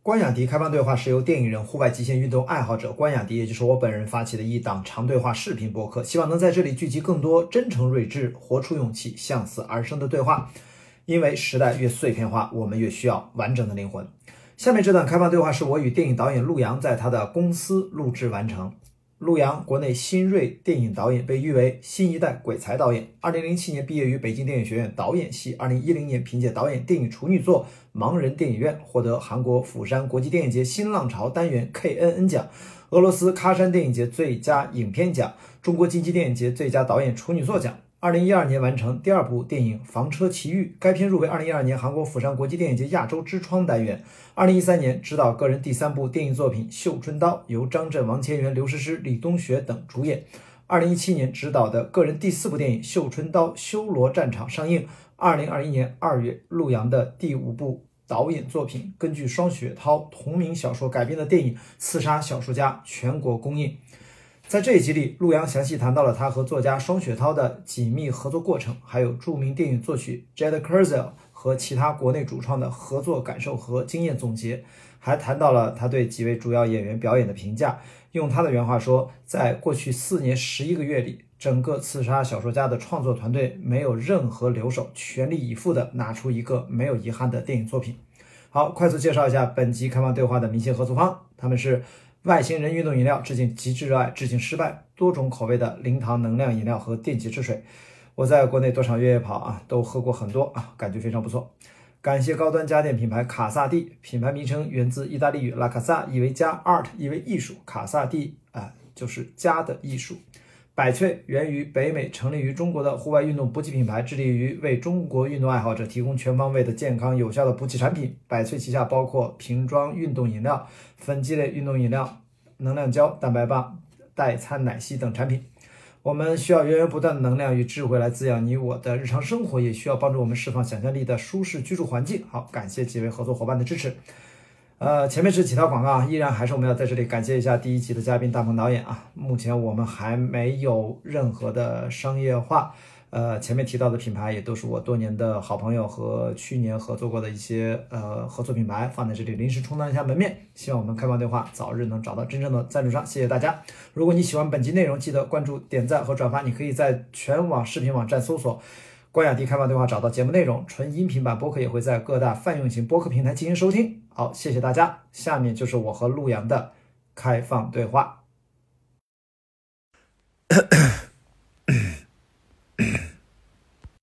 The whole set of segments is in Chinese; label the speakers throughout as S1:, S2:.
S1: 关雅迪开放对话是由电影人、户外极限运动爱好者关雅迪，也就是我本人发起的一档长对话视频博客，希望能在这里聚集更多真诚、睿智、活出勇气、向死而生的对话。因为时代越碎片化，我们越需要完整的灵魂。下面这段开放对话是我与电影导演陆阳在他的公司录制完成。陆阳，国内新锐电影导演，被誉为新一代鬼才导演。二零零七年毕业于北京电影学院导演系，二零一零年凭借导演电影处女作《盲人电影院》获得韩国釜山国际电影节新浪潮单元 KNN 奖、俄罗斯喀山电影节最佳影片奖、中国金鸡电影节最佳导演处女作奖。二零一二年完成第二部电影《房车奇遇》，该片入围二零一二年韩国釜山国际电影节亚洲之窗单元。二零一三年执导个人第三部电影作品《绣春刀》，由张震、王千源、刘诗诗、李东学等主演。二零一七年执导的个人第四部电影《绣春刀：修罗战场》上映。二零二一年二月，陆阳的第五部导演作品根据双雪涛同名小说改编的电影《刺杀小说家》全国公映。在这一集里，陆阳详细谈到了他和作家双雪涛的紧密合作过程，还有著名电影作曲 Jed Kurzel 和其他国内主创的合作感受和经验总结，还谈到了他对几位主要演员表演的评价。用他的原话说，在过去四年十一个月里，整个《刺杀小说家》的创作团队没有任何留手，全力以赴地拿出一个没有遗憾的电影作品。好，快速介绍一下本集开放对话的明星合作方，他们是。外星人运动饮料，致敬极致热爱，致敬失败，多种口味的零糖能量饮料和电解质水。我在国内多场越野跑啊，都喝过很多啊，感觉非常不错。感谢高端家电品牌卡萨帝，品牌名称源自意大利语拉卡萨，意为家，art 意为艺术，卡萨帝啊就是家的艺术。百翠源于北美，成立于中国的户外运动补给品牌，致力于为中国运动爱好者提供全方位的健康有效的补给产品。百翠旗下包括瓶装运动饮料、粉剂类运动饮料、能量胶、蛋白棒、代餐奶昔等产品。我们需要源源不断的能量与智慧来滋养你我的日常生活，也需要帮助我们释放想象力的舒适居住环境。好，感谢几位合作伙伴的支持。呃，前面是几条广告啊，依然还是我们要在这里感谢一下第一集的嘉宾大鹏导演啊。目前我们还没有任何的商业化，呃，前面提到的品牌也都是我多年的好朋友和去年合作过的一些呃合作品牌，放在这里临时充当一下门面。希望我们开放对话早日能找到真正的赞助商，谢谢大家。如果你喜欢本集内容，记得关注、点赞和转发。你可以在全网视频网站搜索关雅迪开放对话找到节目内容，纯音频版播客也会在各大泛用型播客平台进行收听。好，谢谢大家。下面就是我和陆阳的开放对话。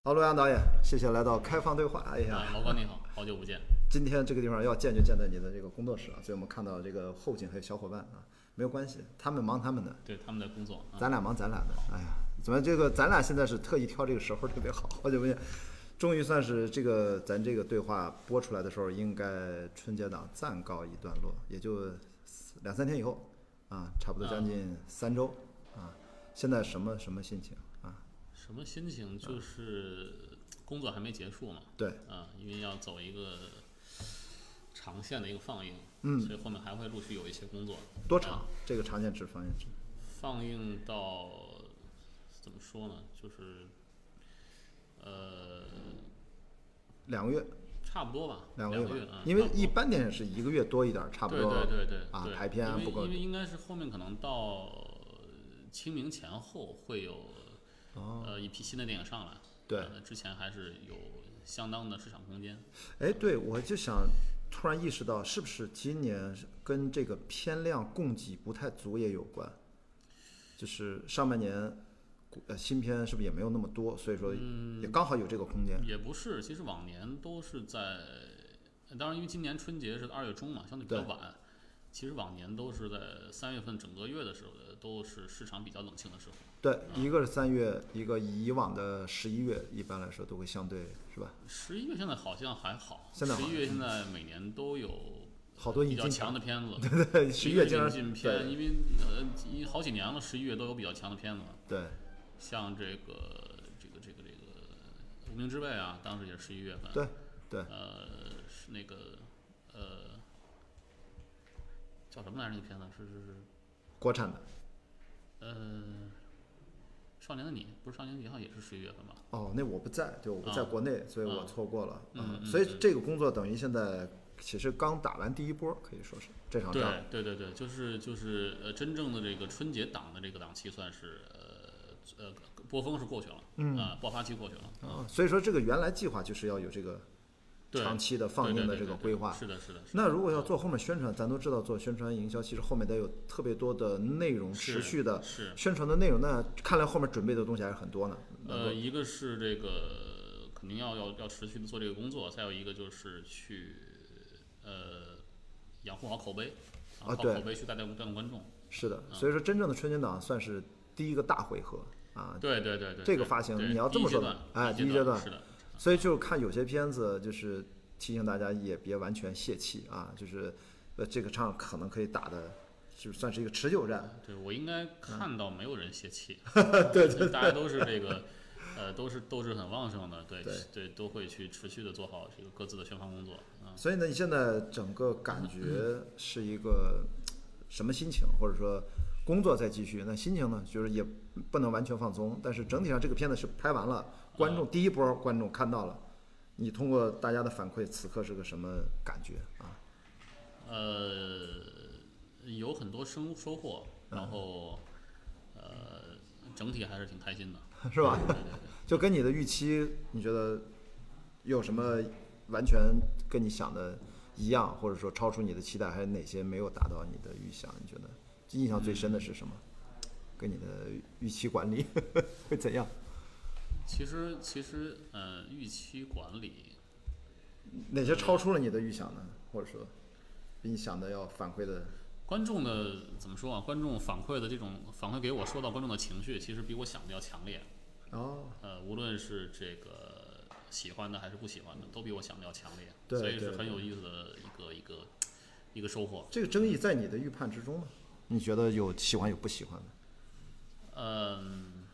S1: 好，陆阳导演，谢谢来到开放对话。哎呀，
S2: 啊，老高你好，好久不见。
S1: 今天这个地方要见就见在你的这个工作室啊，所以我们看到这个后景还有小伙伴啊，没有关系，他们忙他们的，
S2: 对他们的工作啊，
S1: 咱俩忙咱俩的。哎呀，怎么这个咱俩现在是特意挑这个时候特别好，好久不见，终于算是这个咱这个对话播出来的时候，应该春节档暂告一段落，也就两三天以后啊，差不多将近三周啊。现在什么什么心情啊？
S2: 什么心情？就是工作还没结束嘛，
S1: 对，
S2: 啊，因为要走一个长线的一个放映，嗯，所以后面还会陆续有一些工作。呃
S1: 多长？这个长线值方向值？
S2: 放映到怎么说呢？就是呃，
S1: 两个月，
S2: 差不多吧，
S1: 两
S2: 两
S1: 个月吧
S2: 月啊，。
S1: 因为
S2: 差不多
S1: 一般电影是一个月多一点，差不
S2: 对
S1: 多。
S2: 对对对
S1: 啊
S2: 对
S1: 排片
S2: 因为
S1: 不够
S2: 因为应该是后面可能到清明前后会有
S1: 哦
S2: 呃一批新的电影上来，
S1: 对
S2: 呃，之前还是有相当的市场空间。
S1: 哎，对，我就想突然意识到，是不是今年是跟这个片量供给不太足也有关？就是上半年，呃，新片是不是也没有那么多？所以说
S2: 嗯
S1: 也刚好有这个空间。
S2: 也不是，其实往年都是在，当然因为今年春节是二月中嘛，相对比较晚。其实往年都是在三月份整个月的时候，都是市场比较冷清的时候。
S1: 对，一个是三月，一个以往的十一月，一般来说都会相对是吧？
S2: 十一月现在好像还好，
S1: 现在好
S2: 十一月现在每年都有
S1: 好多
S2: 比
S1: 引
S2: 较
S1: 进
S2: 强
S1: 片，
S2: 的片子，
S1: 对对，十一月经常
S2: 引
S1: 对
S2: 进片，因为呃一好几年了，十一月都有比较强的片子，
S1: 对
S2: 像这个这个这个这个《无名之辈》啊，当时也是十一月份，
S1: 对对，
S2: 呃，是那个呃，叫什么来着？那个片子是是是，
S1: 国产的
S2: 呃，《少年的你》不是《少年的你》，好像也是十一月份吧？
S1: 哦，那我不在，对，我不在
S2: 啊
S1: 国内，所以我
S2: 啊
S1: 错过了。
S2: 嗯嗯
S1: 所以这个工作等于现在
S3: 其实刚打完第一波，可以说是这场
S2: 对
S3: 仗。
S2: 对对对，就是就是呃，真正的这个春节档的这个档期算是呃呃波峰是过去了，嗯啊、爆发期过去了，
S3: 啊，所以说这个原来计划就是要有这个
S2: 对
S3: 长期的
S2: 对
S3: 放
S2: 对
S3: 映的
S2: 对
S3: 这
S2: 对
S3: 个
S2: 对
S3: 规划。
S2: 是的是的，是的
S3: 那如果要做后面宣传，咱都知道做宣传营销，其实后面得有特别多的内容，持
S2: 是
S3: 续的
S2: 是
S3: 宣传的内容。那看来后面准备的东西还是很多呢。
S2: 呃，一个是这个肯定要要要持续的做这个工作，再有一个就是去呃养护好口碑，
S3: 啊
S2: 啊，靠
S3: 对
S2: 口碑去带动带动观众。
S3: 是的，
S2: 啊
S3: 所以说真正的春节档算是第一个大回合啊。
S2: 对对对对，
S3: 这个
S2: 对
S3: 发行
S2: 对
S3: 你要这
S2: 第一
S3: 么
S2: 阶
S3: 说
S2: 段
S3: 哎
S2: 第一
S3: 第一阶段
S2: 是的，
S3: 所以就看有些片子，就是提醒大家也别完全泄气啊，就是呃这个仗可能可以打的，就算是一个持久战。
S2: 对我
S3: 嗯
S2: 应该看到没有人 泄气，对对，大家都是这个，呃，都是斗志很旺盛的，对
S3: 对
S2: 对，都会去持续的做好这个各自的宣传工作啊。
S3: 所以呢，你现在整个感觉是一个什么心情，或者说工作在继续，那心情呢，就是也不能完全放松，但是整体上这个片子是拍完了，观众第一波观众看到了，你通过大家的反馈，此刻是个什么感觉啊？
S2: 呃，有很多收收获，
S3: 嗯
S2: 然后呃，整体还是挺开心的。
S3: 是吧？ 就跟你的预期，你觉得有什么完全跟你想的一样，或者说超出你的期待，还有哪些没有达到你的预想？你觉得印象最深的是什么？跟你的预期管理 会怎样？
S2: 其实其实呃，预期管理，
S3: 哪些超出了你的预想呢？或者说比你想的要反馈的
S2: 观众的怎么说啊？观众反馈的这种反馈给我收到观众的情绪，其实比我想的要强烈。
S3: 哦？
S2: 呃，无论是这个喜欢的还是不喜欢的，都比我想的要强烈，
S3: 对
S2: 所以
S3: 对
S2: 是很
S3: 对
S2: 有意思的一个一个一个收获。
S3: 这个争议在你的预判之中吗？你觉得有喜欢有不喜欢的？
S2: 嗯，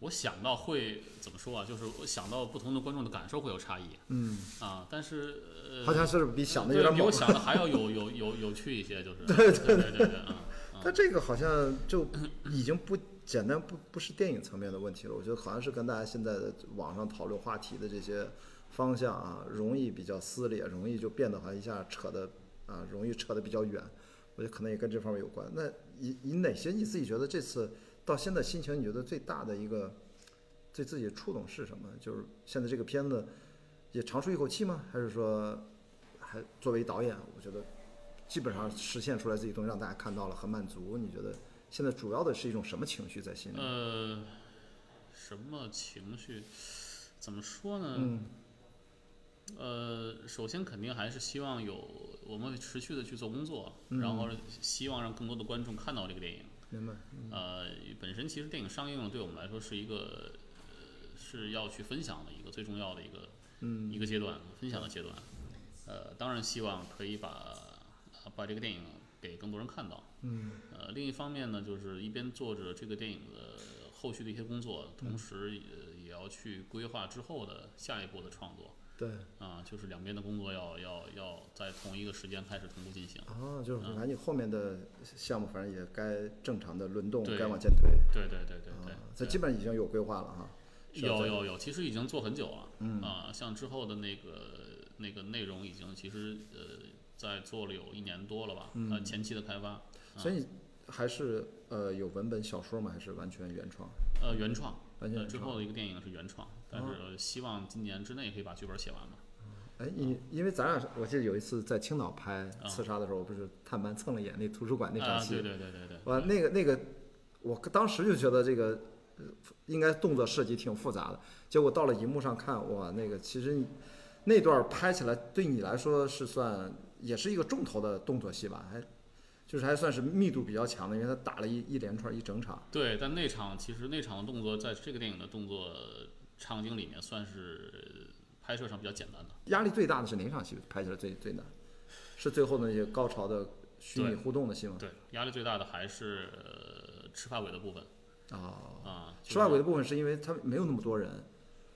S2: 我想到会怎么说啊？就是我想到不同的观众的感受会有差异。嗯啊，但是呃，
S3: 好像是比想的有
S2: 对
S3: 点
S2: 比
S3: 猛
S2: 我。想的还要有有有有趣一些，就是 对对对对对啊。
S3: 但这个好像就已经不简单不不是电影层面的问题了，我觉得好像是跟大家现在的网上讨论话题的这些方向啊，容易比较撕裂，容易就变得好像一下扯的啊，容易扯得比较远。我觉得可能也跟这方面有关。那以以哪些你自己觉得这次到现在心情，你觉得最大的一个对自己的触动是什么？就是现在这个片子也长舒一口气吗？还是说还作为导演，我觉得基本上实现出来自己东西，让大家看到了，很满足。你觉得现在主要的是一种什么情绪在心里？
S2: 呃，什么情绪？怎么说呢？
S3: 嗯
S2: 呃，首先肯定还是希望有我们会持续的去做工作，
S3: 嗯
S2: 然后希望让更多的观众看到这个电影。
S3: 明白？
S2: 呃，本身其实电影上映了，对我们来说是一个呃是要去分享的一个最重要的一个、一个阶段，分享的阶段。呃，当然希望可以把啊把这个电影给更多人看到。嗯。呃，另一方面呢，就是一边做着这个电影的后续的一些工作，同时也也要去规划之后的下一步的创作。
S3: 对，
S2: 啊、就是两边的工作要要要在同一个时间开始同步进行。
S3: 啊，就是
S2: 嗯
S3: 反正你后面的项目，反正也该正常的轮动，
S2: 对
S3: 该往前推。
S2: 对对对对对
S3: 啊，这基本上已经有规划了哈。是吧
S2: 有
S3: 在
S2: 有有，其实已经做很久了。嗯啊，像之后的那个那个内容已经其实呃，在做了有一年多了吧。嗯、呃，前期的开发，
S3: 所以你还是呃有文本小说吗？还是完全原创？
S2: 呃，原创，
S3: 完全
S2: 呃，
S3: 原
S2: 之
S3: 创哦
S2: 后的一个电影是原创，但是呃希望今年之内可以把剧本写完吧。
S3: 哎，你因为咱俩是，我记得有一次在青岛拍《刺杀》的时候，我不是探班蹭了一眼那图书馆那场
S2: 啊，
S3: 戏，
S2: 对对对对对。
S3: 哇，那个那个，我当时就觉得这个呃应该动作设计挺复杂的，结果到了荧幕上看，哇，那个其实你那段拍起来对你来说是算也是一个重头的动作戏吧，还就是还算是密度比较强的，因为他打了一一连串一整场。
S2: 对，但那场其实那场的动作，在这个电影的动作场景里面，算是拍摄上比较简单的。
S3: 压力最大的是哪场戏拍起来最最难？是最后的那些高潮的虚拟
S2: 对
S3: 互动的戏吗？
S2: 对，压力最大的还是呃吃发尾的部分
S3: 哦，
S2: 啊。就是
S3: 吃外鬼的部分是因为他没有那么多人，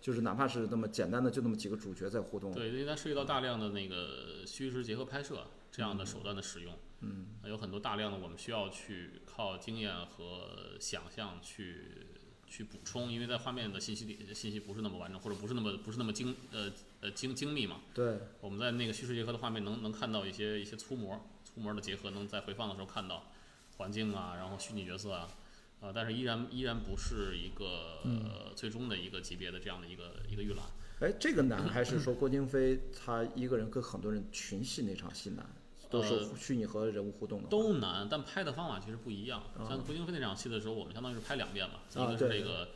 S3: 就是哪怕是那么简单的就那么几个主角在互动，
S2: 对，因为它涉及到大量的那个虚实结合拍摄这样的手段的使用，嗯，有很多大量的我们需要去靠经验和想象去去补充，因为在画面的信息里信息不是那么完整，或者不是那么不是那么精呃呃精精密嘛。
S3: 对，
S2: 我们在那个虚实结合的画面能能看到一些一些粗模粗模的结合，能在回放的时候看到环境啊，然后虚拟角色啊，啊、但是依然依然不是一个、呃最终的一个级别的这样的一个一个预览。
S3: 哎，这个难还是说郭京飞他一个人跟很多人群戏那场戏难，都是虚拟和人物互动的话。
S2: 呃都难，但拍的方法其实不一样。像郭京飞那场戏的时候，我们相当于是拍两遍嘛，
S3: 嗯啊
S2: 一个
S3: 对
S2: 是这个、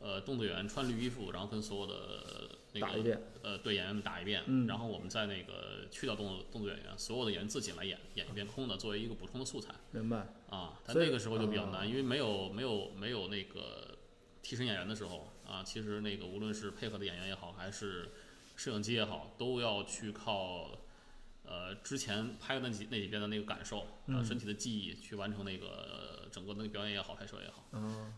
S2: 呃动作演员穿绿衣服，然后跟所有的呃那个
S3: 打一嗯遍
S2: 呃对演员们打一遍，然后我们再那个去掉动作动作演员，所有的演员自己来演演一遍空的，作为一个补充的素材
S3: 明白，
S2: 啊。但
S3: 所以
S2: 那个时候就比较
S3: 啊
S2: 难，因为没有没有没有那个替身演员的时候啊，其实那个无论是配合的演员也好，还是摄影机也好，都要去靠呃之前拍的那几那几遍的那个感受，呃
S3: 嗯
S2: 身体的记忆去完成那个、呃整个的那个表演也好，拍摄也好，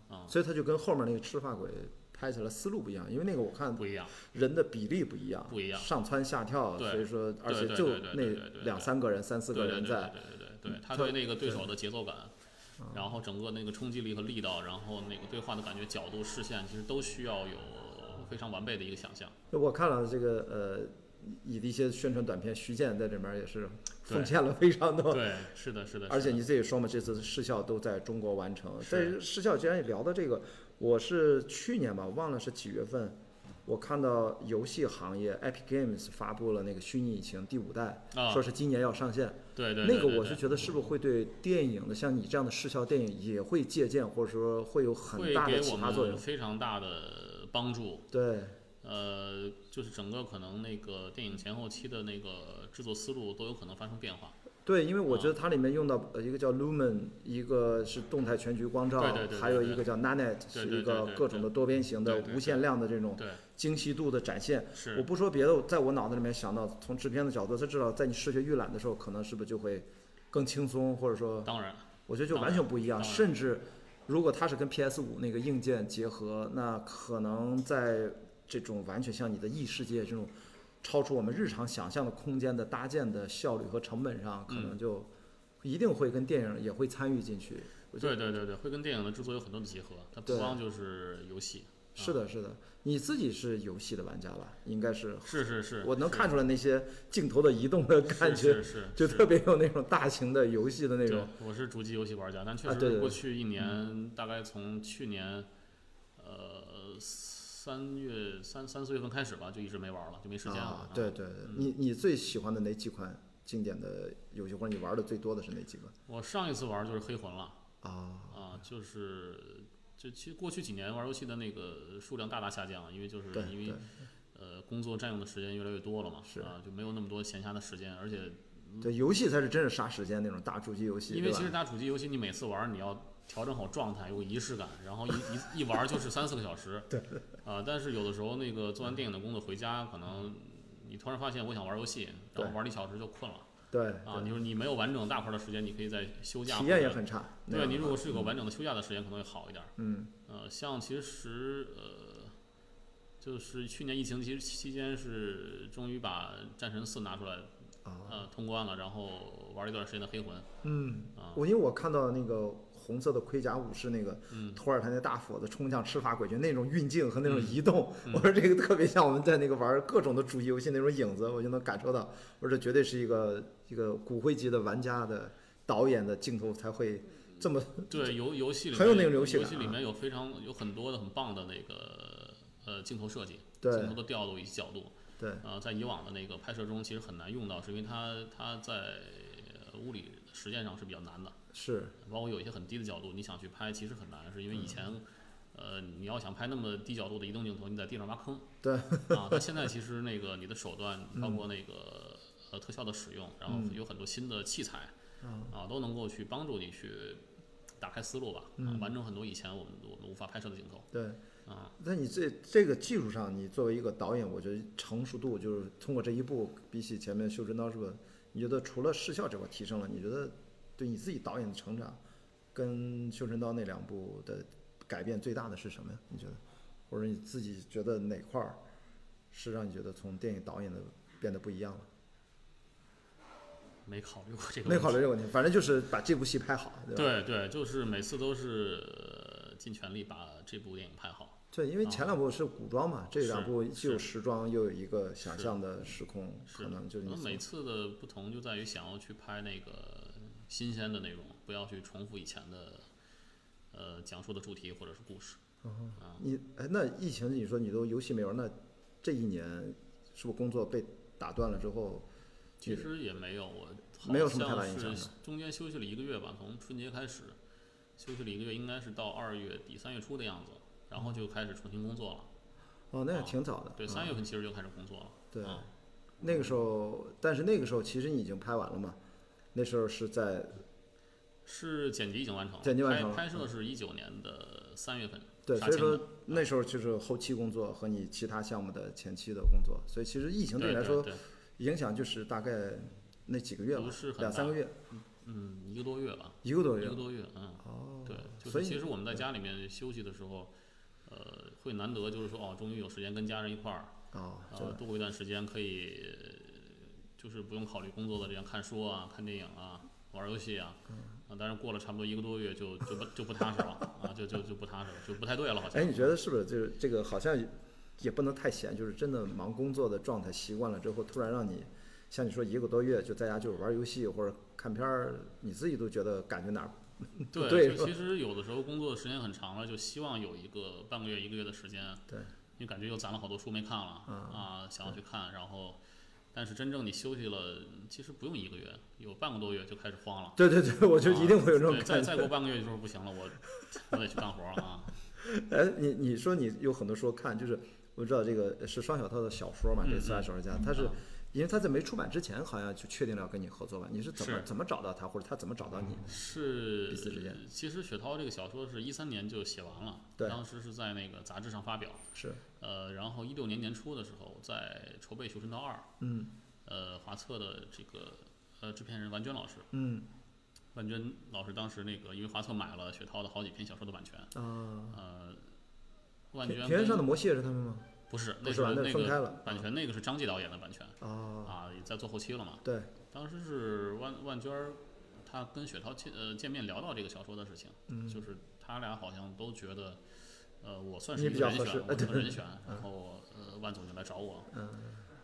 S2: 啊
S3: 所以他就跟后面那个吃饭鬼拍起来思路不一样，因为那个我看
S2: 不一样。
S3: 人的比例不一样，
S2: 不一样
S3: 上蹿下跳，
S2: 对
S3: 所以说而且
S2: 对对
S3: 就
S2: 对对对对
S3: 那
S2: 对
S3: 两三个人、三四
S2: 对
S3: 个
S2: 对对
S3: 人
S2: 对
S3: 在，嗯
S2: 对对对，他
S3: 他
S2: 对那个对手的节奏感，
S3: 嗯
S2: 然后整个那个冲击力和力道，然后那个对话的感觉、角度、视线，其实都需要有非常完备的一个 想象。
S3: 我看了这个呃，以的一些宣传短片，徐健在里面也是
S2: 对
S3: 奉献了非常多。
S2: 对，是的，是的。
S3: 而
S2: 是
S3: 且
S2: 的
S3: 你自己说嘛，这次视效都在中国完成。
S2: 是
S3: 这视效既然也聊到这个，我是去年吧，忘了是几月份，我看到游戏行业 Epic Games 发布了那个虚拟引擎第五代，
S2: 啊
S3: 说是今年要上线。
S2: 对对，
S3: 那
S2: 对
S3: 个
S2: 对
S3: 我是
S2: 对
S3: 觉得是不是会对电影的像你这样的视效电影也会借鉴，或者说会有很
S2: 会
S3: 大的
S2: 给
S3: 启
S2: 我
S3: 发作用
S2: 们？非常大的帮助。
S3: 对，
S2: 呃，就是整个可能那个电影前后期的那个制作思路都有可能发生变化。
S3: 对，因为我觉
S2: 嗯
S3: 得它里面用到呃一个叫 Lumen，一个是动态全局光照
S2: 对对对，对
S3: 还有
S2: 对
S3: 一个叫 Nanite，
S2: 对
S3: 是
S2: 对
S3: 一
S2: 对
S3: 个
S2: 对
S3: 各种的多边形的
S2: 对对
S3: 无限量的这种
S2: 对，
S3: 精细度的展现。我
S2: 是
S3: 不说别的，在我脑子里面想到，从制片的角度，他知道在你视觉预览的时候，可能是不是就会更轻松，或者说，
S2: 当然，
S3: 我觉得就
S2: 当
S3: 完全不一样。
S2: 当然
S3: 甚至如果它是跟 PS 五那个硬件结合，那可能在这种完全像你的异世界这种超出我们日常想象的空间的搭建的效率和成本上，可能
S2: 嗯
S3: 就一定会跟电影也会参与进去。我觉得
S2: 对对对对，会跟电影的制作有很多的结合，它不
S3: 对
S2: 光就是游戏。
S3: 是
S2: 啊
S3: 的，是的。你自己是游戏的玩家吧？应该是。
S2: 是是是，
S3: 我能
S2: 是
S3: 看出来那些镜头的移动的感觉，
S2: 是是是
S3: 就是特别有那种大型的游戏的那种。
S2: 对，我是主机游戏玩家，但确
S3: 啊对对
S2: 实
S3: 对嗯
S2: 过去一年，大概从去年，呃三月三三四月份开始吧，就一直没玩了，就没时间了。
S3: 啊。对对对，
S2: 嗯
S3: 你你最喜欢的哪几款经典的游戏，或者你玩的最多的是哪几个？
S2: 我上一次玩就是黑魂了
S3: 啊，
S2: 啊，就是就其实过去几年玩游戏的那个数量大大下降，因为就是
S3: 对
S2: 因
S3: 对
S2: 为呃工作占用的时间越来越多了嘛，
S3: 是
S2: 啊，就没有那么多闲暇的时间，而且
S3: 对，游戏才是真是杀时间那种大主机游戏，
S2: 嗯因为
S3: 对吧
S2: 其实打主机游戏，你每次玩儿你要调整好状态，有仪式感，然后一一一玩儿就是三四个小时。对。啊，但是有的时候那个做完电影的工作回家，可
S3: 嗯
S2: 能你突然发现我想玩儿游戏，然后玩儿了一小时就困了
S3: 对
S2: 啊。
S3: 对
S2: 你说你没有完整大块儿的时间，你可以在休假。
S3: 体验也很差。那
S2: 对
S3: 样
S2: 你如
S3: 的
S2: 果是有个完整的休假的时间，可能会好一点儿。
S3: 嗯
S2: 呃，像其实呃，就是去年疫情其实期间是终于把《战神四》拿出来
S3: 啊
S2: 呃通关了，然后玩了一段时间的黑魂。
S3: 嗯
S2: 啊，
S3: 我因为我看到那个。红色的盔甲武士那个
S2: 嗯
S3: 托尔坦那大斧子冲向赤发鬼君那种运镜和那种移动，
S2: 嗯
S3: 我说这个特别像我们在那个玩各种的主机游戏那种影子，我就能感受到。我说这绝对是一个一个骨灰级的玩家的导演的镜头才会这么
S2: 对游游戏里
S3: 很有那
S2: 面
S3: 种游戏
S2: 游
S3: 感
S2: 戏
S3: 啊
S2: 里面有非常有很多的很棒的那个呃镜头设计，
S3: 对
S2: 镜头的调度以及角度，
S3: 对。
S2: 呃，在以往的那个拍摄中其实很难用到，是因为它它在呃物理实践上是比较难的，
S3: 是，
S2: 包括有一些很低的角度，你想去拍其实很难，是
S3: 嗯
S2: 因为以前。呃，你要想拍那么低角度的移动镜头，你在地上挖坑
S3: 对 嗯
S2: 啊。但现在其实那个你的手段，包括那个呃特效的使用，然后有很多新的器材，
S3: 嗯
S2: 啊，都能够去帮助你去打开思路吧，啊
S3: 嗯
S2: 完成很多以前我们我们无法拍摄的镜头
S3: 对。
S2: 啊。
S3: 那你这这个技术上，你作为一个导演，我觉得成熟度就是通过这一步，比起前面《修真刀》是吧？你觉得除了视效这块提升了，你觉得对你自己导演的成长，跟《修真刀》那两部的改变最大的是什么呀？你觉得，或者你自己觉得哪块儿是让你觉得从电影导演的变得不一样了？
S2: 没考虑过这个问
S3: 没
S2: 题，
S3: 考虑这个问题，反正就是把这部戏拍好，对吧？
S2: 对对，就是每次都是呃尽全力把这部电影拍好。
S3: 对，因为前两部是古装嘛，这两部
S2: 啊是
S3: 既有时装又有一个想象的时空，
S2: 是
S3: 可能就你
S2: 那每
S3: 从
S2: 次的不同就在于想要去拍那个新鲜的内容，不要去重复以前的呃讲述的主题或者是故事。
S3: 你哎，那疫情你说你都游戏没玩，那这一年是不是工作被打断了之后，
S2: 其实也没有，我好
S3: 没有什么太大影
S2: 像
S3: 响
S2: 是
S3: 的
S2: 中间休息了一个月吧，从春节开始休息了一个月，应该是到二月底三月初的样子，然后就开始重新工作了。
S3: 哦，那也挺早的，
S2: 对，
S3: 嗯
S2: 三月份其实就开始工作了。
S3: 对
S2: 啊
S3: 那个时候，但是那个时候其实你已经拍完了嘛，那时候是在
S2: 是剪辑已经完成了，
S3: 剪辑完成了嗯
S2: 拍拍摄是一九年的三月份，
S3: 对，
S2: 杀
S3: 所以
S2: 青嗯的
S3: 说那时候就是后期工作和你其他项目的前期的工作，所以其实疫情对
S2: 对
S3: 你来
S2: 对
S3: 说
S2: 对
S3: 影响就是大概那几个月吧
S2: 不是，很
S3: 两三
S2: 大
S3: 个月，
S2: 嗯，一个多月吧，
S3: 一个多
S2: 一
S3: 月
S2: 个。多月，嗯，
S3: 哦，
S2: 对，就
S3: 所
S2: 是
S3: 以
S2: 其实我们在家里面休息的时候，呃，会难得就是说哦，终于有时间跟家人一块儿，
S3: 哦，这
S2: 呃，度过一段时间，可以呃就是不用考虑工作的这样看书啊、看电影啊、玩儿游戏啊，
S3: 嗯
S2: 啊，但是过了差不多一个多月就就不就不踏实了啊，就就就不踏实了，就不太对了，好像。
S3: 哎，你觉得是不是就是这个好像也不能太闲，就是真的忙工作的状态习惯了之后，突然让你像你说一个多月就在家就是玩游戏或者看片儿，你自己都觉得感觉哪儿不
S2: 对，
S3: 对
S2: 就其实有的时候工作的时间很长了，就希望有一个半个月、一个月的时间，
S3: 对，嗯
S2: 因为感觉又攒了好多书没看了、啊，想要去看，然后，但是真正你休息了，其实不用一个月，有半个多月就开始慌了。
S3: 对对对，我就一定会有这种
S2: 啊对，再
S3: 感
S2: 再
S3: 觉
S2: 过。半个月就说不行了，我我得去干活了啊。
S3: 哎，你你说你有很多书看，就是我知道这个是双小套的小说嘛，
S2: 嗯
S3: 这《四大小说家》，他
S2: 啊
S3: 是因为他在没出版之前好像就确定了要跟你合作吧？你是怎么
S2: 是
S3: 怎么找到他，或者他怎么找到你？
S2: 是
S3: 彼此之间，
S2: 其实雪涛这个小说是一三年就写完了，
S3: 对
S2: 当时是在那个杂志上发表，
S3: 是，
S2: 呃，然后一六年年初的时候在筹备《求生道二》，
S3: 嗯
S2: 呃，华策的这个呃制片人王娟老师，
S3: 嗯
S2: 万娟老师当时那个，因为华策买了雪涛的好几篇小说的版权，
S3: 啊，
S2: 呃，万
S3: 平
S2: 娟
S3: 平原上
S2: 跟
S3: 的魔蟹是他们吗？
S2: 不是，
S3: 不
S2: 那
S3: 是吧那是
S2: 那
S3: 分开
S2: 个
S3: 了
S2: 版权，那个是张继导演的版权
S3: 啊，
S2: 啊，也在做后期了嘛。
S3: 对，
S2: 当时是万万娟儿，她跟雪涛见呃见面聊到这个小说的事情，
S3: 嗯
S2: 就是他俩好像都觉得，呃，我算是
S3: 你
S2: 一
S3: 比较
S2: 个人
S3: 合
S2: 选
S3: 适，
S2: 我
S3: 哎
S2: 是个
S3: 对
S2: 人选，然后呃，万总就来找我，
S3: 嗯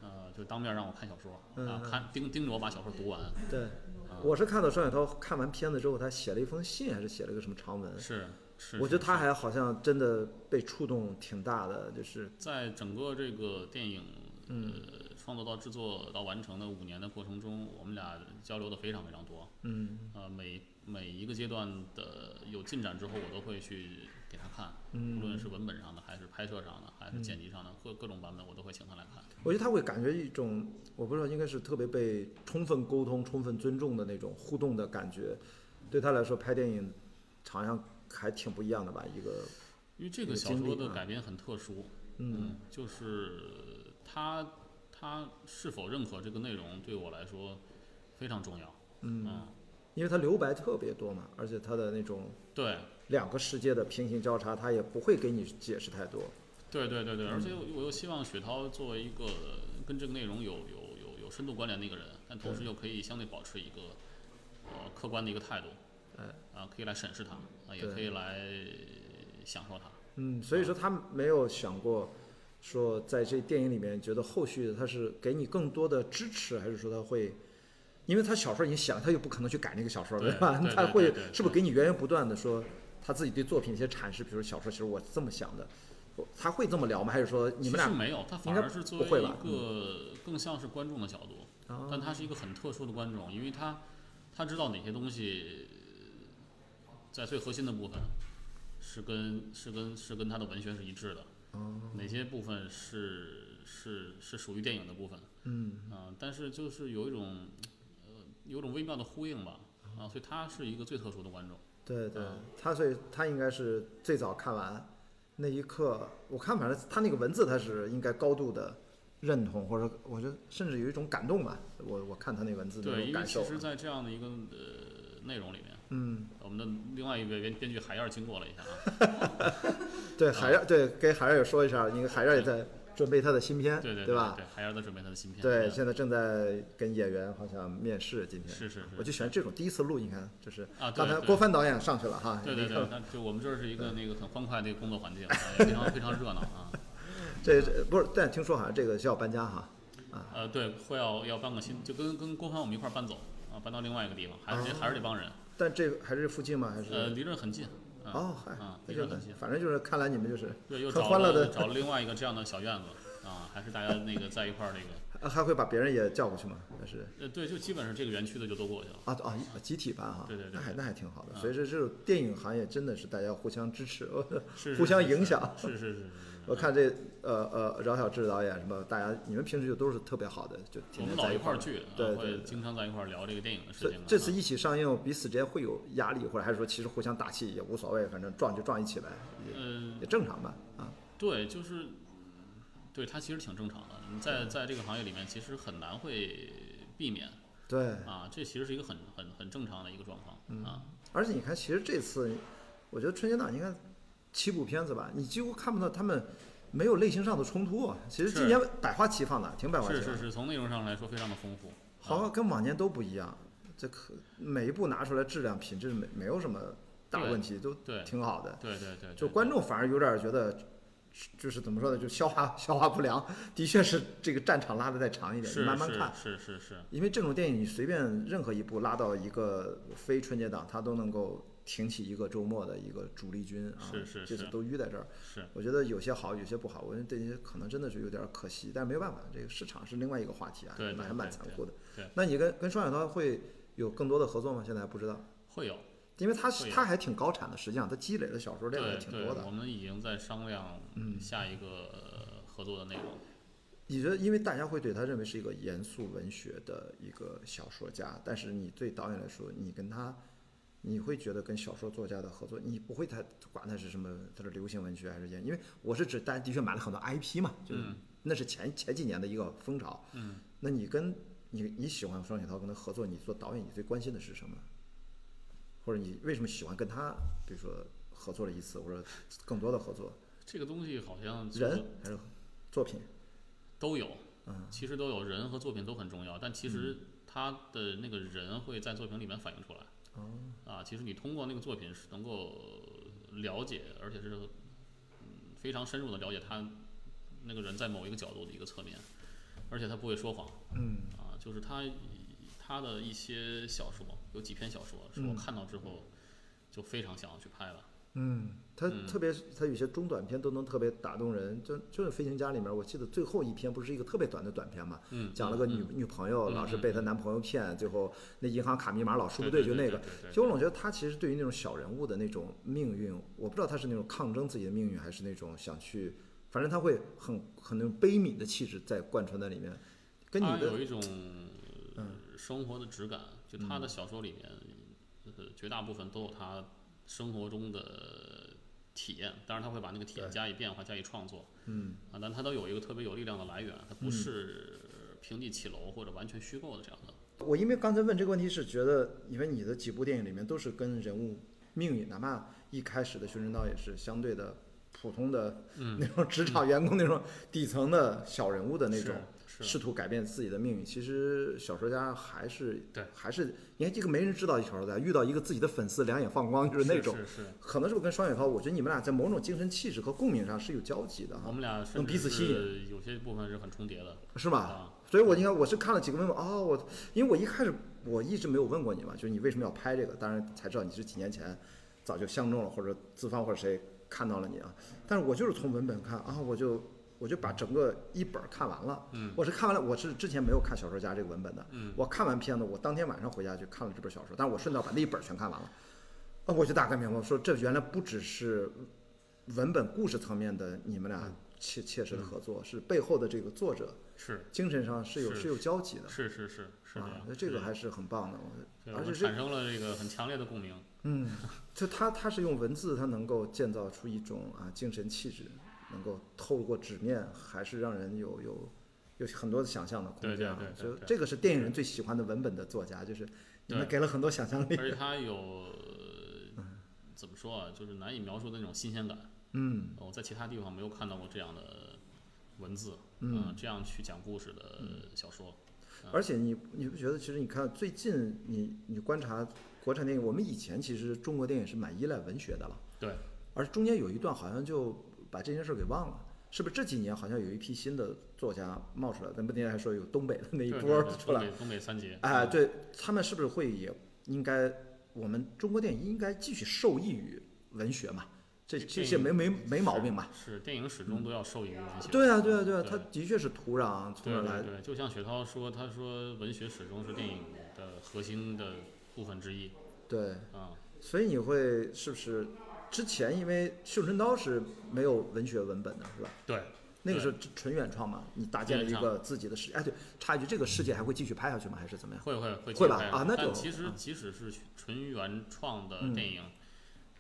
S2: 呃，就当面让我看小说
S3: 嗯
S2: 啊，看盯盯着我把小说读完，
S3: 对，
S2: 啊
S3: 我是看到双雪涛看完片子之后，他写了一封信，还是写了个什么长文？
S2: 是是，
S3: 嗯我觉得
S2: 是
S3: 他还好像真的被触动挺大的，就是
S2: 在整个这个电影
S3: 嗯
S2: 呃创作到制作到完成的五年的过程中，我们俩交流的非常非常多。
S3: 嗯
S2: 呃，每每一个阶段的有进展之后，我都会去给他看，无论是文本上的，还是拍摄上的，还是剪辑上的，各各种版本我都会请他来看。
S3: 我觉得他会感觉一种，我不知道应该是特别被充分沟通、充分尊重的那种互动的感觉，对他来说拍电影好像还挺不一样的吧？一个
S2: 因为这
S3: 有
S2: 个小
S3: 经
S2: 说
S3: 历
S2: 的
S3: 啊
S2: 改编很特殊，
S3: 嗯，
S2: 嗯，就是他他是否认可这个内容，对我来说非常重要。嗯，
S3: 因为他留白特别多嘛，而且他的那种
S2: 对，
S3: 两个世界的平行交叉，他也不会给你解释太多。
S2: 对对对对，而且我又希望雪涛作为一个跟这个内容有有有有深度关联的一个人，但同时又可以相对保持一个呃客观的一个态度，
S3: 哎
S2: 啊，可以来审视它，啊，也
S3: 对
S2: 可以来享受它。
S3: 嗯，所以说他没有想过说在这电影里面，觉得后续他是给你更多的支持，还是说他会，因为他小说已经写了，他又不可能去改那个小说，
S2: 对
S3: 吧
S2: 对？对
S3: 他
S2: 对
S3: 会
S2: 对对
S3: 是不是给你源源不断的说他自己对作品一些阐释，比如小说其实我这么想的，我他会这么聊吗？还是说你们
S2: 其实
S3: 俩
S2: 没有，他
S3: 应
S2: 反
S3: 该
S2: 而是作
S3: 不会
S2: 为一
S3: 吧嗯
S2: 个更像是观众的角度，
S3: 哦
S2: 但他是一个很特殊的观众，因为他他知道哪些东西呃在最核心的部分是跟是跟是跟他的文学是一致的，
S3: 哦
S2: 哪些部分是是是属于电影的部分，
S3: 嗯
S2: 啊、但是就是有一种呃有一种微妙的呼应吧，
S3: 哦
S2: 啊，所以他是一个最特殊的观众，
S3: 对对，
S2: 嗯
S3: 他所以他应该是最早看完那一刻，我看反正他那个文字他是应该高度的认同，或者我觉得甚至有一种感动吧。我我看他那文字的那
S2: 对，
S3: 种
S2: 因为
S3: 感
S2: 其
S3: 受，啊
S2: 实，在这样的一个呃内容里面，
S3: 嗯，
S2: 我们的另外一位编编剧海燕儿经过了一下啊。
S3: 对海燕对给海燕也说一下，因为海燕也在准备他的新片，
S2: 对
S3: 对
S2: 对
S3: 吧？
S2: 对，还要在准备他的新片。
S3: 对，现在正在跟演员好像面试，今天
S2: 是是是
S3: 我就喜欢这种第一次录，你看，就是
S2: 啊对
S3: 刚才
S2: 对
S3: 郭帆导演上去了哈，
S2: 对对
S3: 你看
S2: 对，那就我们这儿是一个那个很欢快的一个工作环境，啊，也非常非常热闹 啊。
S3: 这这不是，但听说好像这个需要搬家哈，啊
S2: 呃，对，会要要搬个新，就跟跟郭帆我们一块儿搬走啊，搬到另外一个地方，还
S3: 哦
S2: 是得、还是得帮人，
S3: 但这个还是附近吗？还
S2: 呃，
S3: 是？
S2: 离这儿很近。啊
S3: 哦，嗨
S2: 啊，，
S3: 那
S2: 离
S3: 就
S2: 这儿
S3: 很
S2: 很近。
S3: 反正就是看来你们就是
S2: 对，又
S3: 很
S2: 找
S3: 欢乐
S2: 了
S3: 的
S2: 找了另外一个这样的小院子啊，还是大家那个在一块儿那个，
S3: 啊还会把别人也叫过去吗？还是？
S2: 呃，对，就基本上这个园区的就都过去了。
S3: 啊啊，一集体办哈，
S2: 对对对
S3: 那还
S2: 对嗯
S3: 那还挺好的。所以说，这种电影行业真的是大家互相支持，
S2: 是
S3: 互
S2: 是
S3: 相
S2: 是
S3: 影
S2: 是
S3: 响。
S2: 是是是是是。
S3: 我看这呃呃饶晓志导演什么，大家你们平时就都是特别好的，就
S2: 我
S3: 天
S2: 们
S3: 天
S2: 老
S3: 在
S2: 一
S3: 块
S2: 块
S3: 儿
S2: 儿。聚，啊
S3: 对对
S2: 会
S3: 对
S2: 经常在一块儿聊这个电影的事
S3: 这
S2: 情啊。
S3: 这次一起上映，彼此之间会有压力，或者还是说其实互相打气也无所谓，反正撞就撞一起呗，也
S2: 嗯，
S3: 也正常吧啊。
S2: 对，就是，对它其实挺正常的。你在在这个行业里面，其实很难会避免
S3: 对，嗯
S2: 啊，这其实是一个很很很正常的一个状况啊。
S3: 而且你看，其实这次我觉得春节档应该七部片子吧，你几乎看不到他们没有类型上的冲突啊。其实今
S2: 是
S3: 年百花齐放的，挺百花齐
S2: 是
S3: 放
S2: 是
S3: 的。
S2: 是，从内容上来说非常的丰富。
S3: 好像跟往年都不一样，这可每一部拿出来质量品质没没有什么大问题，都
S2: 对
S3: 挺好的。
S2: 对对对，
S3: 就
S2: 对
S3: 观众反而有点觉得，就是怎么说呢，就消化消化不良，的确是这个战场拉的再长一点，你
S2: 是
S3: 慢慢看。
S2: 是是是是，
S3: 因为这种电影，你随便任何一部拉到一个非春节档，它都能够挺起一个周末的一个主力军啊。
S2: 是是
S3: 这次
S2: 是
S3: 都淤在这儿。
S2: 是
S3: 我觉得有些好，有些不好。我觉得这些可能真的是有点可惜，但是没有办法，这个市场是另外一个话题啊，
S2: 对对
S3: 蛮还蛮
S2: 对
S3: 残
S2: 对
S3: 酷的。
S2: 对
S3: 那你跟跟双雪涛会有更多的合作吗？现在还不知道，
S2: 会有。
S3: 因为他
S2: 会有
S3: 他还挺高产的，实际上他积累的小说量还
S2: 对
S3: 挺
S2: 对
S3: 多，的嗯
S2: 我。们已经在商量下一个呃合作的内容。
S3: 你觉得，因为大家会对他认为是一个严肃文学的一个小说家，但是你对导演来说，你跟他，你会觉得跟小说作家的合作，你不会太管他是什么，他是流行文学还是严，因为我是指大家的确买了很多 IP 嘛，就是那是前前几年的一个风潮。嗯，那你跟你你喜欢双雪涛跟他合作，你做导演，你最关心的是什么？或者你为什么喜欢跟他，比如说合作了一次，或者更多的合作，
S2: 这个东西好像就是
S3: 人还是作品？
S2: 都有，
S3: 嗯
S2: 其实都有，人和作品都很重要，但其实他的那个人会在作品里面反映出来。
S3: 哦
S2: 啊，其实你通过那个作品是能够了解，而且是嗯非常深入的了解他那个人在某一个角度的一个侧面，而且他不会说谎。嗯，啊，就是他他的一些小说，有几篇小说是我看到之后就非常想要去拍了。
S3: 嗯，他特别，他有些中短篇都能特别打动人，就就是《飞行家》里面，我记得最后一篇不是一个特别短的短篇嘛，
S2: 嗯
S3: 讲了个女、女朋友老是被她男朋友骗，最后那银行卡密码老输不
S2: 对
S3: 就
S2: 对
S3: 那
S2: 对
S3: 个
S2: 对对。对
S3: 其实我总觉得他其实对于那种小人物的那种命运，我不知道他是那种抗争自己的命运，还是那种想去，反正他会很很那种悲悯的气质在贯穿在里面，跟你
S2: 他
S3: 的嗯
S2: 有一种呃生活的质感，就他的小说里面，呃，绝大部分都有他生活中的体验，当然他会把那个体验加以变化、加以创作，嗯，啊，但他都有一个特别有力量的来源，他
S3: 嗯
S2: 不是平地起楼或者完全虚构的这样的。
S3: 我因为刚才问这个问题是觉得，因为你的几部电影里面都是跟人物命运，哪怕一开始的《寻人道》也是相对的普通的
S2: 嗯
S3: 那种职场员工那种底层的小人物的那种
S2: 是
S3: 试图改变自己的命运。其实小说家还是
S2: 对
S3: 还是你看这个没人知道一小说家遇到一个自己的粉丝两眼放光就是那种，啊
S2: 是是，
S3: 可能是我跟双雪涛，我觉得你们俩在某种精神气质和共鸣上是有交集的
S2: 我
S3: 哈，
S2: 们俩
S3: 能
S2: 甚
S3: 彼
S2: 至
S3: 此吸引。
S2: 是有些部分是很重叠的，
S3: 是吧
S2: 啊？
S3: 所以我应该我是看了几个问问哦，我因为我一开始我一直没有问过你嘛，就是你为什么要拍这个？当然才知道你是几年前早就相中了，或者资方或者谁看到了你啊。但是我就是从文本看啊，我就我就把整个一本儿看完了。嗯，我是看完了，我是之前没有看小说家这个文本的。嗯，我看完片子，我当天晚上回家去看了这本小说，但是我顺道把那一本儿全看完了。啊，我就大概明白，我说这原来不只是文本故事层面的你们俩切切实的合作，是背后的这个作者
S2: 是
S3: 精神上是有
S2: 是
S3: 是有交集的
S2: 是是是是这
S3: 啊
S2: 样，，
S3: 那这个
S2: 是
S3: 还是很棒的，我觉
S2: 对
S3: 得而
S2: 我
S3: 且
S2: 们
S3: 是
S2: 产生了这个很强烈的共鸣。
S3: 嗯，就他他是用文字，他能够建造出一种啊精神气质，能够透过纸面，还是让人有有有很多的想象的空
S2: 对对
S3: 间啊
S2: 对。对
S3: 就
S2: 对
S3: 这个是电影人最喜欢的文本的作家，就是你们
S2: 对
S3: 给了很多想 象力。
S2: 而且它有呃怎么说啊，就是难以描述的那种新鲜感。
S3: 嗯，
S2: 我在其他地方没有看到过这样的文字，呃
S3: 嗯
S2: 这样去讲故事的小说。
S3: 而且你你不觉得，其实你看最近你你观察国产电影，我们以前其实中国电影是蛮依赖文学的了，
S2: 对，
S3: 而中间有一段好像就把这件事儿给忘了。是不是这几年好像有一批新的作家冒出来？咱们那天还说有东北的那一
S2: 对
S3: 波
S2: 对对
S3: 出来
S2: 东，北东嗯北三杰，
S3: 哎，对他们是不是会也应该，我们中国电影应该继续受益于文学嘛？这
S2: 这
S3: 这
S2: 这
S3: 些没没没毛病嘛？
S2: 是电影始终都要受益于文学。嗯
S3: 对啊，对啊，对啊，它
S2: 对
S3: 的确是土壤从
S2: 对
S3: 哪来？
S2: 对对，就像雪涛说，他说文学始终是电影的核心的部分之一
S3: 对，
S2: 啊、
S3: 所以你会是不是之前因为《绣春刀》是没有文学文本的，是吧？
S2: 对，
S3: 那个
S2: 对
S3: 是纯原创嘛？你搭建了一个自己的世界。哎，对，插一句，这个世界还会继续拍下去吗？还是怎么样？
S2: 会会会
S3: 会吧
S2: 会
S3: 啊那就嗯
S2: 但其实即使是纯原创的电影，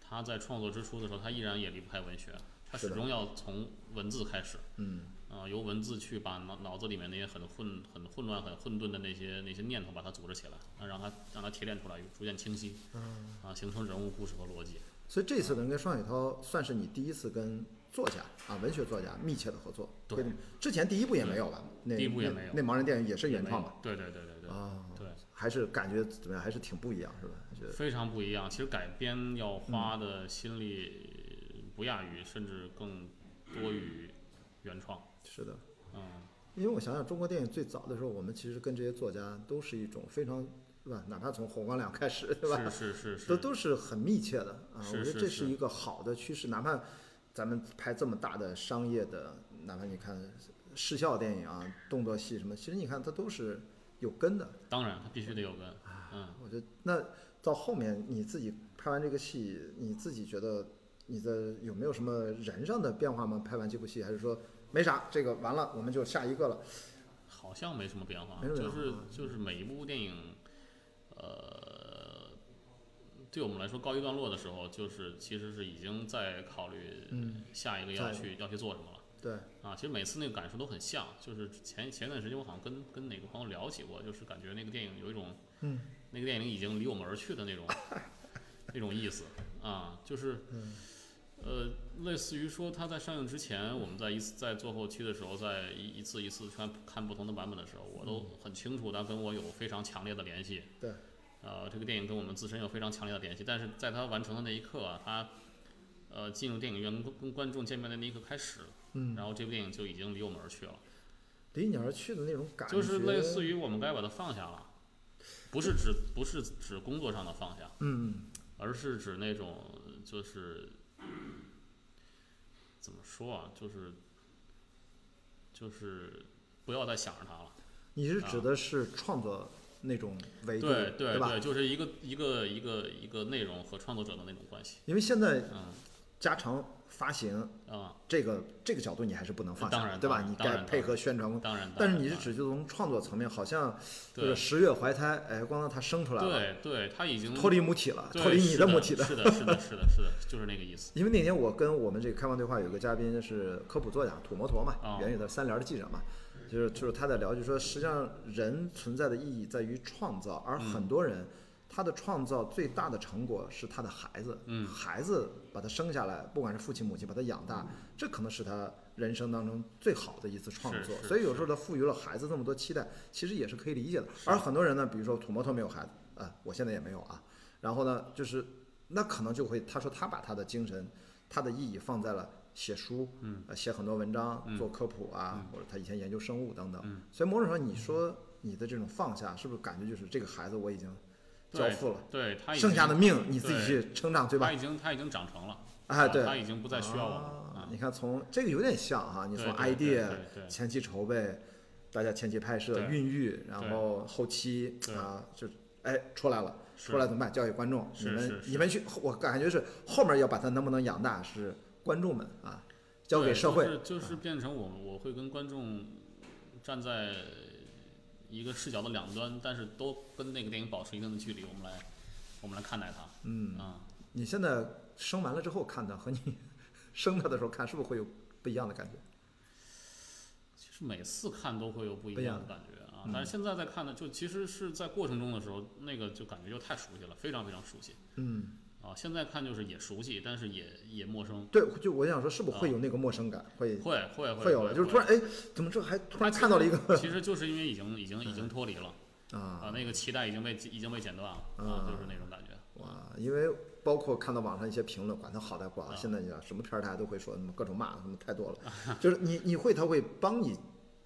S2: 它在创作之初的时候，它依然也离不开文学，它
S3: 是
S2: 始
S3: 的
S2: 终要从文字开始。
S3: 嗯，
S2: 啊、由文字去把脑脑子里面那些很混、很混乱、很混沌的那些那些念头，把它组织起来，啊，让它让它提炼出来，逐渐清晰，
S3: 嗯
S2: 啊，形成人物、故事和逻辑。
S3: 所以这次能跟双雪涛算是你第一次跟作家啊，文学作家密切的合作。
S2: 对
S3: 跟你，之前第一部也没有吧？那
S2: 第一部也没有
S3: 那那盲人电影也是
S2: 也
S3: 原
S2: 没
S3: 创
S2: 有
S3: 吧？。
S2: 对对对对对，
S3: 啊，
S2: 对。
S3: 还是感觉怎么样？还是挺不一样，是吧？还是嗯
S2: 非常不一样。其实改编要花的心力不亚于，甚至更多于原创。
S3: 是的，
S2: 嗯，
S3: 因为我想想，中国电影最早的时候，我们其实跟这些作家都是一种非常，对吧？哪怕从侯光亮开始，对吧？
S2: 是是是
S3: 都
S2: 是，
S3: 都是很密切的啊。
S2: 是
S3: 我觉得
S2: 是
S3: 这
S2: 是
S3: 是一个好的趋势，哪怕咱们拍这么大的商业的，哪怕你看视效电影啊、动作戏什么，其实你看它都是有根的。
S2: 当然它必须得有根。嗯，
S3: 我觉得那到后面你自己拍完这个戏，你自己觉得你的有没有什么人上的变化吗？拍完这部戏，还是说没啥？这个完了，我们就下一个了。
S2: 好像没什么变化，
S3: 没有
S2: 就
S3: 变
S2: 是
S3: 化啊
S2: 就是每一部电影，呃，对我们来说告一段落的时候，就是其实是已经在考虑
S3: 嗯
S2: 下一个要
S3: 下一
S2: 去、要去做什么了。
S3: 对，
S2: 啊，其实每次那个感受都很像，就是前前段时间我好像跟跟哪个朋友聊起过，就是感觉那个电影有一种，
S3: 嗯，
S2: 那个电影已经离我们而去的 那种，那种意思啊，就是，
S3: 嗯
S2: 呃，类似于说它在上映之前，我们在一次在做后期的时候，在一一次一次看看不同的版本的时候，我都很清楚它跟我有非常强烈的联系，
S3: 嗯对，
S2: 呃，这个电影跟我们自身有非常强烈的联系，但是在它完成的那一刻啊，它，呃，进入电影院跟跟观众见面的那一刻开始。
S3: 嗯，
S2: 然后这部电影就已经离我们而去了，
S3: 离你而去的那种感觉，
S2: 就是类似于我们该把它放下了，不是指不是指工作上的放下，
S3: 嗯，
S2: 而是指那种就是怎么说啊，就是就是不要再想着它了。
S3: 你是指的是创作那种维度，
S2: 啊对对
S3: 吧？
S2: 就是一个一个一个一个内容和创作者的那种关系。
S3: 因为现在
S2: 嗯
S3: 加长发行
S2: 啊、
S3: 这个这个角度你还是不能放下，
S2: 当然
S3: 对吧？
S2: 当然
S3: 你
S2: 当
S3: 该
S2: 然
S3: 配合宣传
S2: 嗯，。当然。
S3: 但是
S2: 当
S3: 你
S2: 然
S3: 是指就从创作层面，好像就是
S2: 对
S3: 十月怀胎，哎，光让它生出来了，
S2: 对对，他已经
S3: 脱离母体了，
S2: 对
S3: 脱离你
S2: 是
S3: 的
S2: 的
S3: 母体的。
S2: 是的，是的，是的，是的，就是那个意思。
S3: 因为那天我跟我们这个开放对话有个嘉宾是科普作家土摩托嘛，
S2: 哦
S3: 原语的三联的记者嘛，就是就是他在聊，就说实际上人存在的意义在于创造，
S2: 嗯
S3: 而很多人他的创造最大的成果是他的孩子，
S2: 嗯
S3: 孩子把他生下来，不管是父亲母亲把他养大，这可能是他人生当中最好的一次创
S2: 是
S3: 作，
S2: 是
S3: 所以有时候他赋予了孩子这么多期待，其实也是可以理解的。而很多人呢，比如说土摩托没有孩子啊、我现在也没有啊，然后呢，就是那可能就会他说他把他的精神、他的意义放在了写书，嗯、写很多文章、
S2: 嗯
S3: 做科普啊，或者他以前研究生物等等。所以某种程度，你说你的这种放下，是不是感觉就是这个孩子我已经交
S2: 对
S3: 付了，
S2: 对他已
S3: 剩下
S2: 经
S3: 的命你自己去成长，对吧
S2: 他？已经他已经长成了，啊
S3: 哎，对，
S2: 他已经不再需要我们了。
S3: 啊
S2: 啊
S3: 你看从，这个有点像哈、你从
S2: 对对
S3: idea
S2: 对对对
S3: 前期筹备，大家前期拍摄、
S2: 对
S3: 孕育，然后后期
S2: 对
S3: 啊，就哎出来了，
S2: 是
S3: 出来怎么办？交给观众，
S2: 是
S3: 你们
S2: 是是
S3: 你们去，我感觉是后面要把它能不能养大是观众们啊，交给
S2: 对
S3: 社会，
S2: 就是就是变成我我会跟观众站在一个视角的两端，但是都跟那个电影保持一定的距离，我们来我们来看待它。
S3: 嗯，
S2: 啊、
S3: 你现在生完了之后看它和你 生它的时候看，是不是会有不一样的感觉？
S2: 其实每次看都会有不一
S3: 不一
S2: 样
S3: 样嗯
S2: 的感觉啊，但是现在在看的就其实是在过程中的时候，那个就感觉就太熟悉了，非常非常熟悉。
S3: 嗯，
S2: 啊、啊，现在看就是也熟悉，但是也也陌生，
S3: 对，就我想说，是不是会有那个陌生感？会
S2: 会啊会
S3: 会有了，就是突然哎，怎么这还突然看到了一 个嗯
S2: 其实就是因为已经已经已经脱离了
S3: 啊嗯
S2: 啊，那个脐带已经被已经被剪断了啊，就是那种感觉。
S3: 哇！因为包括看到网上一些评论，管它好歹不好，
S2: 啊
S3: 现在你知道什么片儿大家都会说，什么各种骂，什么太多了，就是你你会他会帮你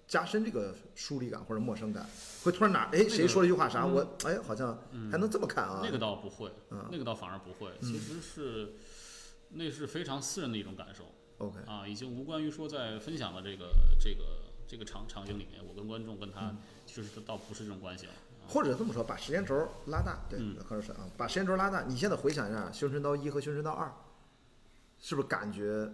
S3: 加深这个疏离感或者陌生感，会突然哪哎
S2: 个嗯
S3: 谁说了一句话啥，我哎好像还能这么看啊，嗯
S2: 那个倒不会，那个倒反而不会，其实是那是非常私人的一种感受
S3: OK
S2: 啊，已经无关于说在分享的这个这个这个场场景里面，我跟观众跟
S3: 嗯
S2: 他其实倒不是这种关系了。
S3: 或者这么说，把时间轴拉大，对，可能是啊，把时间轴拉大。你现在回想一下，《修神刀一》和《修神刀二》，是不是感觉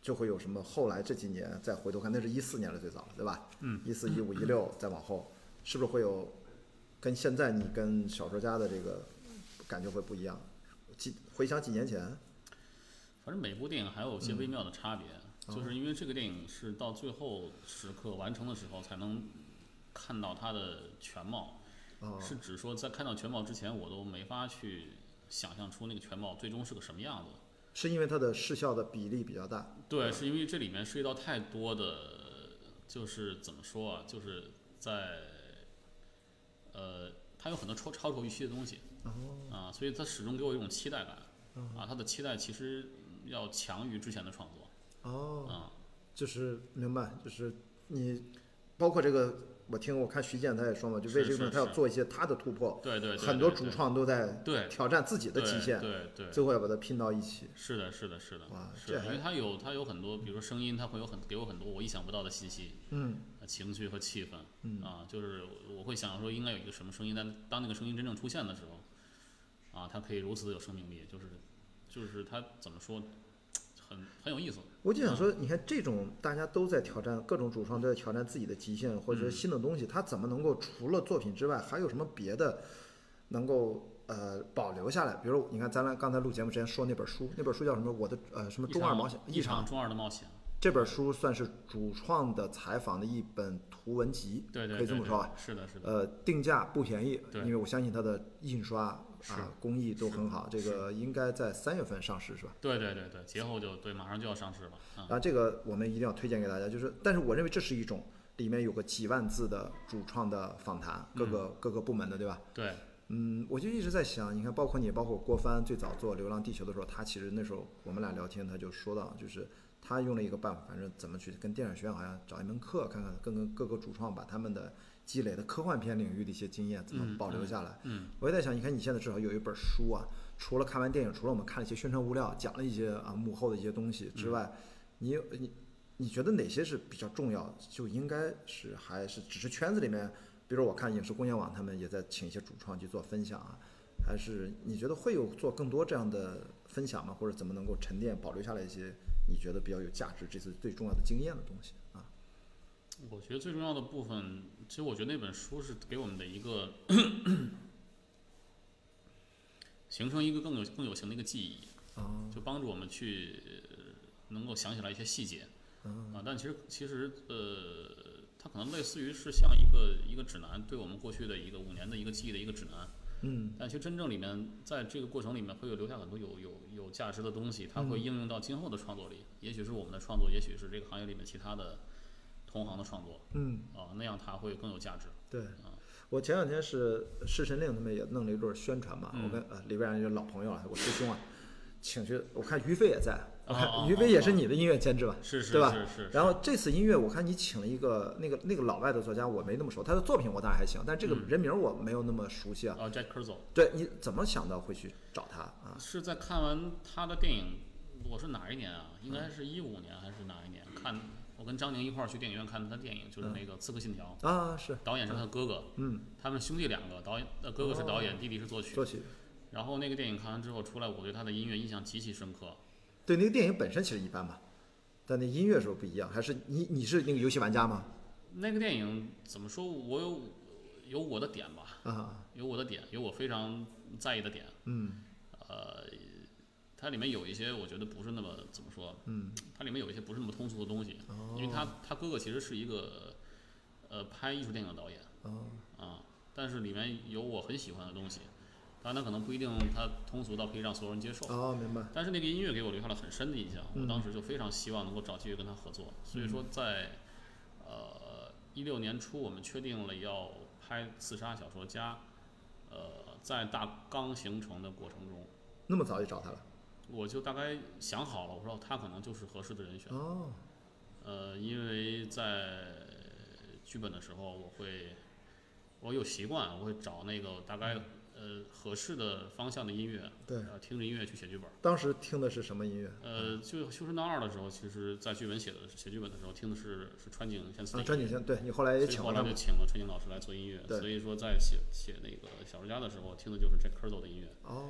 S3: 就会有什么？后来这几年再回头看，那是一四年了，最早了，对吧？嗯，一四、一五、一六，再往后，是不是会有跟现在你跟小说家的这个感觉会不一样？几回想几年前，
S2: 反正每部电影还有一些微妙的差别，就是因为这个电影是到最后时刻完成的时候才能看到它的全貌，
S3: 哦
S2: 是指说在看到全貌之前，我都没法去想象出那个全貌最终是个什么样子。
S3: 是因为它的视效的比例比较大，
S2: 对，是因为这里面涉及到太多的，就是怎么说啊，就是在，呃，它有很多超超出我预期的东西，啊，所以它始终给我一种期待感，啊，它的期待其实要强于之前的创作，
S3: 哦，
S2: 啊，
S3: 就是明白，就是你包括这个，我听我看徐健他也说嘛，就为这
S2: 是
S3: 个东西
S2: 是
S3: 他要
S2: 是
S3: 做一些他的突破，
S2: 对对对
S3: 很多
S2: 对
S3: 主
S2: 对
S3: 创都在
S2: 对
S3: 挑战自己的极限，
S2: 对对对，
S3: 最后要把它拼到一起。
S2: 是的，是的，是的
S3: 哇，
S2: 是
S3: 这
S2: 的，
S3: 还
S2: 因为它有它有很多，比如说声音，它会有很给我很多我意想不到的信息，
S3: 嗯，
S2: 呃情绪和气氛，啊，就是我会想说应该有一个什么声音，但当那个声音真正出现的时候，啊，它可以如此有生命力，就是就是它怎么说，很很有意思，
S3: 我就想说，你看这种大家都在挑战，各种主创都在挑战自己的极限或者
S2: 嗯
S3: 说新的东西，他怎么能够除了作品之外，还有什么别的能够呃保留下来？比如你看咱俩刚才录节目之前说那本书，那本书叫什么？我的呃什么
S2: 一
S3: 中二
S2: 场
S3: 冒险
S2: 一
S3: 场
S2: 场中二的冒险，
S3: 这本书算是主创的采访的一本图文集，
S2: 对对，
S3: 可以这
S2: 对
S3: 么
S2: 对
S3: 说吧。
S2: 是的，是的，
S3: 呃，定价不便宜，
S2: 对
S3: 因为我相信它的印刷
S2: 是
S3: 啊工艺都很好。这个应该在三月份上市是吧？
S2: 对对对对，节后就对，马上就要上市了，啊，
S3: 啊，这个我们一定要推荐给大家。就是，但是我认为这是一种里面有个几万字的主创的访谈，
S2: 嗯
S3: 各个、各个部门的，对吧？
S2: 对，
S3: 嗯，我就一直在想，你看，包括你，包括郭帆，最早做《流浪地球》的时候，他其实那时候我们俩聊天，他就说到，就是他用了一个办法，反正怎么去跟电影学院好像找一门课，看看跟跟各个主创把他们的积累的科幻片领域的一些经验怎么保留下来。
S2: 嗯，
S3: 我也在想，你看你现在至少有一本书啊，除了看完电影，除了我们看了一些宣传物料，讲了一些啊幕后的一些东西
S2: 嗯
S3: 之外，你有你你觉得哪些是比较重要，就应该是还是只是圈子里面，比如我看影视贡献网他们也在请一些主创去做分享啊，还是你觉得会有做更多这样的分享吗？或者怎么能够沉淀保留下来一些你觉得比较有价值，这次最重要的经验的东西啊？
S2: 我觉得最重要的部分，其实我觉得那本书是给我们的一个形成一个更有更有形的一个记忆，
S3: 哦
S2: 就帮助我们去呃能够想起来一些细节。啊，但其实其实呃，它可能类似于是像一个一个指南，对我们过去的一个五年的一个记忆的一个指南。
S3: 嗯，
S2: 但其实真正里面，在这个过程里面会有留下很多有有有价值的东西，它会应用到今后的创作里，也许是我们的创作，也许是这个行业里面其他的同行的创作。
S3: 嗯，
S2: 啊，那样它会更有价值。
S3: 对，啊我前两天是《侍神令》他们也弄了一段宣传嘛，
S2: 嗯
S3: 我跟呃里边人就老朋友了，我师兄啊，请去，我看于飞也在，我
S2: 哦哦
S3: 看于飞也是你的音乐监制吧，
S2: 是是
S3: 对吧？
S2: 是是是
S3: 然后这次音乐我看你请了一个那个那个老外的作家，我没那么熟，他的作品我当然还行，但这个人名我没有那么熟悉啊。
S2: 啊，Jack Kersel
S3: 对，你怎么想到会去找他啊？
S2: 是在看完他的电影，我是哪一年啊？应该是一五年还是哪一年？看我跟张宁一块儿去电影院看他电影，就是那个《刺客信条》，
S3: 啊，是
S2: 导演是他的哥哥，
S3: 嗯，哦
S2: 他们兄弟两个，导演呃哥哥是导演，弟弟是作曲
S3: 作。曲。
S2: 然后那个电影看完之后出来，我对他的音乐印象极其深刻。
S3: 对，那个电影本身其实一般吧，但那音乐是不是不一样？还是你你是那个游戏玩家吗？
S2: 那个电影怎么说？我有有我的点吧，
S3: 啊，
S2: 有我的点，有我非常在意的点。
S3: 嗯，
S2: 呃，它里面有一些我觉得不是那么怎么说，嗯，它里面有一些不是那么通俗的东西，因为他他哥哥其实是一个呃拍艺术电影的导演
S3: 哦，
S2: 啊，但是里面有我很喜欢的东西，当然，它可能不一定它通俗到可以让所有人接受。
S3: 哦，明白。
S2: 但是那个音乐给我留下了很深的印象，我
S3: 嗯
S2: 当时就非常希望能够找机会跟他合作。所以说在，呃一六年初，我们确定了要拍《刺杀小说家》，呃，在大纲形成的过程中，
S3: 那么早就找他了？
S2: 我就大概想好了，我说他可能就是合适的人选。
S3: 哦，
S2: 呃，因为在剧本的时候，我会我有习惯，我会找那个大概呃合适的方向的音乐，
S3: 嗯对
S2: 呃，听着音乐去写剧本。
S3: 当时听的是什么音乐？
S2: 呃，就《修神道二》的时候，其实在剧本写的写剧本的时候听的是是川井宪
S3: 啊，
S2: 司的
S3: 张景
S2: 音乐
S3: 轩，对你后来也
S2: 所以
S3: 请
S2: 后
S3: 了
S2: 来
S3: 他
S2: 就
S3: 们。
S2: 请了川井老师来做音乐，
S3: 对
S2: 所以说在写写那个小说家的时候听的就是 Jack Kerouac 的音乐
S3: 哦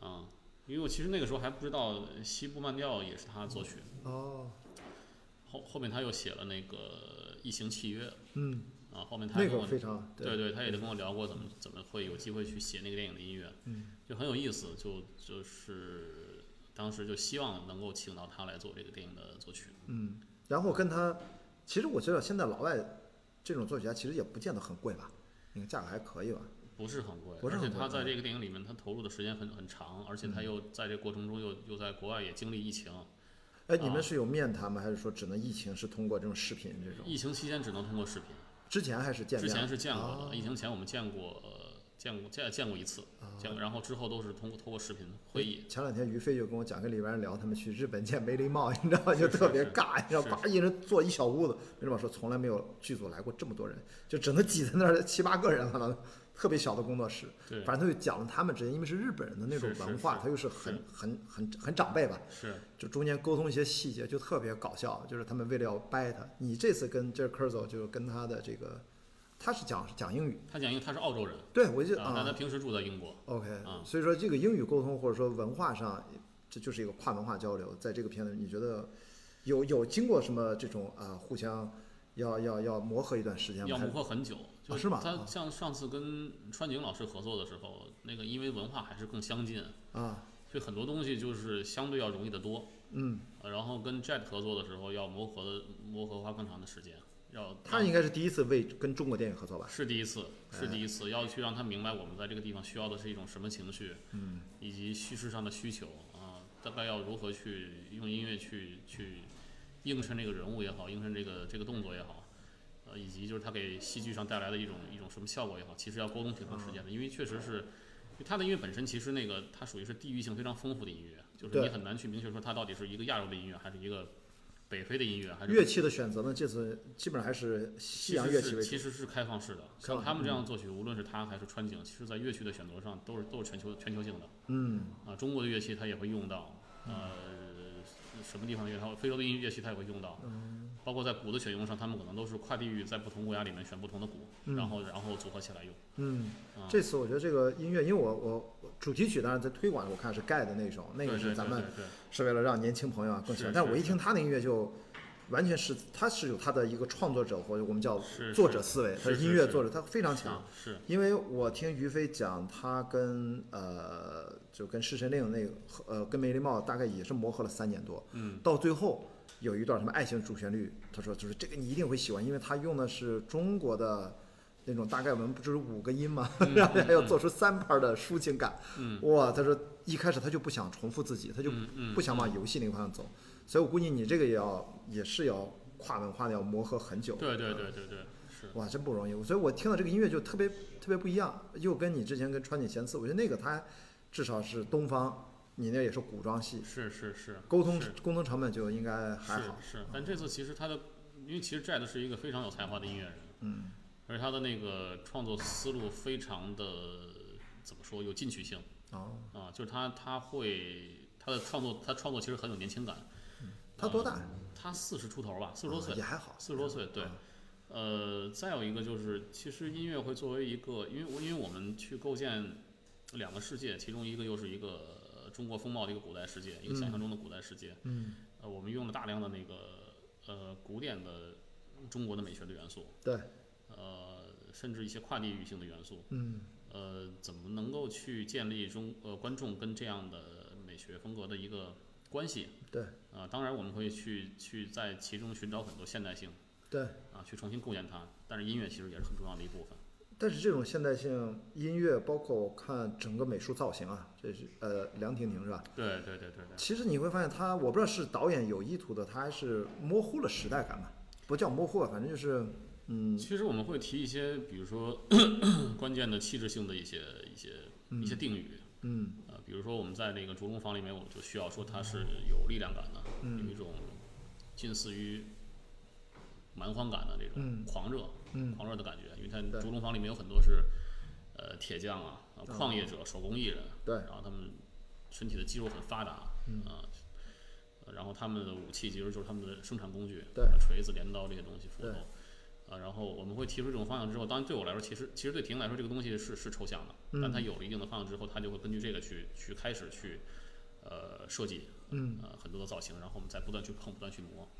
S2: 啊、因为我其实那个时候还不知道西部慢调也是他作曲，
S3: 哦，
S2: 后后面他又写了那个《异形契约》
S3: 嗯，
S2: 啊，后面他
S3: 那
S2: 跟
S3: 个
S2: 我
S3: 非常
S2: 对对，他也跟我聊过怎么怎么会有机会去写那个电影的音乐，
S3: 嗯，
S2: 就很有意思，就就是当时就希望能够请到他来做这个电影的作曲，
S3: 嗯，然后跟他，其实我觉得现在老外这种作曲家其实也不见得很贵吧，那个价格还可以吧。
S2: 不是很贵，
S3: 不是
S2: 而且
S3: 很贵
S2: 他在这个电影里面他投入的时间很很长，而且他又在这过程中又又在国外也经历疫情，
S3: 哎，你
S2: 啊
S3: 们是有面谈吗？还是说只能疫情是通过这种视频这种？
S2: 疫情期间只能通过视频，
S3: 之前还是见
S2: 之
S3: 面？
S2: 前是见过
S3: 啊
S2: 的，疫情前我们见过呃见过见见过一次，
S3: 啊
S2: 见过，然后之后都是通过通过视频会议。
S3: 前两天于飞就跟我讲，跟里边人聊，他们去日本见梅林茂，你知道吗？
S2: 是
S3: 就是特别
S2: 是
S3: 尬，你知道，
S2: 是
S3: 吧？一人坐一小屋子。梅林茂说，从来没有剧组来过这么多人，就只能挤在那儿七八个人，可能特别小的工作室。
S2: 对，
S3: 反正他就讲了他们之间，因为是日本人的那种
S2: 是是
S3: 文化，
S2: 是
S3: 他又是很很很很长辈吧，
S2: 是
S3: 就中间沟通一些细节，就特别搞笑。就是他们为了要掰他，你这次跟 Jack Kerzol 就是跟他的这个，他是讲讲英语，
S2: 他讲英，他是澳洲人，
S3: 对我就
S2: 啊，但他
S3: 啊
S2: 平时住在英国。
S3: ，OK，
S2: 啊
S3: 所以说这个英语沟通或者说文化上，这就是一个跨文化交流。在这个片子，你觉得有有经过什么这种啊互相要要要磨合一段时间吗？
S2: 要
S3: 还
S2: 磨
S3: 是
S2: 合很久，就
S3: 啊是吗啊
S2: 他像上次跟川井老师合作的时候，那个因为文化还是更相近，
S3: 啊，
S2: 所以很多东西就是相对要容易得多。
S3: 嗯，
S2: 呃然后跟 Jet 合作的时候，要磨合的磨合花更长的时间，要
S3: 他应该是第一次为跟中国电影合作吧？哎
S2: 是第一次，是第一次，要去让他明白我们在这个地方需要的是一种什么情绪，嗯，以及叙事上的需求啊，大概要如何去用音乐去去映衬这个人物也好，映衬这个这个动作也好，呃，以及就是他给戏剧上带来的一种一种什么效果也好，其实要沟通挺长时
S3: 嗯
S2: 间的，因为确实是。因为他的音乐本身其实那个，它属于是地域性非常丰富的音乐，就是你
S3: 对
S2: 很难去明确说它到底是一个亚洲的音乐，还是一个北非的音乐，还是
S3: 乐器的选择呢，这次基本上还是西洋乐器为主嗯
S2: 其实是其实是开放式的，
S3: 开放
S2: 像他们这样作曲，无论是他还是川井，其实在乐器的选择上都是都是全球全球性的。
S3: 嗯，
S2: 啊，中国的乐器它也会用到，呃，什么地方的乐器它会，非洲的音乐器它也会用到，
S3: 嗯
S2: 包括在鼓的选用上，他们可能都是跨地域，在不同国家里面选不同的鼓，然后然后组合起来用。
S3: 嗯
S2: 啊，
S3: 这次我觉得这个音乐，因为我我我主题曲当然在推广，我看是盖的那首，那
S2: 对
S3: 个
S2: 对
S3: 是
S2: 对
S3: 咱们
S2: 对对，
S3: 是为了让年轻朋友啊更喜欢。
S2: 是
S3: 但是我
S2: 是
S3: 一听他那音乐就完全是，他是有他的一个创作者或者我们叫
S2: 是
S3: 作者思维，
S2: 是
S3: 他
S2: 是
S3: 音乐
S2: 是啊
S3: 作者，他非常
S2: 是
S3: 强。
S2: 是
S3: 因为我听于飞讲，他跟呃就跟《侍神令》那个呃跟梅丽茂大概也是磨合了三年多，
S2: 嗯，
S3: 到最后有一段什么爱情主旋律，他说就是这个你一定会喜欢，因为他用的是中国的那种大概文，不就是五个音嘛， 然后还要做出三拍的抒情感，
S2: 嗯，
S3: 哇，他说一开始他就不想重复自己，他就
S2: 嗯嗯
S3: 不想往游戏那个方向走，所以我估计你这个也要也是要跨文化的，要磨合很久，
S2: 对对对对对，是
S3: 哇，真不容易！所以我听到这个音乐就特别特别不一样，又跟你之前跟川井贤次，我觉得那个他至少是东方，你那也是古装戏，
S2: 是是是，
S3: 沟通
S2: 是
S3: 沟通成本就应该还好。
S2: 是是，但这次其实他的，因为其实 Jet 是一个非常有才华的音乐人，嗯，而且他的那个创作思路非常的怎么说有进取性
S3: 哦，
S2: 啊，就是他他会他的创作，他创作其实很有年轻感。
S3: 他多大？
S2: 他四十出头吧，嗯四十多岁
S3: 啊，也还好。嗯
S2: 四十多岁，对。呃，再有一个就是，其实音乐会作为一个，因为我因为我们去构建两个世界，其中一个又是一个呃中国风貌的一个古代世界，一个想象中的古代世界。
S3: 嗯。
S2: 呃，我们用了大量的那个呃古典的中国的美学的元素，
S3: 对，
S2: 呃，甚至一些跨地域性的元素。
S3: 嗯，
S2: 呃，怎么能够去建立中呃观众跟这样的美学风格的一个关系？
S3: 对
S2: 啊，当然我们会去去在其中寻找很多现代性
S3: 对
S2: 啊，去重新构建它。但是音乐其实也是很重要的一部分。
S3: 但是这种现代性音乐，包括我看整个美术造型啊，这是呃梁婷婷是吧？
S2: 对对对对对，
S3: 其实你会发现他，我不知道是导演有意图的，他还是模糊了时代感吧？不叫模糊吧，反正就是嗯
S2: 其实我们会提一些，比如说 关键的气质性的一些一些一些定语，
S3: 嗯
S2: 呃，比如说我们在那个烛龙房里面，我就需要说它是有力量感的，有一种近似于蛮荒感的那种
S3: 嗯
S2: 狂热，
S3: 嗯
S2: 狂热的感觉，因为它
S3: 对
S2: 烛龙房里面有很多是呃铁匠啊、呃
S3: 哦
S2: 矿业者、手工艺人，
S3: 对
S2: 然后他们身体的肌肉很发达，嗯、呃然后他们的武器其实就是他们的生产工具，
S3: 对
S2: 呃锤子、镰刀这些东西，斧
S3: 对
S2: 头。啊，然后我们会提出这种方向之后，当然对我来说，其实其实对婷来说，这个东西是是抽象的，
S3: 嗯
S2: 但它有了一定的方向之后，它就会根据这个去去开始去，呃，设计，
S3: 嗯，
S2: 呃，很多的造型，然后我们再不断去碰，不断去磨。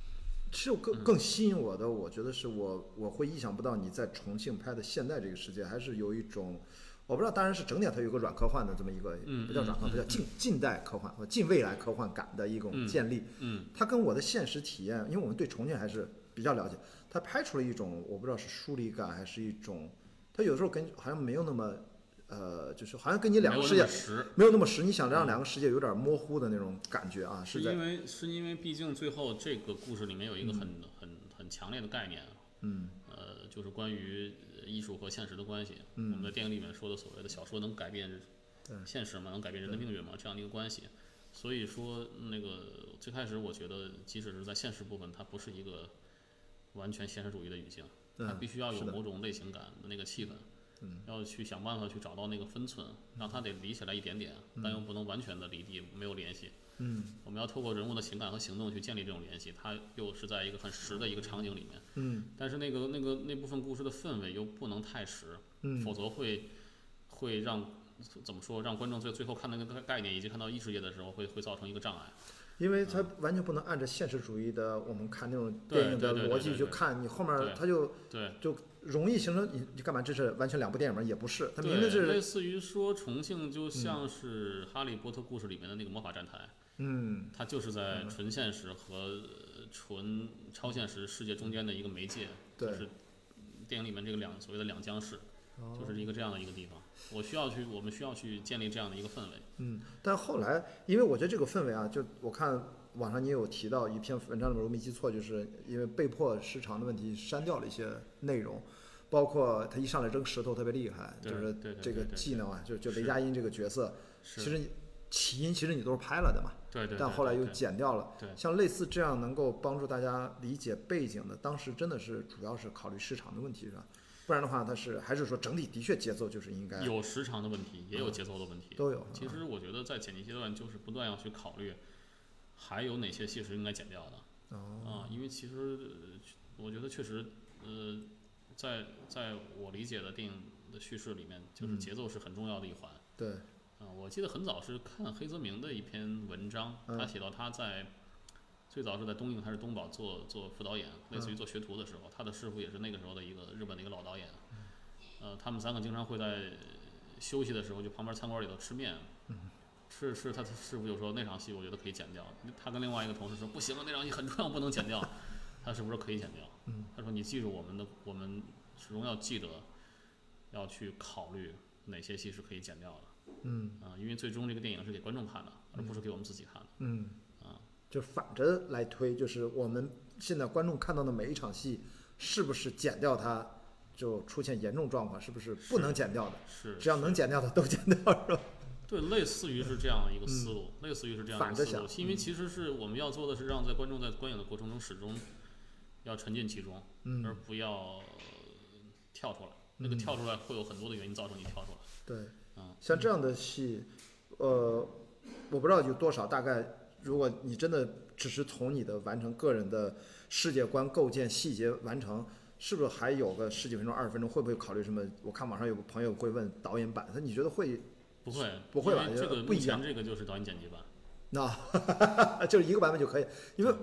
S3: 其实我
S2: 嗯
S3: 更更吸引我的，我觉得是我我会意想不到你在重庆拍的现代这个世界，还是有一种我不知道，当然是整点它有一个软科幻的这么一个，
S2: 嗯
S3: 不叫软科幻，它叫近近代科幻或近未来科幻感的一种
S2: 嗯
S3: 建立。
S2: 嗯，
S3: 它跟我的现实体验，因为我们对重庆还是比较了解，它拍出了一种我不知道是疏离感还是一种，它有时候跟好像没有那么呃，就是好像跟你两个世
S2: 没有那
S3: 界
S2: 么实，
S3: 没有那么实，你想让两个世界有点模糊的那种感觉啊，
S2: 是
S3: 在
S2: 因为是因为毕竟最后这个故事里面有一个很、很很强烈的概念，啊
S3: 嗯
S2: 呃，就是关于呃艺术和现实的关系。
S3: 嗯
S2: 我们在电影里面说的所谓的小说能改变现实吗？能改变人的命运吗？这样的一个关系。所以说，那个最开始我觉得，即使是在现实部分，它不是一个完全现实主义的语境，它
S3: 嗯
S2: 必须要有
S3: 是的嗯
S2: 某种类型感的那个气氛，要去想办法去找到那个分寸，让它得离起来一点点，但又不能完全的离地，没有联系。
S3: 嗯
S2: 我们要透过人物的情感和行动去建立这种联系，它又是在一个很实的一个场景里面。
S3: 嗯
S2: 但是那个那个那部分故事的氛围又不能太实，
S3: 嗯
S2: 否则会会让怎么说让观众最最后看那个概概念以及看到意识页的时候会会造成一个障碍。
S3: 因为它完全不能按照现实主义的我们看那种
S2: 对
S3: 电影的
S2: 对对对
S3: 逻
S2: 对
S3: 辑
S2: 对
S3: 去看，你后面
S2: 对
S3: 它就
S2: 对，
S3: 就容易形成你你干嘛？这是完全两部电影吗？也不是，它明明
S2: 对
S3: 是
S2: 类似于说重庆就像是《哈利波特》故事里面的那个魔法站台，
S3: 嗯
S2: 它就是在纯现实和呃纯超现实世界中间的一个媒介，
S3: 对
S2: 就是电影里面这个两所谓的两僵尸，
S3: 哦
S2: 就是一个这样的一个地方。我需要去，我们需要去建立这样的一个氛围。
S3: 嗯。但后来，因为我觉得这个氛围啊，就我看网上你有提到一篇文章里面，我没记错，就是因为被迫时长的问题删掉了一些内容。包括他一上来扔石头特别厉害，就
S2: 对
S3: 是
S2: 对对
S3: 这个
S2: 对对
S3: 技能啊，就就是雷佳音这个角色，
S2: 是
S3: 其实你起因其实你都是拍了的嘛，
S2: 对对，
S3: 但
S2: 对
S3: 后来
S2: 对
S3: 又
S2: 对
S3: 剪掉了。
S2: 对
S3: 像类似这样能够帮助大家理解背景的，当时真的是主要是考虑市场的问题，是吧？不然的话，它是还是说整体的确节奏就是应该嗯
S2: 有时长的问题，也有节奏的问题。
S3: 都有啊。
S2: 其实我觉得在剪辑阶段，就是不断要去考虑，还有哪些戏是应该剪掉的
S3: 哦，
S2: 啊？因为其实呃我觉得确实，呃，在在我理解的电影的叙事里面，
S3: 嗯
S2: 就是节奏是很重要的一环。
S3: 对，
S2: 啊，我记得很早是看黑泽明的一篇文章，
S3: 嗯
S2: 他写到他在最早是在东映还是东宝做做副导演，类似于做学徒的时候，他的师傅也是那个时候的一个日本的一个老导演。呃，他们三个经常会在休息的时候就旁边餐馆里头吃面。吃吃，他师傅就说那场戏我觉得可以剪掉。他跟另外一个同事说不行，那场戏很重要，不能剪掉。他师傅说可以剪掉。他说你记住我们的，我们始终要记得要去考虑哪些戏是可以剪掉的。
S3: 嗯
S2: 啊、因为最终这个电影是给观众看的，而不是给我们自己看的。
S3: 嗯
S2: 啊，
S3: 就反着来推，就是我们现在观众看到的每一场戏，是不是剪掉它就出现严重状况？是不是不能剪掉的？
S2: 是，
S3: 只要能剪掉的都 剪掉，是吧？
S2: 对，类似于是这样的一个思路，类似于是这样的一
S3: 嗯反着
S2: 个思路，
S3: 想嗯
S2: 因为其实是我们要做的是让在观众在观影的过程中始终要沉浸其中，
S3: 嗯
S2: 而不要呃跳出来。那个跳出来会有很多的原因造成你跳出来。
S3: 对
S2: 嗯，
S3: 像这样的戏，呃，我不知道有多少，大概如果你真的只是从你的完成个人的世界观构建细节完成，是不是还有个十几分钟、二十分钟？会不会考虑什么？我看网上有个朋友会问导演版，他你觉得会
S2: 不会，
S3: 不会吧
S2: 因为这
S3: 这
S2: 个
S3: 个
S2: 目
S3: 不一
S2: 前
S3: 样
S2: 这个就是导演剪辑版。
S3: 那 就是一个版本就可以？因为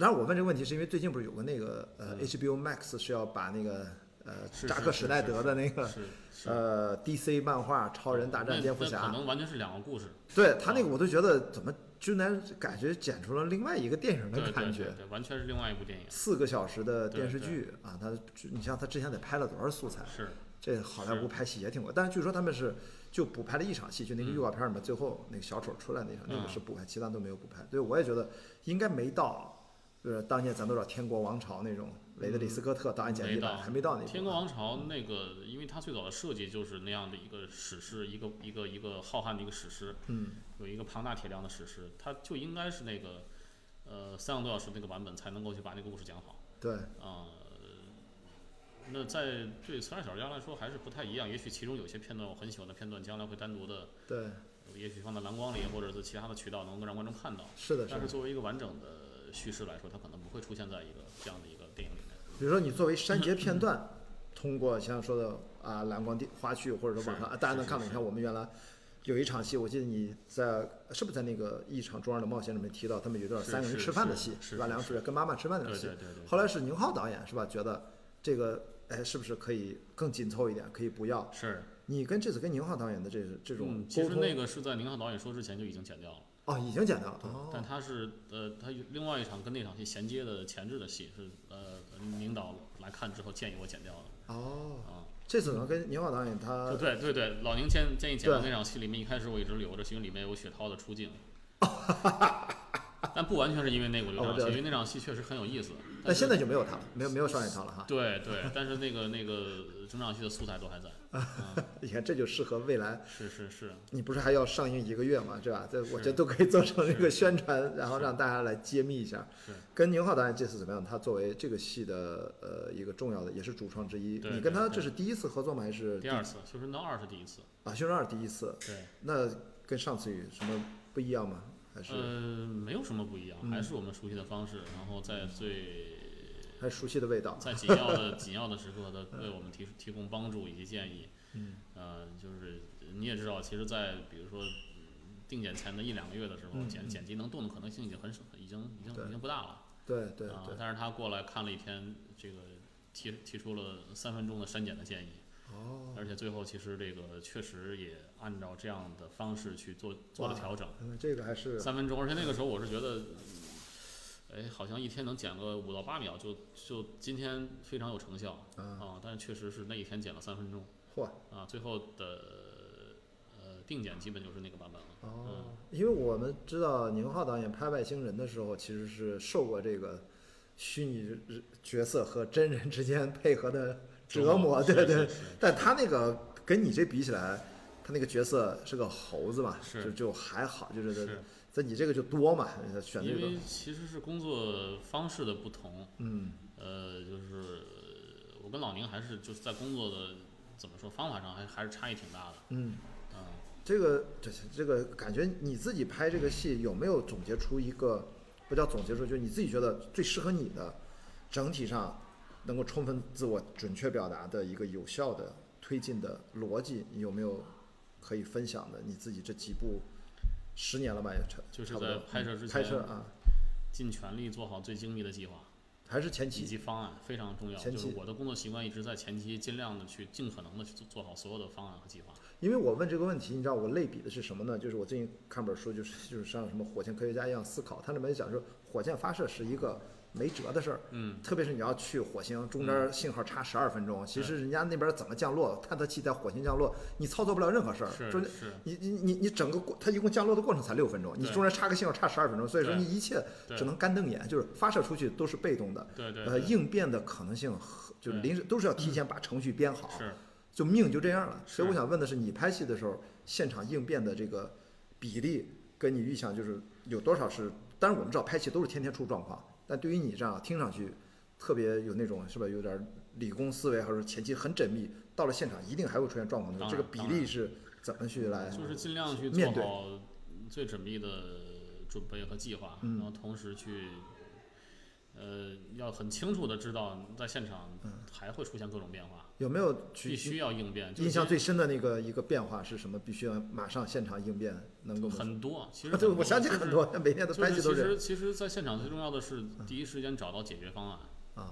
S3: 当然我问这个问题是因为最近不是有个那个呃
S2: 嗯
S3: HBO Max 是要把那个呃
S2: 是
S3: 扎
S2: 是
S3: 克
S2: 是
S3: 施耐
S2: 是
S3: 德的那个
S2: 是是，
S3: 呃 DC 漫画《超人大战
S2: 那
S3: 蝙蝠
S2: 那
S3: 侠》
S2: 可能完全是两个故事。
S3: 对
S2: 啊
S3: 他那个我都觉得怎么居然感觉剪出了另外一个电影
S2: 对
S3: 的
S2: 对
S3: 感
S2: 对
S3: 觉，
S2: 对，完全是 另外一部电影。
S3: 四个小时的
S2: 对
S3: 电视
S2: 对
S3: 剧啊，他你像他之前得拍了多少素材
S2: 是
S3: 这好莱坞拍戏也挺贵，但是据说他们是就补拍了一场戏，就那
S2: 嗯
S3: 个预告片里面最后那个小丑出来那场，那个是补拍，其他都没有补拍。所以我也觉得应该没到，就是当年咱都知道《天国王朝》那种雷德利·斯科特导演剪辑
S2: 嗯没到
S3: 版还没到那一步。
S2: 天国王朝那个，因为它最早的设计就是那样的一个史诗，一个一个一个浩瀚的一个史诗，
S3: 嗯，
S2: 有一个庞大铁量的史诗，它就应该是那个，呃，三个多小时那个版本才能够去把那个故事讲好
S3: 对，
S2: 啊、那在对《刺杀小说家》来说还是不太一样，也许其中有些片段我很喜欢的片段，将来会单独的，
S3: 对，
S2: 也许放在蓝光里或者是其他的渠道能够让观众看到。
S3: 是的，是
S2: 但
S3: 的
S2: 是。作为一个完整的叙事来说，它可能不会出现在一个这样的一个电影里面。
S3: 比如说你作为删节片段，通过像说的啊蓝光地花絮或者说网上，
S2: 是
S3: 啊大家能
S2: 是
S3: 看到，你
S2: 是
S3: 看我们原来有一场戏，我记得你在是不是在那个一场中二的冒险里面提到，他们有一段
S2: 是
S3: 三个人
S2: 是
S3: 吃饭的
S2: 是
S3: 戏，
S2: 是
S3: 是吧？
S2: 是
S3: 梁
S2: 是
S3: 主任跟妈妈吃饭那段
S2: 对
S3: 戏
S2: 对，对对
S3: 后来是宁浩导演是吧？觉得这个哎是不是可以更紧凑一点，可以不要？
S2: 是，
S3: 你跟这次跟宁浩导演的这这种
S2: 嗯，其
S3: 沟
S2: 实
S3: 通
S2: 那个是在宁浩导演说之前就已经剪掉了。
S3: 哦，已经剪掉了
S2: 对，
S3: 哦，
S2: 但他是呃，他有另外一场跟那场戏衔接的前置的戏是呃，领导来看之后建议我剪掉的
S3: 哦，
S2: 啊。
S3: 这次呢跟宁浩导演他
S2: 对对对，老宁建建议剪的
S3: 呃对
S2: 那场戏里面，一开始我一直留着，是因为里面有雪涛的出 镜。但不完全是因为那个我留
S3: 哦
S2: 这场
S3: 对
S2: 戏，因为那场戏确实很有意思。
S3: 但
S2: 是
S3: 现在就没有他了，没有没有少年他了 哈。
S2: 对对，但是那个那个整场戏的素材都 还在。嗯，
S3: 你看这就适合未来
S2: 是是是，
S3: 你不是还要上映一个月嘛，对吧？这
S2: 是
S3: 我觉得都可以做成一个
S2: 是
S3: 宣传，然后让大家来揭秘一下
S2: 是。
S3: 跟宁浩导演这次怎么样？他作为这个戏的呃一个重要的，也是主创之一。
S2: 对
S3: 你跟他
S2: 对对
S3: 这是第一次合作吗？还是
S2: 第二次《修神道二》是第一次，
S3: 啊？《修真二》第一次，
S2: 对。
S3: 那跟上次有什么不一样吗？还是、嗯
S2: 呃，没有什么不一样，还是我们熟悉的方式，然后在最
S3: 还是熟悉的味道？
S2: 在紧要 的紧要的时刻的为我们提提供帮助以及建议。
S3: 嗯，
S2: 呃，就是你也知道，其实，在比如说嗯定检前的一两个月的时候，
S3: 嗯
S2: 剪剪辑能动的可能性已经很少，已经已经
S3: 对
S2: 已经不大了
S3: 对对
S2: 啊
S3: 对。。
S2: 但是他过来看了一天，这个提提出了三分钟的删减的建议，
S3: 哦，
S2: 而且最后其实这个确实也按照这样的方式去做做了
S3: 哇
S2: 调整。
S3: 嗯这个还是
S2: 三分钟，而且那个时候我是觉得，嗯哎，好像一天能剪个五到八秒就，就今天非常有成效
S3: 啊，
S2: 啊。但是确实是那一天剪了三分钟
S3: 嚯
S2: 啊，最后的呃定剪基本就是那个版本了。
S3: 哦，因为我们知道宁浩导演拍《外星人》的时候，其实是受过这个虚拟人角色和真人之间配合的折磨，
S2: 是
S3: 对对
S2: 是是。
S3: 但他那个跟你这比起来，他那个角色是个猴子嘛，
S2: 是
S3: 就就还好，就是
S2: 是
S3: 在你这个就多嘛，选
S2: 因
S3: 这个
S2: 为，其实是工作方式的不同，
S3: 嗯
S2: 呃，就是我跟老宁还是就是在工作的怎么说方法上还还是差异挺大的，
S3: 嗯，
S2: 嗯。
S3: 这个这这个感觉你自己拍这个戏有没有总结出一个不叫总结出，就是你自己觉得最适合你的，整体上能够充分自我准确表达的一个有效的推进的逻辑，你有没有可以分享的？你自己这几部十年了吧，也差
S2: 就是
S3: 差不多
S2: 在拍摄之前
S3: 拍摄啊，
S2: 尽全力做好最精密的计划，
S3: 还是前
S2: 以
S3: 期
S2: 及方案非常重要。
S3: 前
S2: 就
S3: 期
S2: 是我的工作习惯一直在前期尽量的去尽可能的去做做好所有的方案和计划。
S3: 因为我问这个问题，你知道我类比的是什么呢？就是我最近看本书，就是就是像什么火箭科学家一样思考，它里面讲说火箭发射是一个没辙的事儿，
S2: 嗯，
S3: 特别是你要去火星，中间信号差十二分钟，其实人家那边怎么降落，探测器在火星降落，你操作不了任何事儿，
S2: 是
S3: 中间
S2: 是
S3: 你你你你整个过，它一共降落的过程才六分钟，你
S2: 对
S3: 中间插个信号差十二分钟，所以说
S2: 对
S3: 你一切
S2: 对
S3: 只能干瞪眼，就是发射出去都是被动的，
S2: 对对
S3: 呃，
S2: 对嗯
S3: 应变的可能性和就是临时都是要提前把程序编好，
S2: 是
S3: 就命就这样了。
S2: 是
S3: 所以我想问的是，你拍戏的时候，现场应变的这个比例，跟你预想就是有多少是？当然我们知道拍戏都是天天出状况，但对于你这样听上去特别有那种是吧，有点理工思维，或者说前期很缜密，到了现场一定还会出现状况的时候，
S2: 当
S3: 这
S2: 然
S3: 个比例是怎么去来？
S2: 就是尽量去做
S3: 呃面对
S2: 好最缜密的准备和计划，
S3: 嗯
S2: 然后同时去。呃，要很清楚的知道，在现场还会出现各种变化，
S3: 有没有
S2: 必须
S3: 嗯去
S2: 要应变。就是
S3: 印象最深的那个一个变化是什么？必须要马上现场应变，能够
S2: 很多，其实
S3: 啊对，
S2: 很
S3: 我想起
S2: 就是
S3: 很多，每天都
S2: 就
S3: 拍
S2: 是
S3: 戏都
S2: 其
S3: 是
S2: 实其实，在现场最重要的是第一时间找到解决方案，
S3: 啊，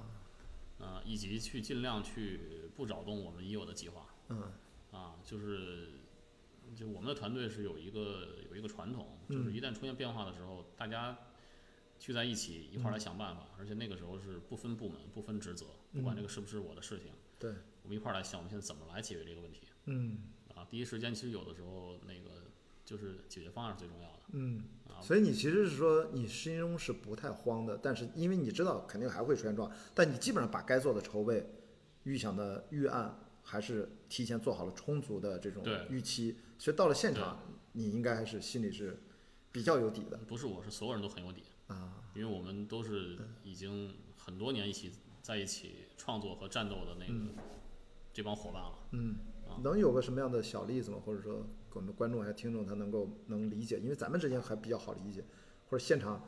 S2: 啊、以及去尽量去不扰动我们已有的计划。
S3: 嗯
S2: 啊，就是就我们的团队是有一个有一个传统，
S3: 嗯
S2: 就是一旦出现变化的时候，大家聚
S3: 嗯
S2: 在一起一块儿来想办法，而且那个时候是不分部门、不分职责，不管这个是不是我的事情，
S3: 嗯对，
S2: 我们一块儿来想，我们现在怎么来解决这个问题
S3: 嗯
S2: 啊？第一时间，其实有的时候那个就是解决方案是最重要的
S3: 嗯。
S2: 啊。
S3: 所以你其实是说你心中是不太慌的，但是因为你知道肯定还会出现状况，但你基本上把该做的筹备、预想的预案还是提前做好了充足的这种
S2: 对
S3: 预期，所以到了现场你应该还是心里是比较有底的
S2: 不是我是所有人都很有底，
S3: 啊。
S2: 因为我们都是已经很多年一起在一起创作和战斗的那个这帮伙伴了。
S3: 嗯
S2: 啊，
S3: 能有个什么样的小例子吗？或者说给我们观众还有听众他能够能理解，因为咱们之间还比较好理解，或者现场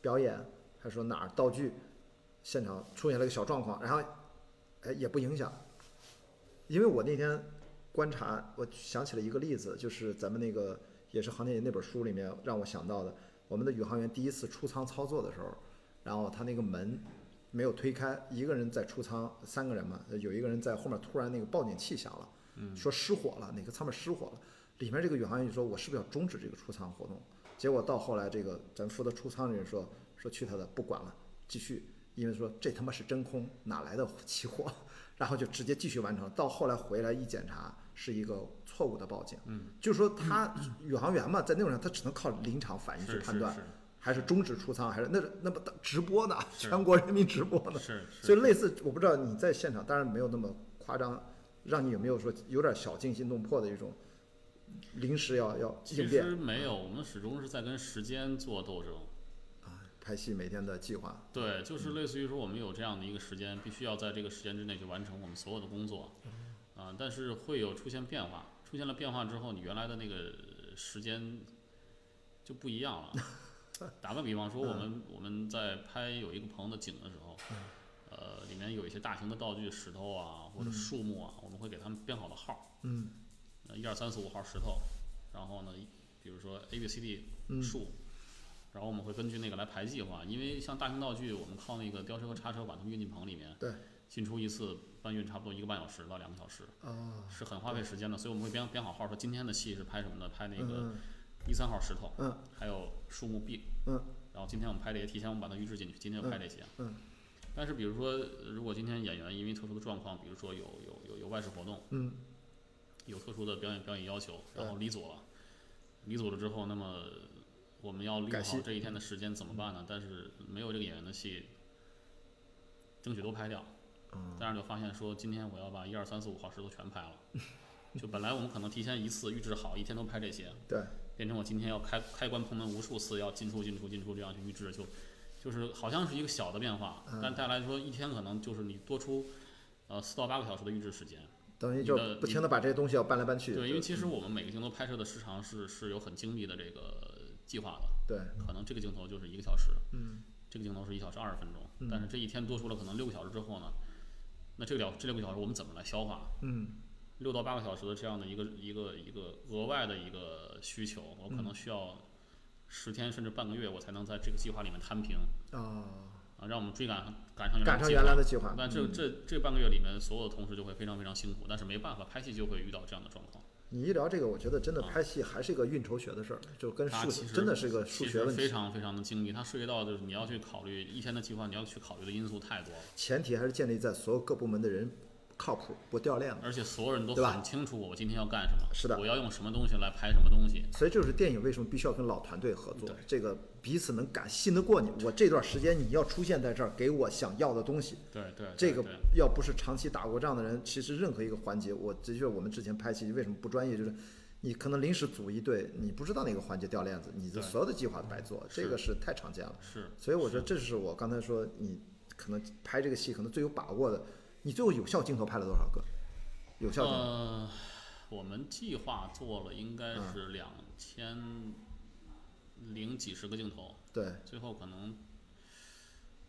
S3: 表演，还是说哪儿道具现场出现了个小状况，然后哎也不影响，因为我那天观察，我想起了一个例子，就是咱们那个也是航天员那本书里面让我想到的，我们的宇航员第一次出舱操作的时候，然后他那个门没有推开，一个人在出舱，三个人嘛，有一个人在后面突然那个报警器响了，
S2: 嗯
S3: 说失火了，哪个舱门失火了，里面这个宇航员就说我是不是要终止这个出舱活动？结果到后来这个咱负责出舱的人说说去他的，不管了，继续，因为说这他妈是真空，哪来的起火？ 然后就直接继续完成了。到后来回来一检查，是一个错误的报警。嗯，就是说他 宇航员嘛，在那种上他只能靠临场反应去
S2: 是
S3: 判断
S2: 是，
S3: 还是终止出舱，还是那那不直播呢，
S2: 是
S3: 全国人民直播呢
S2: 是。是是，
S3: 所以类似，我不知道你在现场，当然没有那么夸张，让你有没有说有点小惊心动魄的一种临时要要
S2: 其
S3: 应变
S2: 实没有，我们始终是在跟时间做斗争。
S3: 啊？拍戏每天的计划，
S2: 对，就是类似于说我们有这样的一个时间，必须要在这个时间之内去完成我们所有的工作，啊、但是会有出现变化，出现了变化之后，你原来的那个时间就不一样了。打个比方说，我们我们在拍有一个朋友的景的时候，呃，里面有一些大型的道具，石头啊或者树木啊，我们会给他们编好了号儿，
S3: 嗯
S2: 呃一二三四五号石头，然后呢，比如说 A B C D 树，然后我们会根据那个来排计划，因为像大型道具，我们靠那个吊车和叉车把它们运进棚里面，
S3: 对，
S2: 进出一次搬运差不多一个半小时到两个小时，
S3: 啊，
S2: 是很花费时间的，所以我们会编编好号，说今天的戏是拍什么的，拍那个
S3: 嗯
S2: 一三号石头，
S3: 嗯
S2: 还有树木 B，
S3: 嗯
S2: 然后今天我们拍这些，提前我们把它预制进去，今天就拍这些。
S3: 嗯
S2: 但是比如说，如果今天演员因为特殊的状况，比如说有有有有外事活动，
S3: 嗯，
S2: 有特殊的表演表演要求，
S3: 对
S2: 然后离组了，离组了之后，那么我们要利
S3: 改
S2: 用
S3: 戏嗯
S2: 好这一天的时间怎么办呢？但是没有这个演员的戏，争取都拍掉。
S3: 嗯
S2: 但是就发现说，今天我要把一二三四五号石头全拍 了，就本来我们可能提前一次预制好，一天都拍这些，
S3: 对，
S2: 变成我今天要开开关棚门无数次，要进出进出进出这样去预制，就就是好像是一个小的变化，
S3: 嗯
S2: 但带来说一天可能就是你多出呃四到八个小时的预制时间。
S3: 等于
S2: 你
S3: 就
S2: 的
S3: 不停的把这些东西要搬来搬去，
S2: 对，因为其实我们每个镜头拍摄的时长是是有很精密的这个计划的，
S3: 对，
S2: 可能这个镜头就是一个小时，
S3: 嗯
S2: 这个镜头是一小时二十分钟，但是这一天多出了可能六个小时之后呢，那这六这六个小时我们怎么来消化？
S3: 嗯
S2: 六到八个小时的这样的一个一个一个额外的一个需求，我
S3: 嗯
S2: 可能需要十天甚至半个月，我才能在这个计划里面摊平
S3: 啊，
S2: 啊，让我们追赶赶上原来
S3: 赶
S2: 的
S3: 上
S2: 计
S3: 原
S2: 划
S3: 来的计划，嗯
S2: 但这这这半个月里面，所有的同事就会非常非常辛苦，但是没办法，拍戏就会遇到这样的状况。
S3: 你一聊这个，我觉得真的拍戏还是一个运筹学的事儿，就跟
S2: 啊它
S3: 数
S2: 其
S3: 学
S2: 实
S3: 真的是个数
S2: 其
S3: 学
S2: 实
S3: 问
S2: 非
S3: 题，
S2: 常非常的精密，它涉及到就是你要去考虑一天的计划，你要去考虑的因素太多了，
S3: 前提还是建立在所有各部门的人靠谱不掉链子。
S2: 而且所有人都
S3: 对吧
S2: 很清楚我今天要干什么，
S3: 是的
S2: 我要用什么东西来拍什么东西，
S3: 所以这就是电影为什么必须要跟老团队合作，这个彼此能感信得过你。我这段时间你要出现在这儿，给我想要的东西。
S2: 对对，对
S3: 这个
S2: 对
S3: 要不是长期打过仗的人，其实任何一个环节，我的确我们之前拍戏为什么不专业，就是你可能临时组一队，你不知道哪个环节掉链子，你的
S2: 对嗯
S3: 所有的计划都白做，这
S2: 是
S3: 个是太常见了。
S2: 是
S3: 所以我觉得这是我刚才说你可能拍这个戏可能最有把握的，你最后有效镜头拍了多少个？有效镜头
S2: 呃，我们计划做了应该
S3: 嗯
S2: 是两千零几十个镜头，
S3: 对。
S2: 最后可能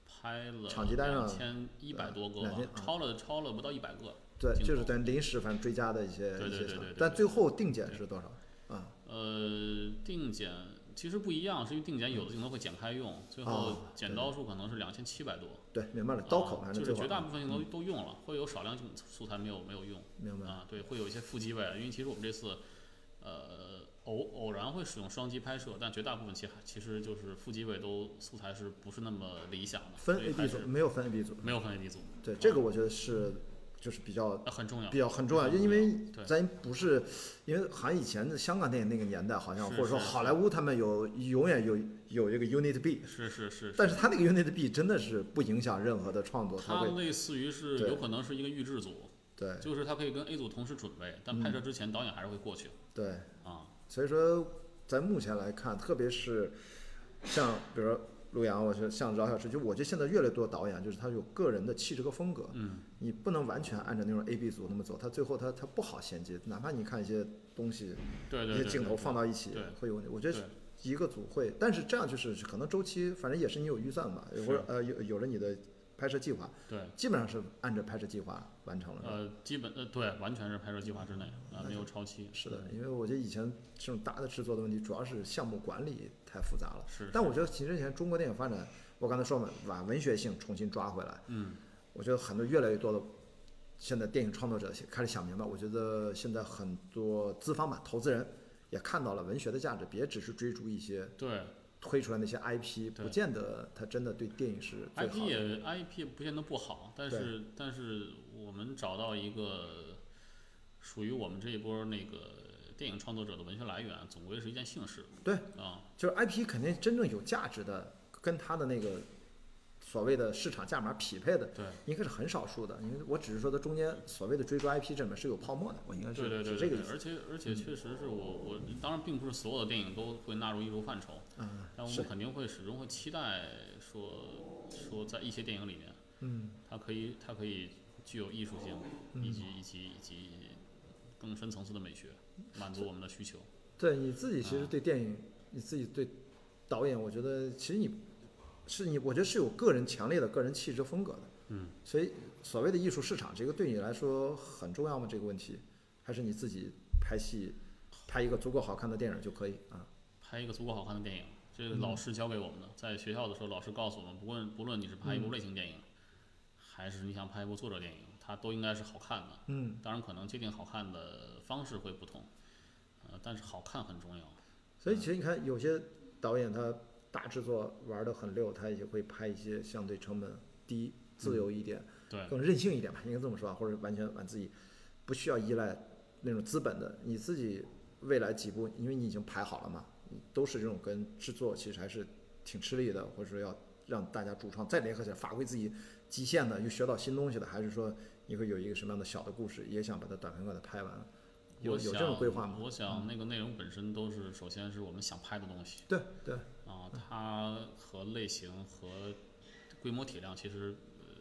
S2: 拍了
S3: 场地单上
S2: 两千一百多个吧
S3: 2000，啊
S2: 超了超了不到一百个。
S3: 对，就是
S2: 镜头
S3: 咱临时反正追加的一些
S2: 对对
S3: 一些
S2: 对
S3: 啥
S2: 对对
S3: 但
S2: 对
S3: 最后定检是多少？啊，
S2: 呃，定检其实不一样，是因为定检有的镜头会剪开用，最后
S3: 嗯哦
S2: 剪刀数可能是两千七百多。
S3: 对，明白了，刀口
S2: 啊
S3: 反正
S2: 就
S3: 最
S2: 是
S3: 后
S2: 绝大部分镜头都用了，会有少量镜素材没有没有用。
S3: 明白
S2: 啊，对，会有一些副机位，因为其实我们这次，呃，偶偶然会使用双机拍摄，但绝大部分其实其实就是副机位都素材是不是那么理想的，
S3: 分
S2: 所以
S3: A
S2: 还
S3: B 组
S2: 是
S3: 没有分 A B 组，
S2: 没有分 A B 组。
S3: 对，这个我觉得是就是比较
S2: 那很重要
S3: 比。较很重要，因为
S2: 嗯对
S3: 咱不是，因为好像以前的香港电影那个年代，好像
S2: 是
S3: 或者说
S2: 是
S3: 好莱坞他们有永远有有这个 Unit B，
S2: 是是是，
S3: 但是他那个 Unit B 真的是不影响任何的创作，他
S2: 它
S3: 会
S2: 类似于是
S3: 对
S2: 有可能是一个预制组，
S3: 对嗯
S2: 就是它可以跟 A 组同时准备，但拍摄之前导演还是会过去
S3: 对，
S2: 啊。
S3: 所以说在目前来看，特别是像比如说陆阳，我是像饶小池，就我觉得现在越来越多导演就是他有个人的气质和风格，
S2: 嗯，
S3: 你不能完全按照那种 A B 组那么走，他最后他他不好衔接，哪怕你看一些东西。
S2: 对
S3: 一
S2: 对
S3: 些
S2: 对，
S3: 镜头
S2: 对
S3: 放到一起
S2: 对
S3: 会有问题。我觉得
S2: 对
S3: 一个组会，但是这样就是可能周期，反正也是你有预算吧，
S2: 是
S3: 或者呃有有了你的拍摄计划，
S2: 对。
S3: 基本上是按照拍摄计划完成了。是吧
S2: 呃，基本呃对，完全是拍摄计划之内啊、没有超期。
S3: 是的，因为我觉得以前这种大的制作的问题，主要是项目管理太复杂了。
S2: 是
S3: 但
S2: 是
S3: 我觉得其实以前中国电影发展，我刚才说嘛，把文学性重新抓回来，
S2: 嗯，
S3: 我觉得很多越来越多的现在电影创作者开始想明白，我觉得现在很多资方吧、投资人也看到了文学的价值，别只是追逐一些
S2: 对
S3: 推出来那些 IP，不
S2: 对
S3: 见得它真的对电影是最
S2: ，IP
S3: 好的。
S2: 也 IP 也不见得不好，但
S3: 对
S2: 是但是我们找到一个属于我们这一波那个电影创作者的文学来源，总归是一件幸事
S3: 对，
S2: 啊。
S3: 就是 IP 肯定真正有价值的，跟它的那个所谓的市场价码匹配的，
S2: 对，
S3: 应该是很少数的。因为我只是说它中间所谓的追逐 IP 这里面是有泡沫的，我应该是
S2: 对对对
S3: 是
S2: 对
S3: 这个
S2: 对
S3: 意，思。嗯
S2: 而且而且确实是我我当然并不是所有的电影都会纳入艺术范畴，但
S3: 嗯，
S2: 我
S3: 是
S2: 们，肯定会始终会期待说说在一些电影里面，
S3: 嗯，
S2: 它可以它可以具有艺术性，以及以及以及更深层次的美学，满足我们的需求。
S3: 对你自己其实
S2: 啊
S3: 对电影，你自己对导演，我觉得其实你是你，我觉得是有个人强烈的个人气质风格的。
S2: 嗯，
S3: 所以所谓的艺术市场，这个对你来说很重要吗？这个问题，还是你自己拍戏，拍一个足够好看的电影就可以啊？
S2: 拍一个足够好看的电影，这
S3: 嗯
S2: 是老师教给我们的。在学校的时候，老师告诉我们，不论不论你是
S3: 嗯
S2: 拍一部类型电影，还是你想拍一部作者电影，它都应该是好看的。
S3: 嗯，
S2: 当然，可能界定好看的方式会不同，呃，但是好看很重要。
S3: 所以其实你看，有些导演他大制作玩的很溜，他也会拍一些相对成本低、自由一点、
S2: 对，
S3: 更任性一点吧，应该这么说，啊或者完全把自己不需要依赖那种资本的，你自己未来几步，因为你已经排好了嘛，你都是这种跟制作其实还是挺吃力的，或者说要让大家主创再联合起来发挥自己极限的，又学到新东西的，还是说你会有一个什么样的小的故事，也想把它短平快的拍完，有
S2: 我
S3: 有这种
S2: 想
S3: 规划吗？嗯
S2: 我想那个内容本身都是，首先是我们想拍的东西
S3: 对对，
S2: 啊、它和类型和规模体量其实呃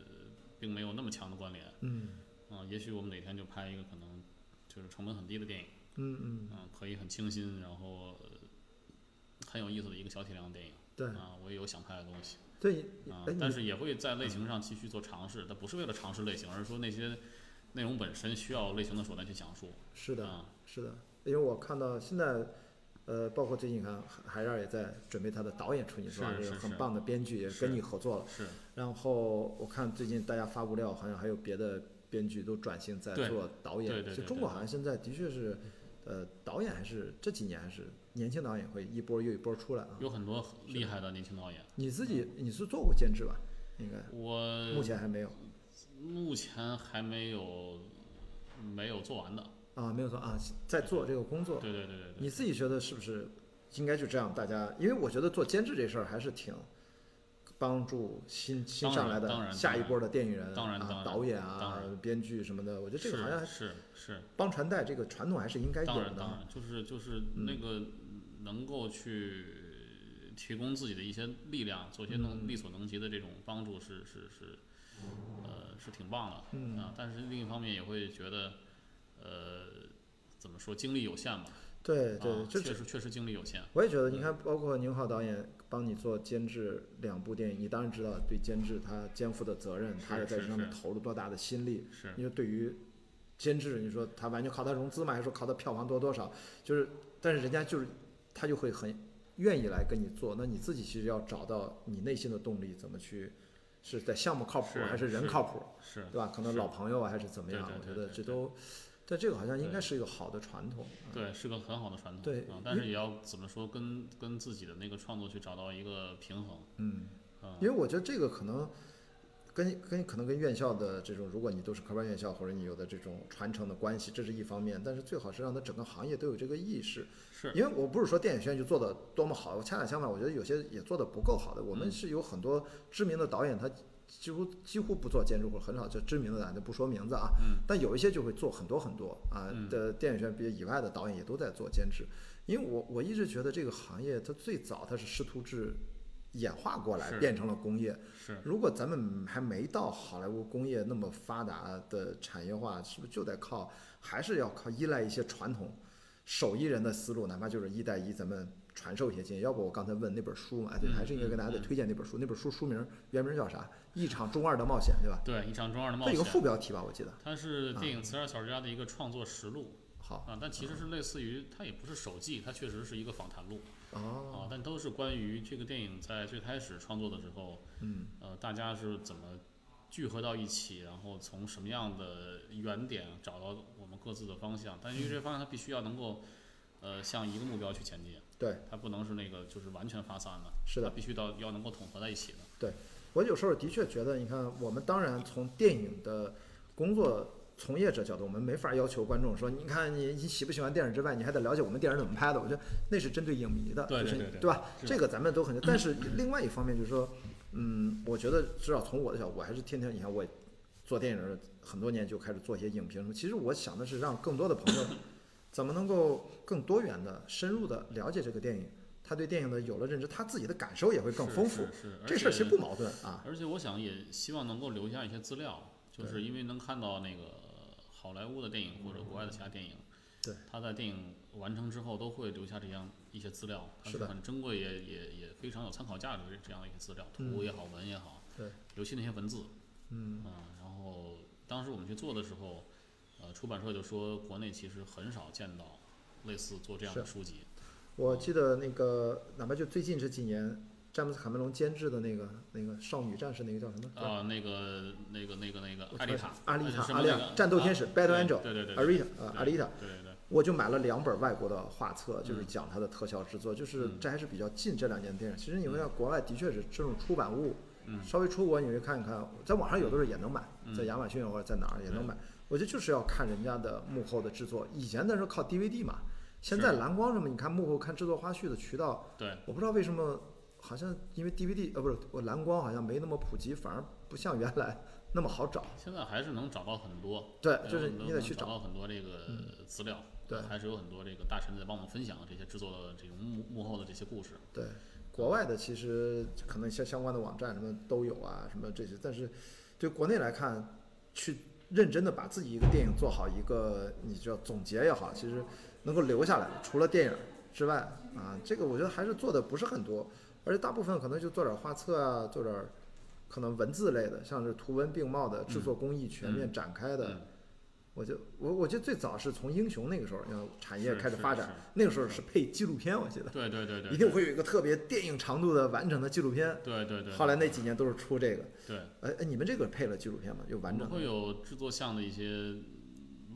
S2: 并没有那么强的关联。
S3: 嗯
S2: 啊、也许我们哪天就拍一个可能就是成本很低的电影。
S3: 嗯嗯，
S2: 嗯，可以很清新，然后呃很有意思的一个小体量的电影。
S3: 对。
S2: 啊，我也有想拍的东西
S3: 对，
S2: 啊
S3: 哎，，
S2: 但
S3: 你
S2: 是也会在类型上继续做尝试，但不是为了尝试类型，而是说那些内容本身需要类型的手段去讲述。
S3: 是的，
S2: 啊，
S3: 是的，因为我看到现在，呃，包括最近看海海尔也在准备他的导演出去，吧？
S2: 是
S3: 这
S2: 是
S3: 个很
S2: 是
S3: 棒的编剧也
S2: 是
S3: 跟你合作了。
S2: 是
S3: 然后我看最近大家发布料，好像还有别的编剧都转型在
S2: 对
S3: 做导演。
S2: 对对
S3: 就
S2: 对
S3: 中
S2: 对嗯
S3: 国好像现在的确是，呃，导演还是这几年还是年轻导演会一波又一波出来啊。
S2: 有很多厉害的年轻导演，
S3: 你自己你是做过监制吧？应该
S2: 我
S3: 目前还没有
S2: 目前还没有没有做完的。
S3: 啊，没有做啊，在做这个工作。
S2: 对对对对对，
S3: 你自己觉得是不是应该就这样？大家，因为我觉得做监制这事儿还是挺帮助新新上来
S2: 当然当
S3: 的
S2: 然
S3: 下一波的电影人
S2: 当然当
S3: 啊、
S2: 然
S3: 导演
S2: 当
S3: 啊
S2: 然、
S3: 编剧什么的。我觉得这个好像还
S2: 是是是，
S3: 帮传代这个传统还是应该有
S2: 当然当
S3: 的。嗯
S2: 然，就是就是那个能够去提供自己的一些力量，做一些
S3: 嗯
S2: 能力所能及的这种帮助是是是，呃，是挺棒的、
S3: 嗯
S2: 啊。但是另一方面也会觉得，呃，怎么说，精力有限吧？
S3: 对对，
S2: 啊、
S3: 就
S2: 确
S3: 是
S2: 实确实精力有限。
S3: 我也觉得，你看，包括宁浩导演帮你做监制两部电影，你当然知道对监制他肩负的责任，
S2: 是
S3: 他也在
S2: 是
S3: 这上面
S2: 是
S3: 投入多大的心力。
S2: 是
S3: 因为对于监制，你说他完全靠他融资嘛，还是说靠他票房多多少？就是，但是人家就是他就会很愿意来跟你做。那你自己其实要找到你内心的动力，怎么去是在项目靠谱
S2: 是
S3: 还是人
S2: 是
S3: 靠谱，
S2: 是，
S3: 对吧？可能
S2: 是
S3: 老朋友啊还是怎么
S2: 对
S3: 样？
S2: 对
S3: 我觉
S2: 对
S3: 得
S2: 对
S3: 这
S2: 对
S3: 都，但这个好像应该
S2: 对
S3: 是一个好的传统。
S2: 对，是个很好的传统。
S3: 嗯对
S2: 啊，但是
S3: 因
S2: 也要怎么说，跟跟自己的那个创作去找到一个平衡。
S3: 嗯，
S2: 嗯，
S3: 因为我觉得这个可能跟跟可能跟院校的这种，如果你都是科班院校或者你有的这种传承的关系，这是一方面，但是最好是让它整个行业都有这个意识，
S2: 是
S3: 因为我不是说电影学院就做的多么好，恰恰相反，我觉得有些也做的不够好的。我们是有很多知名的导演，他几乎几乎不做建筑或者很少就知名的咱就不说名字啊，
S2: 嗯
S3: 但有一些就会做很多很多啊
S2: 嗯
S3: 的电影学院毕业以外的导演也都在做兼职，因为我我一直觉得这个行业它最早它是师徒制演化过来
S2: 是
S3: 变成了工业，
S2: 是
S3: 如果咱们还没到好莱坞工业那么发达的产业化，是不是就得靠，还是要靠依赖一些传统手艺人的思路，哪怕就是一带一，咱们传授一些经验。要不我刚才问那本书嘛，哎，对，
S2: 嗯
S3: 还是应该跟大家得
S2: 嗯嗯
S3: 推荐那本书。那本书书名原名叫啥？《一场中二的冒险》，对吧？
S2: 对一场中二的冒
S3: 它有个嗯
S2: 险，
S3: 副标题吧，我记得。
S2: 它是电影《词二小说家》的一个创作实录
S3: 好，
S2: 啊，但其实是类似于它也不是手记，它确实是一个访谈录
S3: 哦，
S2: 啊，但都是关于这个电影在最开始创作的时候，
S3: 嗯，
S2: 呃，大家是怎么聚合到一起，然后从什么样的原点找到我们各自的方向？但是因为这方向它必须要能够，呃，向一个目标去前进，
S3: 对，
S2: 它不能是那个就是完全发散的，
S3: 是的
S2: 它。必须到要能够统合在一起的。
S3: 我有时候的确觉得，你看，我们当然从电影的工作从业者角度，我们没法要求观众说，你看你你喜不喜欢电影之外，你还得了解我们电影怎么拍的。我觉得那是针对影迷的，
S2: 对
S3: 就是
S2: 对
S3: 你
S2: 对
S3: 对吧？
S2: 是
S3: 这个咱们都很，但是另外一方面就是说，嗯，我觉得至少从我的角度，我还是天天你看我做电影很多年就开始做一些影评什么。其实我想的是让更多的朋友怎么能够更多元的、深入的了解这个电影，他对电影的有了认知，他自己的感受也会更
S2: 是
S3: 丰富
S2: 是。是，而
S3: 这事儿其实
S2: 且
S3: 不矛盾啊。
S2: 而且我想也希望能够留下一些资料，就是因为能看到那个好莱坞的电影或者国外的其他电影，
S3: 对，
S2: 他在电影完成之后都会留下这样一些资料，它
S3: 是的
S2: 很珍贵也也也非常有参考价值的这样一些资料，图也好，文也好，
S3: 嗯对，
S2: 尤其那些文字，
S3: 嗯，
S2: 然后当时我们去做的时候，呃，出版社就说国内其实很少见到类似做这样的书籍，
S3: 我记得那个，哪怕就最近这几年，詹姆斯卡梅隆监制的那个那个少女战士，那个叫什么？
S2: 啊，那个那个那个那个
S3: 我突
S2: 艾
S3: 然
S2: 丽塔，
S3: 阿丽
S2: 呃
S3: 塔
S2: 什
S3: 阿
S2: 么
S3: 丽
S2: 那
S3: 塔
S2: 个
S3: 战斗天
S2: 啊
S3: 使 Battle
S2: 对
S3: Angel
S2: 对对对，
S3: 阿
S2: 对
S3: 丽塔啊，阿丽塔，，
S2: 对对对，
S3: 我就买了两本外国的画册，就是
S2: 嗯
S3: 讲它的特效制作，就是这还是比较近这两年的电影。其实你们
S2: 嗯
S3: 在国外的确是这种出版物，稍微出国你去看一看，在网上有的时候也能买，
S2: 嗯
S3: 在亚马逊或者在哪儿也能买。我觉得就是要看人家的幕后的制作，以前那时候靠 DVD 嘛，现在
S2: 是
S3: 蓝光什么，你看幕后看制作花絮的渠道。
S2: 对，
S3: 我不知道为什么，好像因为 DVD 呃不是我蓝光好像没那么普及，反而不像原来那么好找。
S2: 现在还是能找到很多，
S3: 对
S2: 呃，
S3: 就是
S2: 我们
S3: 你得
S2: 能
S3: 去
S2: 找
S3: 找。嗯
S2: 到很多这个资料，呃
S3: 对
S2: 还是有很多这个大神在帮我们分享这些制作的这种幕幕后的这些故事，
S3: 对，国外的其实可能相相关的网站什么都有啊，什么这些，但是对国内来看，去认真的把自己一个电影做好，一个你叫总结也好，其实能够留下来，除了电影之外啊，这个我觉得还是做的不是很多，而且大部分可能就做点画册啊，做点儿可能文字类的，像是图文并茂的制作工艺全面展开的。
S2: 嗯
S3: 我就我我记得最早是从英雄那个时候，嗯，产业
S2: 是
S3: 开始
S2: 是
S3: 发展
S2: 是，
S3: 那个时候是配纪录片，我记得。
S2: 对对对对，
S3: 一定会有一个特别电影长度的完整的纪录片。
S2: 对，对对对，
S3: 后来那几年都是出这个，
S2: 对，
S3: 哎哎，你们这个配了纪录片吗？有
S2: 我
S3: 完
S2: 们
S3: 整
S2: 会
S3: 的？
S2: 有制作项的一些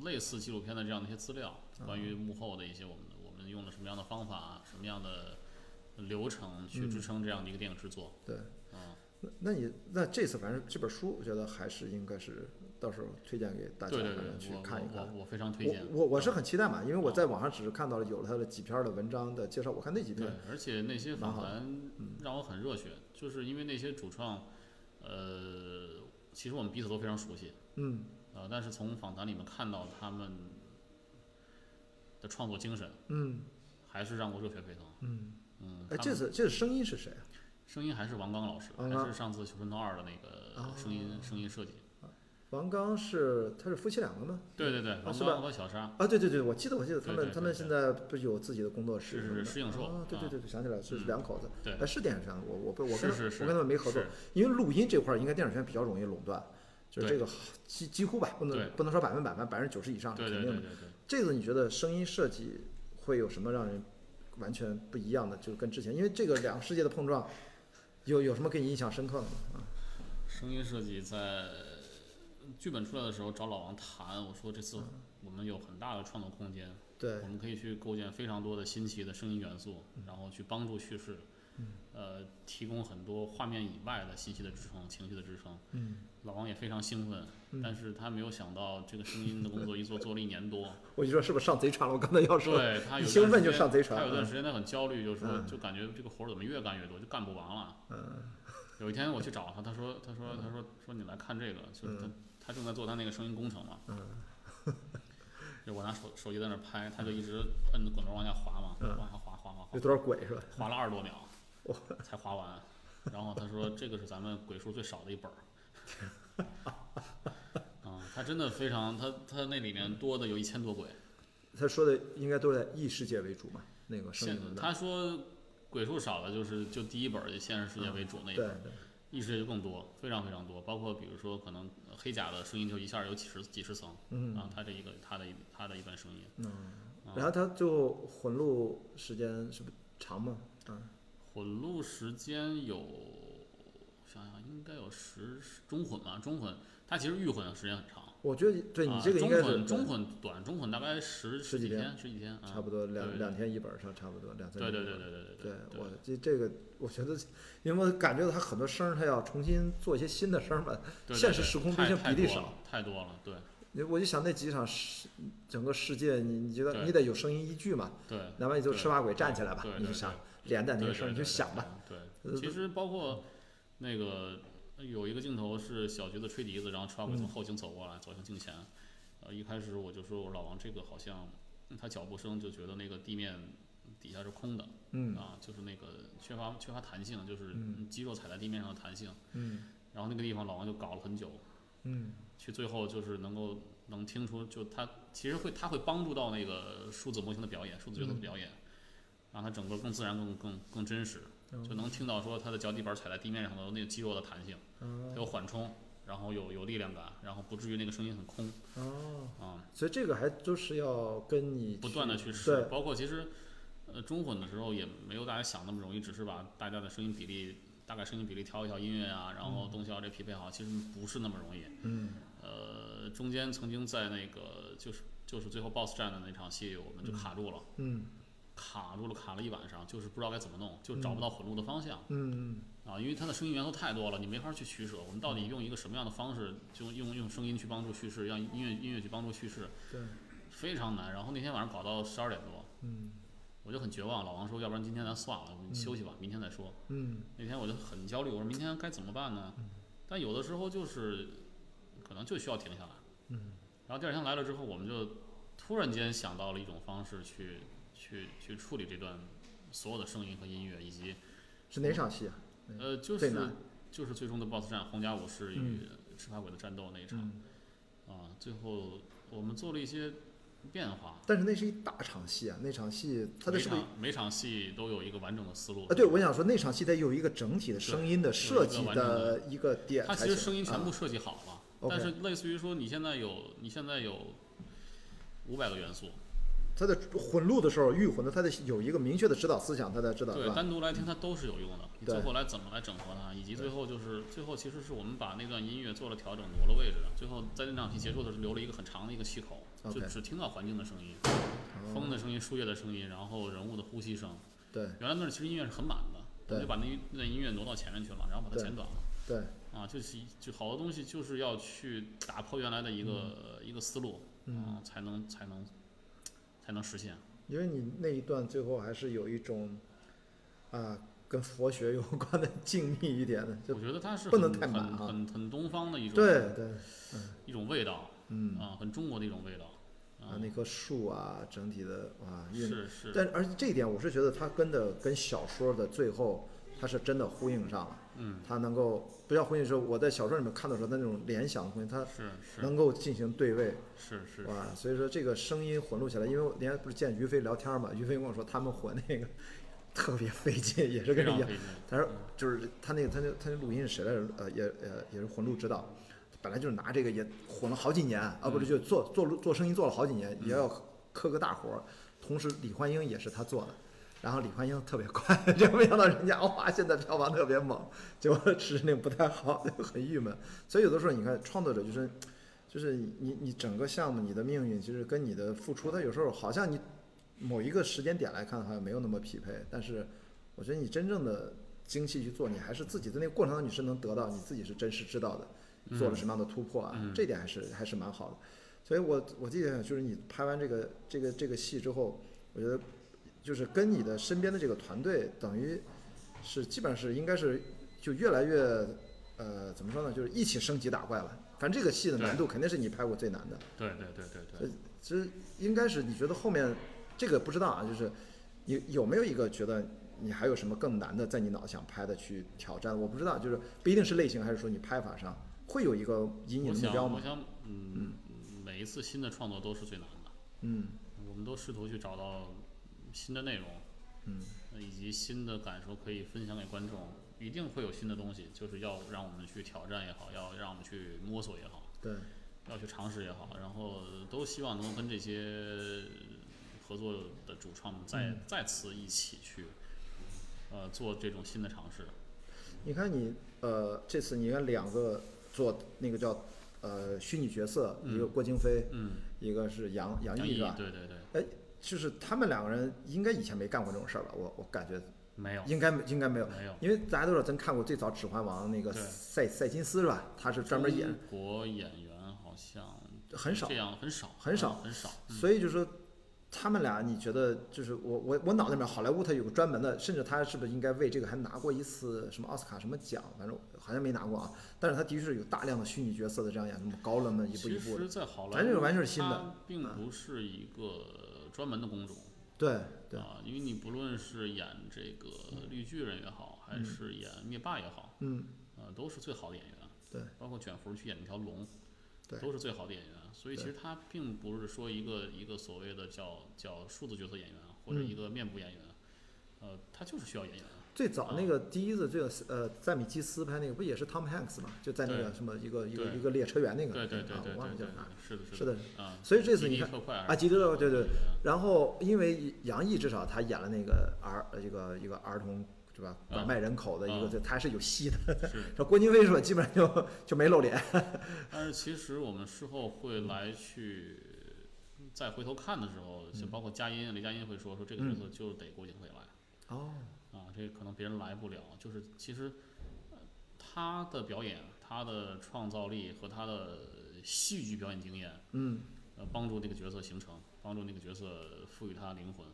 S2: 类似纪录片的这样的一些资料，关
S3: 嗯
S2: 于幕后的一些我们我们用了什么样的方法，什么样的流程去
S3: 嗯
S2: 支撑这样的一个电影制作，
S3: 对，
S2: 啊，
S3: 那那你那这次反正这本书，我觉得还是应该是到时候推荐给大家，
S2: 对对
S3: 反
S2: 对
S3: 正，去
S2: 我
S3: 看一
S2: 我
S3: 看。
S2: 我我非常推
S3: 我
S2: 荐，啊
S3: 我我是很期待嘛，因为我在网上只是看到了有了他的几篇的文章的介绍，我看那几
S2: 对
S3: 篇，，嗯
S2: 而且那些
S3: 蛮
S2: 访
S3: 好的嗯
S2: 谈让我很热血，就是因为那些主创，呃，其实我们彼此都非常熟悉，
S3: 嗯，
S2: 啊，但是从访谈里面看到他们的创作精神，
S3: 嗯
S2: 还是让我热血沸腾。
S3: 嗯，
S2: 嗯，
S3: 哎，
S2: 他
S3: 这
S2: 们
S3: 次这次声音是谁啊？
S2: 声音还是王刚老师，
S3: 王刚哦
S2: 还是上次《求生道二》的那个声音、声音设计。
S3: 王刚是他是夫妻两个吗？
S2: 对对对，王
S3: 哦是吧
S2: 刚和小沙，
S3: 啊，对对对，我记得我记得他
S2: 对
S3: 们
S2: 对
S3: 他
S2: 对
S3: 们
S2: 对
S3: 现在不是有自己的工作室
S2: 是
S3: 什
S2: 是
S3: 么的
S2: 是映射
S3: 啊，对对对对，想起来了是
S2: 嗯
S3: 两口子，
S2: 对
S3: 哎是电影学院，我我不我跟
S2: 是
S3: 他
S2: 是是，
S3: 我跟他们没合作
S2: 是，
S3: 因为录音这块儿应该电影学院比较容易垄断，就是这
S2: 对
S3: 个几几乎吧，不
S2: 对
S3: 能不能说百分百吧，百分之九十以上是
S2: 对
S3: 啊肯
S2: 对对
S3: 定
S2: 对
S3: 的。
S2: 对。
S3: 这个你觉得声音设计会有什么让人完全不一样的？就是跟之前，因为这个两个世界的碰撞，有有什么给你印象深刻的吗？啊，
S2: 声音设计在剧本出来的时候找老王谈，我说这次我们有很大的创作空间，
S3: 对
S2: 我，们可以去构建非常多的新奇的声音元素，然后去帮助叙事。呃，提供很多画面以外的信息的支撑、情绪的支撑。嗯，老王也非常兴奋，但是他没有想到这个声音的工作一做做了一年多，
S3: 我就说是不是上贼船了？我刚才 要说，
S2: 对他有
S3: 一
S2: 段
S3: 兴奋就
S2: 时间
S3: 上贼船
S2: 他有
S3: 嗯
S2: 段时间他很焦虑，就是说就感觉这个活儿怎么越干越多，就干不完了。
S3: 嗯
S2: 有一天我去找他，他说他说他说说你来看这个，就是
S3: 嗯
S2: 他他正在做他那个声音工程嘛。 就我拿手手机在那儿拍，他就一直摁着滚轴往下滑嘛，
S3: 嗯
S2: 往下滑滑滑滑
S3: 有，多少鬼是吧？
S2: 滑了二十多秒，才滑完。然后他说这个是咱们鬼数最少的一本儿。 啊，他真的非常，他他那里面多的有一千多鬼。
S3: 他说的应该都是在异世界为主嘛，那个声
S2: 现
S3: 音文档
S2: 他说鬼数少的就是就第一本儿以现实世界为主那一
S3: 对
S2: 本
S3: 对
S2: 儿，，异世界就更多，非常非常多。包括比如说可能呃黑甲的声音就一下有几十几十层，
S3: 嗯
S2: 然后他这一个他的一他的一段声音，啊
S3: 然后他最后魂路时间是不是长吗？嗯，
S2: 混录时间有，我想想应该有十十中混吧，中混，它其实预混时间很长。
S3: 我觉得对你
S2: 啊
S3: 这个应该
S2: 中
S3: 是
S2: 混中混短，中混大概十
S3: 十几
S2: 几
S3: 天
S2: 天，十几天啊，
S3: 差不多两
S2: 对
S3: 两天一本上，差不多两三
S2: 对
S3: 天
S2: 对
S3: 一
S2: 对
S3: 本
S2: 对
S3: 儿。
S2: 对
S3: 对
S2: 对
S3: 我这这个，我觉得，因为我感觉到他很多声儿，他要重新做一些新的声儿嘛。
S2: 对，
S3: 现实时空毕
S2: 太
S3: 竟
S2: 太
S3: 比例
S2: 多
S3: 少
S2: 了，太多了，对
S3: 你我就想那几场世，整个世界，你你觉得
S2: 对
S3: 你得有声音依据嘛？
S2: 对。
S3: 哪怕你就
S2: 对
S3: 吃蛙鬼站起来吧
S2: 对，对
S3: 你就
S2: 对
S3: 想连带那
S2: 对
S3: 个
S2: 对
S3: 事儿，你就
S2: 对
S3: 想吧。。
S2: 对，
S3: 呃
S2: 对其实包括那个有一个镜头是小橘子吹笛子，然后川
S3: 嗯
S2: 鬼从后颈走过来，走向镜前。呃，一开始我就说，我说老王这个好像嗯他脚步声就觉得那个地面底下是空的，
S3: 嗯
S2: 啊，就是那个缺乏缺乏弹性，就是嗯肌肉踩在地面上的弹性。
S3: 嗯
S2: 然后那个地方老王就搞了很久，
S3: 嗯
S2: 去最后就是能够能听出，就他其实会他会帮助到那个数字模型的表演，数字角
S3: 嗯
S2: 色的表演，让他整个更自然、更更更真实，
S3: 哦
S2: 就能听到说他的脚底板踩在地面上的那个肌肉的弹性，
S3: 嗯
S2: 它有缓冲，然后有有力量感，然后不至于那个声音很空
S3: 哦，
S2: 啊、
S3: 所以这个还就是要跟你
S2: 不断的去试，
S3: 对
S2: 包括其实呃中混的时候也没有大家想那么容易，只是把大家的声音比例。大概声音比例调一调音乐啊，然后东西要这匹配好，其实不是那么容易。
S3: 嗯
S2: 呃，中间曾经在那个就是就是最后 BOSS 战的那场戏，我们就卡住了，
S3: 嗯
S2: 卡住了，卡了一晚上，就是不知道该怎么弄，就找不到混路的方向、
S3: 嗯
S2: 啊，因为它的声音元素太多了，你没法去取舍。我们到底用一个什么样的方式，就用用声音去帮助叙事，让音乐音乐去帮助叙事，
S3: 对，
S2: 非常难。然后那天晚上搞到十二点多，
S3: 嗯
S2: 我就很绝望。老王说，要不然今天咱算了，我们休息吧，明天再说。
S3: 嗯
S2: 那天我就很焦虑，我说明天该怎么办呢？但有的时候就是可能就需要停下来。
S3: 嗯。
S2: 然后第二天来了之后，我们就突然间想到了一种方式去去去处理这段所有的声音和音乐，以及
S3: 是
S2: 嗯
S3: 哪场戏啊？
S2: 呃，就
S3: 最
S2: 是
S3: 难
S2: 就是最终的 BOSS 战，红甲武士与赤发鬼的战斗那一场
S3: 嗯，
S2: 啊，最后我们做了一些变化。
S3: 但是那是一大场戏啊，那场戏它的
S2: 每
S3: 是不是
S2: 场每场戏都有一个完整的思路
S3: 啊，对，我想说那场戏得有一个整体的声音的
S2: 有一
S3: 设
S2: 个
S3: 计
S2: 完整
S3: 的一个点
S2: 它
S3: 才
S2: 其
S3: 行。
S2: 实声音全
S3: 啊
S2: 部设计好了，
S3: OK
S2: 但是类似于说你现在有你现在有五百个元素，
S3: 它的混录的时候，预混的它得有一个明确的指导思想，它才知道是
S2: 对，
S3: 吧？
S2: 单独来听它都是有用的。你
S3: 对
S2: 最后来怎么来整合它，以及最后就是最后其实是我们把那段音乐做了调整，挪了位置。最后在那场戏结束的时候留了一个很长的一个气口，就
S3: OK 哦
S2: 只听到环境的声音、风的声音、树叶的声音，然后人物的呼吸声。
S3: 对
S2: 原来那儿其实音乐是很满的，我
S3: 对
S2: 们就把那那段音乐挪到前面去了，然后把它
S3: 对
S2: 剪短了。
S3: 对，
S2: 啊，就是一就好多东西就是要去打破原来的一
S3: 嗯
S2: 个、一个思路，啊，才能才能才能实现。
S3: 因为你那一段最后还是有一种啊跟佛学有关的静谧一点的，就
S2: 我觉得它是
S3: 不
S2: 很
S3: 能太满
S2: 很
S3: 啊
S2: 很很东方的一种
S3: 对对
S2: 一种味道，
S3: 嗯
S2: 啊，很中国的一种味道，
S3: 啊那棵树啊，整体的啊韵
S2: 是是，
S3: 但而且这一点，我是觉得它跟的跟小说的最后，它是真的呼应上了。
S2: 嗯，
S3: 它能够不要呼应说我在小说里面看到时候它那种联想的呼应，它
S2: 是是
S3: 能够进行对位。
S2: 是是，
S3: 哇，所以说这个声音混录起来，因为我那天不是见于飞聊天嘛，于飞跟我说他们混那个 特别费劲，也是
S2: 非
S3: 跟
S2: 常
S3: 一样
S2: 非。常
S3: 他说就是他那个他那他那录音是谁来着？呃，也呃也是混录指导，本来就是拿这个也混了好几年啊，不
S2: 嗯
S3: 是就做做录做声音做了好几年，也要磕个大活儿。同时，李焕英也是他做的，然后李焕英特别快，就没想到人家哇，现在票房特别猛，结果指令不太好，就很郁闷。所以有的时候你看，创作者就是。就是你你你整个项目，你的命运其实跟你的付出，它有时候好像你某一个时间点来看，好像没有那么匹配，但是我觉得你真正的精细去做，你还是自己在那个过程当中你是能得到你自己是真实知道的，做了什么样的突破啊，这点还是还是蛮好的。所以我我自己想就是你拍完这个这个这个戏之后，我觉得就是跟你的身边的这个团队，等于是基本上是应该是就越来越呃怎么说呢，就是一起升级打怪了。反正这个戏的
S2: 对
S3: 难度肯定是你拍过最难的。
S2: 对对对对
S3: 呃
S2: 对，，
S3: 其实应该是你觉得后面这个不知道啊，就是你有没有一个觉得你还有什么更难的在你脑子想拍的去挑战？我不知道，就是不一定是类型，还是说你拍法上会有一个引你
S2: 我
S3: 的目标
S2: 想我
S3: 吗？
S2: 想嗯，每一次新的创作都是最难的，
S3: 嗯
S2: 我们都试图去找到新的内容，
S3: 嗯
S2: 呃以及新的感受可以分享给观众，一定会有新的东西，就是要让我们去挑战也好，要让我们去摸索也好，
S3: 对，
S2: 要去尝试也好，然后都希望能够跟这些合作的主创们再、再次一起去，呃，做这种新的尝试。
S3: 你看你呃，这次你看两个做那个叫呃虚拟角色，一个郭京飞，
S2: 嗯，
S3: 一个是杨杨
S2: 杨
S3: 毅是吧？
S2: 对对对，
S3: 哎，就是他们两个人应该以前没干过这种事儿吧？我我感觉
S2: 没有，
S3: 应该应该没有，
S2: 没有
S3: 因为大家都知道，咱看过最早《指环王》那个
S2: 对
S3: 赛赛金斯是吧？他是专门演，
S2: 中国演员好像
S3: 很少
S2: 这样很少，
S3: 很少
S2: 嗯很少。
S3: 所以就是说，他们俩，你觉得就是我我我脑袋里面好莱坞他有个专门的，甚至他是不是应该为这个还拿过一次什么奥斯卡什么奖？反正好像没拿过啊，但是他的确是有大量的虚拟角色的这样演，那么高冷的嗯一步一步
S2: 其
S3: 的，
S2: 实，在好莱坞，
S3: 咱这个完全是新的
S2: 它并不是一个专门的工种。
S3: 对对
S2: 啊，因为你不论是演这个绿巨人也好，还是演灭霸也好，
S3: 嗯，
S2: 呃，都是最好的演员。
S3: 对，
S2: 包括卷福去演那条龙，
S3: 对
S2: 都是最好的演员。啊所以其实他并不是说一个一个所谓的叫叫数字角色演员啊或
S3: 嗯
S2: 者一个面部演员，呃，他就是需要演员。啊
S3: 最早那个第一次最早呃，赞米基斯拍那个不也是 Tom Hanks 嘛？就在那个
S2: 对
S3: 什么一个一个
S2: 对
S3: 一个列车员那个，
S2: 对对对
S3: 啊
S2: 对对
S3: 我忘了
S2: 对
S3: 叫
S2: 对
S3: 啥。，
S2: 是的，
S3: 是
S2: 的
S3: 的，
S2: 啊，
S3: 所以这次
S2: 吉
S3: 你
S2: 利
S3: 看
S2: 特快
S3: 啊吉利特对对
S2: 对
S3: 然后因为杨毅至少他演了那个儿这个一个儿童是吧
S2: 啊
S3: 拐卖人口的一个，
S2: 啊
S3: 就他还是有戏的。
S2: 对，是
S3: 说郭京飞是吧，基本上就就没露脸。
S2: 但是其实我们事后会来去再回头看的时候，
S3: 嗯
S2: 就包括佳音、雷佳音会说说这个角色就得郭京飞来
S3: 哦，
S2: 啊，这可能别人来不了。就是其实呃他的表演、他的创造力和他的戏剧表演经验，
S3: 嗯，
S2: 呃，帮助那个角色形成，帮助那个角色赋予他灵魂。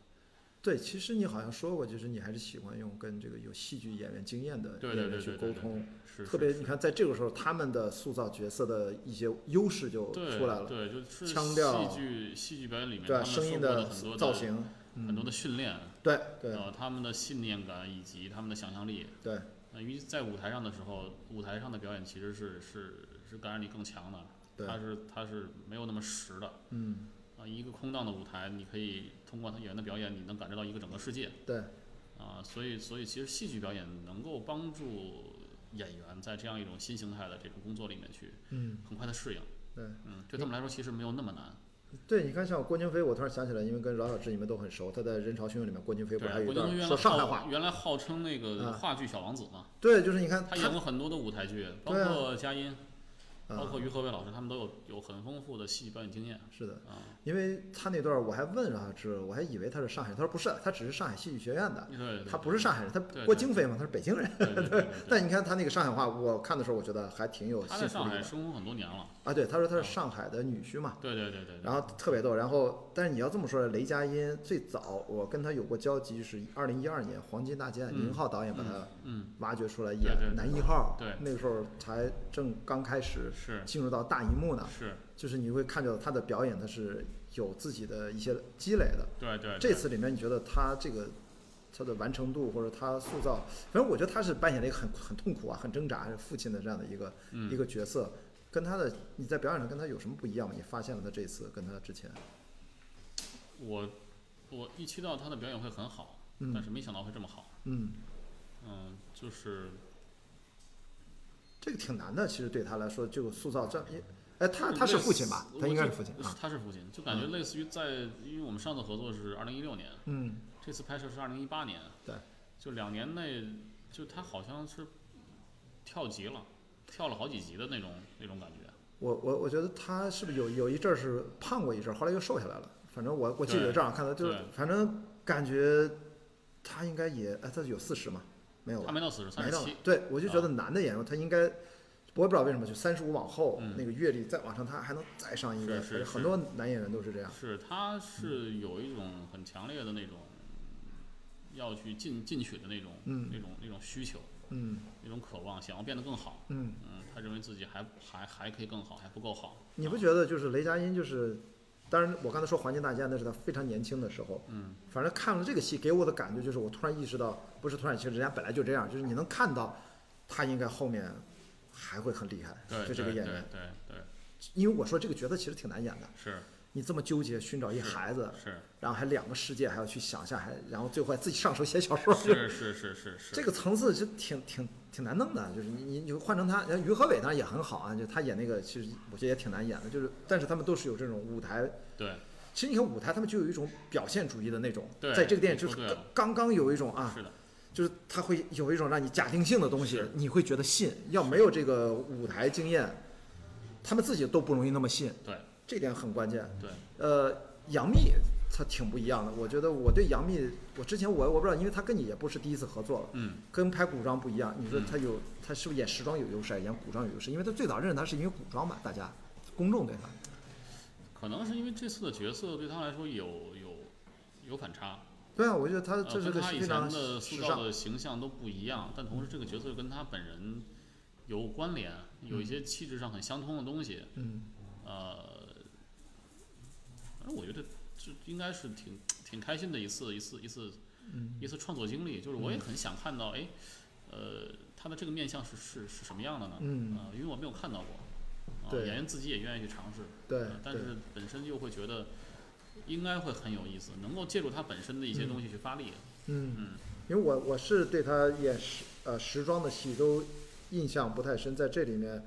S3: 对，其实你好像说过，就是你还是喜欢用跟这个有戏剧演员经验的
S2: 对
S3: 演
S2: 对
S3: 员
S2: 对
S3: 去
S2: 对
S3: 沟
S2: 对对，
S3: 通
S2: 对，是
S3: 特别你看在这个时候，他们的塑造角色的一些优势就
S2: 对
S3: 出来了，
S2: 对，就是
S3: 腔调
S2: 戏剧戏剧表演里面
S3: 对吧？啊
S2: 他们
S3: 声
S2: 受
S3: 音
S2: 过很多的
S3: 造型，嗯
S2: 很多的训练，
S3: 对对
S2: 然后他们的信念感以及他们的想象力。
S3: 对
S2: 呃，因为在舞台上的时候，舞台上的表演其实是是是感染力更强的，
S3: 对
S2: 它是它是没有那么实的。
S3: 嗯
S2: 啊、一个空荡的舞台，你可以通过他演员的表演，你能感知到一个整个世界。
S3: 对。
S2: 啊、所以所以其实戏剧表演能够帮助演员在这样一种新形态的这种工作里面去
S3: 嗯，
S2: 很快的适应。
S3: 对，
S2: 嗯，对他们来说其实没有那么难。
S3: 对，你看像郭京飞，我突然想起来，因为跟饶晓志你们都很熟，他在《人潮汹涌》里面，郭京飞不
S2: 对
S3: 是
S2: 啊，
S3: 还有
S2: 郭
S3: 一
S2: 京飞
S3: 段
S2: 原
S3: 说
S2: 来
S3: 上海
S2: 号
S3: 话？
S2: 原来号称那个
S3: 啊
S2: 话剧小王子嘛，
S3: 对，就是你看
S2: 他演
S3: 他啊
S2: 过很多的舞台剧，包
S3: 对啊
S2: 括佳音，包
S3: 啊，
S2: 括于和伟老师，他们都有有很丰富的戏剧表演经验。
S3: 是的，
S2: 啊，
S3: 因为他那段我还问饶晓志，我还以为他是上海，他说不是，他只是上海戏剧学院的，
S2: 对对，
S3: 嗯他不是上海人，他
S2: 对
S3: 郭
S2: 对
S3: 京飞嘛，他是北京人。
S2: 对对对对
S3: 但你看他那个上海话，我看的时候我觉得还挺有
S2: 他
S3: 信
S2: 在
S3: 服
S2: 上
S3: 力
S2: 海
S3: 的
S2: 生活很多年了。
S3: 啊。对，他说他是上海的女婿嘛，
S2: 对对对对对，
S3: 然后特别逗。然后，但是你要这么说，雷佳音最早我跟他有过交集是二零一二年《黄金大劫案》，宁浩导演把他
S2: 嗯，
S3: 挖掘出来
S2: 对对
S3: 演
S2: 对
S3: 男一号，
S2: 对
S3: 那个时候才正刚开始
S2: 是
S3: 进入到大荧幕呢，
S2: 是，
S3: 就是你会看到他的表演，他是有自己的一些积累的。
S2: 对对，对
S3: 这次里面，你觉得他这个他的完成度或者他塑造，反正我觉得他是扮演了一个很很痛苦啊、很挣扎父亲的这样的一个、
S2: 嗯
S3: 一个角色，跟他的你在表演上跟他有什么不一样吗？你发现了他这次跟他之前，
S2: 我我预期到他的表演会很好，
S3: 嗯
S2: 但是没想到会这么好。
S3: 嗯，
S2: 嗯，就是
S3: 这个挺难的，其实对他来说，这个塑造这样一，哎，他他是父亲吧？
S2: 类似
S3: 他应该是
S2: 我就
S3: 父亲啊，
S2: 他是父亲，就感觉类似于在，因为我们上次合作是二零一六年，
S3: 嗯，
S2: 这次拍摄是二零一八年，
S3: 对，
S2: 就两年内，就他好像是跳级了，跳了好几级的那种那种感觉。
S3: 我我我觉得他是不是有有一阵儿是胖过一阵儿，后来又瘦下来了。反正我我记得
S2: 对
S3: 这样看的，就是
S2: 对
S3: 反正感觉他应该也哎，他有四十嘛？没有吧
S2: 他？没到四十，三
S3: 没
S2: 十
S3: 到吧
S2: 七。
S3: 对，我就觉
S2: 啊
S3: 得男的演员他应该，我也不知道为什么，就三十五往后、那个阅历再往上，他还能再上一
S2: 是
S3: 个。
S2: 嗯是
S3: 而且很
S2: 是
S3: 多男演员都是这样。
S2: 是，他是有一种很强烈的那种要去进进取的那种、
S3: 嗯
S2: 那种那种需求，
S3: 嗯
S2: 那种渴望，想要变得更好。
S3: 嗯，
S2: 嗯，他认为自己还还还可以更好，还不够好。
S3: 你不
S2: 啊
S3: 觉得就是雷佳音就是，当然我刚才说环境大家那是他非常年轻的时候，
S2: 嗯，
S3: 反正看了这个戏给我的感觉就是，我突然意识到，不是突然，其实人家本来就这样，就是你能看到他应该后面还会很厉害，
S2: 对
S3: 就这个
S2: 对
S3: 演
S2: 对
S3: 员。啊
S2: 对对，
S3: 因为我说这个角色其实挺难演的，
S2: 是
S3: 你这么纠结寻找一孩子，
S2: 是
S3: 然后还两个世界还要去想象，还然后最后还自己上手写小说，就是
S2: 是是是是，
S3: 这个层次就挺挺挺难弄的，就是你你你换成他，然后于和伟当然也很好啊，就他演那个其实我觉得也挺难演的，就是但是他们都是有这种舞台，
S2: 对
S3: 其实你看舞台他们就有一种表现主义的那种，
S2: 对
S3: 在这个电影
S2: 你
S3: 就
S2: 说
S3: 是
S2: 对
S3: 刚刚
S2: 了
S3: 刚有一种啊，
S2: 是的，
S3: 就是他会有一种让你假定性的东西
S2: 是，
S3: 你会觉得信，要没有这个舞台经验，他们自己都不容易那么信，
S2: 对
S3: 这点很关键。
S2: 对
S3: 呃，杨幂她挺不一样的，我觉得我对杨幂，我之前我我不知道，因为她跟你也不是第一次合作了，
S2: 嗯
S3: 跟拍古装不一样。你说她有，她是不是演时装有优势，还是演古装有优势？因为她最早认识她是因为古装嘛，大家公众对
S2: 呃
S3: 她，
S2: 可能是因为这次的角色对他来说有有有反差，
S3: 对啊，我觉得她
S2: 呃，
S3: 这是
S2: 跟
S3: 个
S2: 他
S3: 非
S2: 以前
S3: 常时
S2: 的塑造
S3: 尚。
S2: 的形象都不一样，但同时这个角色跟他本人有关联，有一些气质上很相通的东西。
S3: 嗯，
S2: 呃，反正我觉得这应该是挺挺开心的一次一次一次
S3: 嗯
S2: 一次创作经历，就是我也很想看到，哎，呃，他的这个面相是是是什么样的呢？
S3: 嗯
S2: 呃，因为我没有看到过。啊
S3: 对
S2: 演员自己也愿意去尝试，
S3: 对
S2: 呃但
S3: 对
S2: 是本身又会觉得应该会很有意思，能够借助他本身的一些
S3: 嗯
S2: 东西去发力。
S3: 嗯，因为我我是对她演时呃时装的戏都印象不太深，在这里面，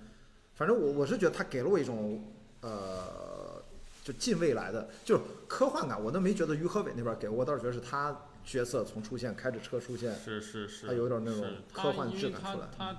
S3: 反正我我是觉得她给了我一种呃就近未来的就是科幻感，我都没觉得于和伟那边给我，我倒是觉得是他角色从出现开着车出现，
S2: 是是是，
S3: 它有点那种
S2: 是它
S3: 科幻
S2: 因
S3: 质
S2: 为
S3: 感
S2: 它
S3: 出来
S2: 它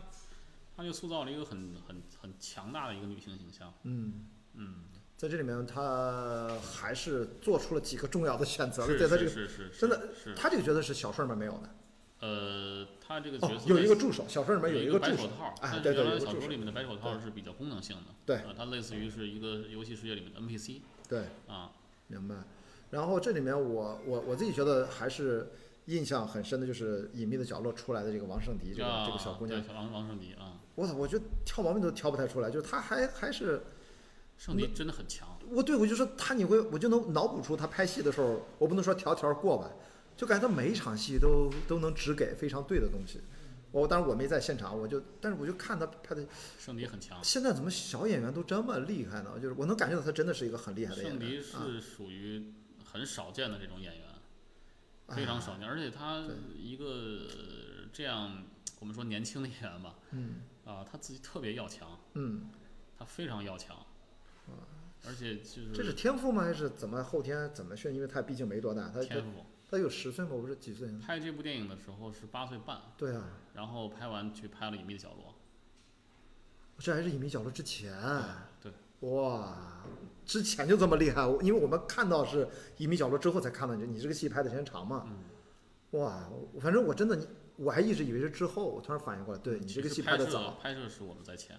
S2: 它就塑造了一个很很很强大的一个女性形象。
S3: 嗯，
S2: 嗯，
S3: 在这里面她还是做出了几个重要的选择的，
S2: 是
S3: 在她这
S2: 是
S3: 个
S2: 是是，
S3: 真的
S2: 是
S3: 她这个角色是小说里面没有的，
S2: 呃，他这个角
S3: 哦，
S2: 色
S3: 有
S2: 在
S3: 一个助手，小说里面
S2: 有
S3: 一
S2: 一
S3: 个助
S2: 白
S3: 手
S2: 手套，，
S3: 哎，
S2: 但
S3: 对对，
S2: 是原
S3: 有
S2: 来
S3: 一个
S2: 小
S3: 助
S2: 说
S3: 手
S2: 里，面的白手套
S3: 对
S2: 是比较功能性的，
S3: 对
S2: 呃，它类似于是一个游戏世界里面的 NPC
S3: 对。
S2: 啊，
S3: 明白。然后这里面我我我自己觉得还是印象很深的，就是《隐秘的角落》出来的这个王圣迪这个、
S2: 啊
S3: 这个小姑娘
S2: 对，小王王圣迪啊，
S3: 我操，我觉得挑毛病都挑不太出来，就是她还还是嗯
S2: 圣迪真的很强，
S3: 我对我就说她，你会我就能脑补出她拍戏的时候，我不能说条条过吧，就感觉她每一场戏都都能只给非常对的东西。我当然我没在现场，我就但是我就看她拍的，
S2: 圣迪很强，
S3: 现在怎么小演员都这么厉害呢？就是我能感觉到她真的是一个很厉害的演
S2: 圣迪
S3: 员啊，
S2: 是属于很少见的这种演员，
S3: 哎
S2: 非常少见，而且他
S3: 对
S2: 一个呃这样我们说年轻的演员吧，
S3: 嗯
S2: 啊，他自己特别要强，
S3: 嗯，
S2: 他非常要强，而且就是
S3: 这是天赋吗？还是怎么后天怎么训？因为他毕竟没多大，他
S2: 天赋。
S3: 他有十岁吗？我不是几岁呢？
S2: 拍这部电影的时候是八岁半，
S3: 对啊，
S2: 然后拍完去拍了《隐秘的角落
S3: 这还是隐秘角落之前。》，
S2: 对，
S3: 哇，之前就这么厉害，我因为我们看到是隐秘角落之后才看到你，你这个戏拍的时间长嘛。
S2: 嗯，
S3: 哇，我反正我真的你，我还一直以为是之后，我突然反应过来，对你
S2: 其
S3: 这个
S2: 实
S3: 戏
S2: 嗯拍
S3: 的
S2: 摄
S3: 早。
S2: 拍摄是我们在前，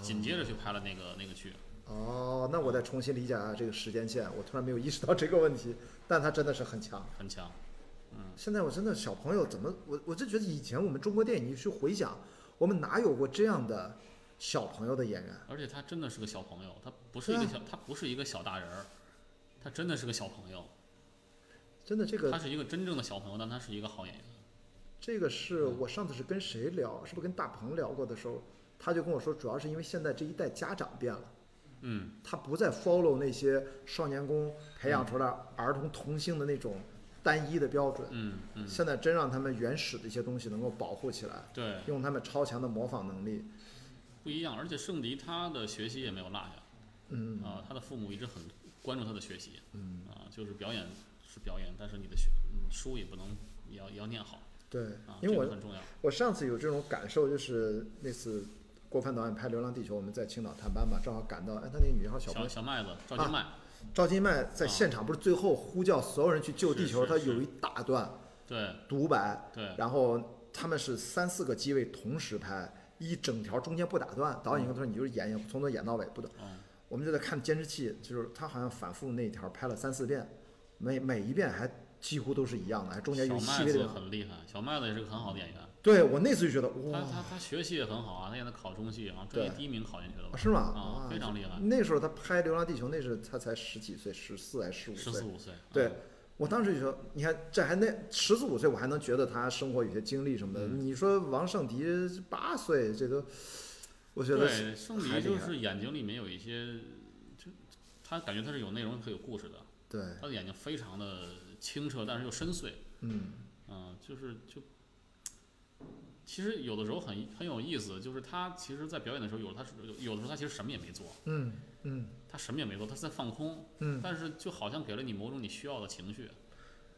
S2: 紧接着去拍了那个那个剧，
S3: 哦，那我再重新理解啊这个时间线，我突然没有意识到这个问题，但他真的是很强。
S2: 很强，嗯，
S3: 现在我真的小朋友怎么我我就觉得以前我们中国电影，你去回想，我们哪有过这样的小朋友的演员？
S2: 而且他真的是个小朋友，他不是一个
S3: 对啊
S2: 小，他不是一个小大人儿，他真的是个小朋友，
S3: 真的，这
S2: 他
S3: 个
S2: 是一个真正的小朋友，但他是一个好演员，
S3: 这个是
S2: 嗯
S3: 我上次是跟谁聊，是不是跟大鹏聊过的时候，他就跟我说，主要是因为现在这一代家长变了，
S2: 嗯，
S3: 他不再 follow 那些少年宫培养出来儿童童星的那种单一的标准，
S2: 嗯嗯，
S3: 现在真让他们原始的一些东西能够保护起来，
S2: 对，
S3: 用他们超强的模仿能力，
S2: 不一样，而且圣迪他的学习也没有落下，
S3: 嗯，
S2: 啊，他的父母一直很关注他的学习，嗯，啊，就是表演是表演，但是你的学嗯书也不能也要也要念好
S3: 对
S2: 啊，，
S3: 因为
S2: 这
S3: 我
S2: 个很重要，
S3: 我上次有这种感受，就是那次郭帆导演拍《流浪地球》，我们在青岛探班嘛，正好赶到，哎，他那个女号小朋啊
S2: 小
S3: 友
S2: 小麦子赵金麦，
S3: 赵今麦在现场不是最后呼叫所有人去救地球，
S2: 啊是是
S3: 他有一大段
S2: 对
S3: 独白，
S2: 对
S3: 然后他们是三四个机位同时拍，一整条中间不打断。导演跟他说：“你就是演，从头演到尾，不等。
S2: 嗯
S3: 我们就在看监视器，就是他好像反复那一条拍了三四遍，每每一遍还几乎都是一样的，还中间有
S2: 小
S3: 细
S2: 麦
S3: 微的
S2: 子
S3: 变化。
S2: 很厉害，小麦子也是个很好的演员，
S3: 对我那次就觉得
S2: 他
S3: 哇，
S2: 他他学习也很好啊，他现在考中戏，然后专业
S3: 对
S2: 第一名考进去了吧？
S3: 是吗？啊，
S2: 啊非常厉害，
S3: 那时候他拍《流浪地球》，那是他才十几岁，十四还是十五
S2: 十
S3: 岁
S2: 四？五岁，
S3: 对
S2: 嗯，
S3: 我当时就说，你看这还那十四五岁，我还能觉得他生活有些经历什么的。
S2: 嗯
S3: 你说王圣迪八岁，这都，我觉得是
S2: 对，圣
S3: 还
S2: 迪
S3: 厉
S2: 就
S3: 害
S2: 是眼睛里面有一些，就他感觉他是有内容和有故事的，
S3: 对，
S2: 他的眼睛非常的清澈，但是又深邃，
S3: 嗯，
S2: 嗯，就是就，其实有的时候很很有意思，就是他其实，在表演的时候，有他是有有的时候他其实什么也没做，
S3: 嗯嗯
S2: 他什么也没做，他是在放空，
S3: 嗯，
S2: 但是就好像给了你某种你需要的情绪，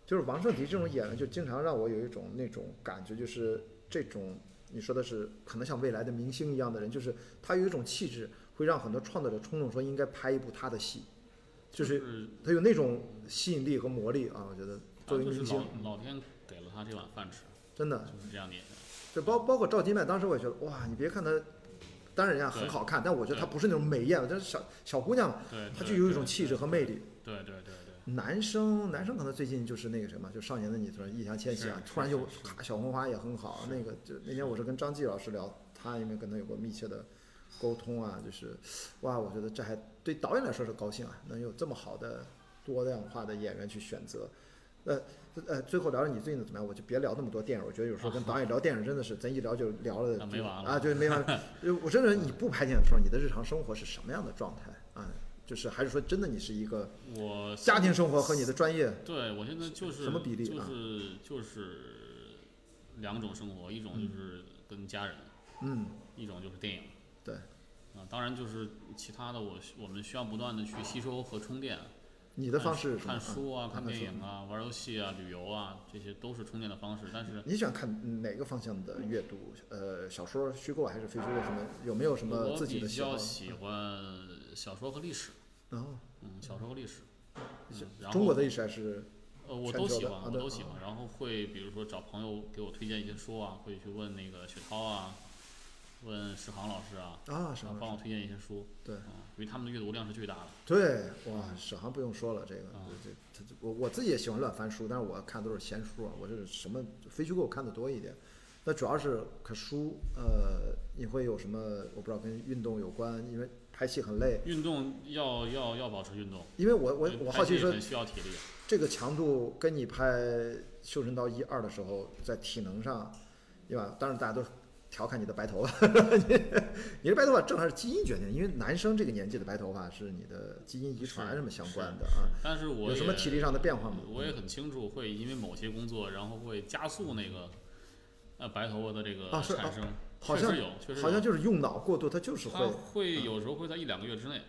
S3: 就是王圣迪这种演员，就经常让我有一种那种感觉，就是这种你说的是可能像未来的明星一样的人，就是他有一种气质，会让很多创作者冲动说应该拍一部他的戏，就
S2: 就是是
S3: 他有那种吸引力和魔力啊，我觉得作
S2: 他
S3: 为
S2: 就是
S3: 明星嗯
S2: 老，老天给了他这碗饭吃，
S3: 真的
S2: 就是这样的演员。
S3: 就包包括赵今麦，当时我也觉得哇，你别看她，当然人家很好看，但我觉得她不是那种美艳，就是小小姑娘嘛，
S2: 对，
S3: 她就
S2: 对
S3: 有一种气质和魅。力。
S2: 对对对对对
S3: 男生男生可能最近就是那个什么，就《少年的你》突然易烊千玺啊，
S2: 是
S3: 突然就是咔小红花也很好。那个就那天我是跟张继老师聊，他因为跟他有过密切的沟通啊，就是哇，我觉得这还对导演来说是高兴啊，能有这么好的多样化的演员去选择。呃呃，最后聊聊你最近的怎么样？我就别聊那么多电影，我觉得有时候跟导演聊电影真的是，咱一聊就聊了
S2: 那没完 了
S3: 啊，对，没完了。就我真的，你不拍电影的时候，你的日常生活是什么样的状态啊？就是还是说真的你是一个
S2: 对，我
S3: 家庭生活和你的专业
S2: 对我现在就是
S3: 什么比例
S2: 就
S3: 啊
S2: 是就是两种生活，一种就是跟家人，
S3: 嗯，
S2: 一种就是电影。
S3: 对，
S2: 啊，当然就是其他的我需我们需要不断的去吸收和充电。
S3: 你的
S2: 看
S3: 方式是什么？
S2: 看书啊，
S3: 嗯
S2: 看
S3: 看
S2: 电
S3: 书
S2: 影啊，玩游戏啊，旅游啊，这些都是充电的方式。但是
S3: 嗯你喜欢看哪个方向的阅读？呃，小说、虚构还是非虚构？什么？有没有什么
S2: 我
S3: 自己的
S2: 比
S3: 喜好
S2: 较？喜欢小说和历史，
S3: 哦，
S2: 嗯，小说和历史，嗯、然后
S3: 中国的历史还是
S2: 呃，我
S3: 全
S2: 都
S3: 球
S2: 喜
S3: 的
S2: 欢，
S3: 啊
S2: 我
S3: 对
S2: 都喜
S3: 啊
S2: 欢。然后会比如说找朋友给我推荐一些书啊，会去问那个雪涛啊，问史航老师啊，
S3: 啊什
S2: 然后帮
S3: 么？
S2: 我推荐一些书，
S3: 对
S2: 嗯，因为他们的阅读量是巨大的。
S3: 对，哇，史航不用说了，这个
S2: 啊
S3: 这这这我我自己也喜欢乱翻书，但是我看都是闲书啊，我是什么非虚构看的多一点。那主要是可书，呃，你会有什么？我不知道跟运动有关，因为拍戏很累。
S2: 运动要要要保持运动，
S3: 因为呃我我
S2: 因为
S3: 我
S2: 嗯拍
S3: 好奇
S2: 戏
S3: 说，
S2: 很需要体力。
S3: 这个强度跟你拍《绣神刀一二》的时候，在体能上，对吧？当然大家都调侃你的白头发， 你你的白头发正好是基因决定，因为男生这个年纪的白头发是你的基因遗传
S2: 是
S3: 什么相关的
S2: 是
S3: 啊。
S2: 但是我
S3: 有什么
S2: 也
S3: 体力上的变化吗
S2: 我也很清楚，会因为某些工作，然后会加速那个呃白头发的这个
S3: 啊是啊
S2: 产生。
S3: 好
S2: 确
S3: 像
S2: 实有，确实
S3: 好像
S2: 有啊
S3: 就是用脑过度，它就是
S2: 它
S3: 会嗯
S2: 会有时候会在一两个月之内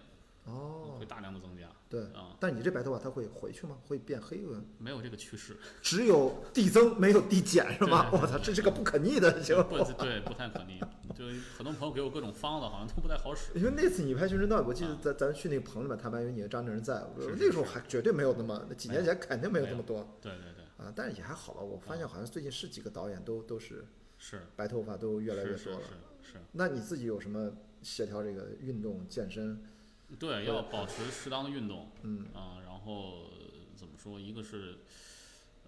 S3: 哦
S2: 会，大量的增加。
S3: 对。
S2: 啊，
S3: 但你这白头发它会回去吗？会变黑吗？
S2: 没有这个趋势，
S3: 只有递增没有递减是吗？
S2: 对
S3: 我操，这是个不可逆的行为。
S2: 不对，不太可逆。就很多朋友给我各种方子，好像都不太好使。
S3: 因为那次你拍《寻神道》，我记得咱咱去那个棚里面，他们还有你和张震仁在，我
S2: 啊是是
S3: 那时候还绝对没有那么，那几年前肯定没有
S2: 没
S3: 这
S2: 有啊
S3: 么多
S2: 对对对，
S3: 啊，但是也还好吧。我发现好像最近是几个导演都都是
S2: 是
S3: 白头发都越来越
S2: 是是
S3: 多了。
S2: 是是，
S3: 那你自己有什么协调这个运动健身？
S2: 对，要保持适当的运动。
S3: 嗯
S2: 啊，然后呃怎么说？一个是，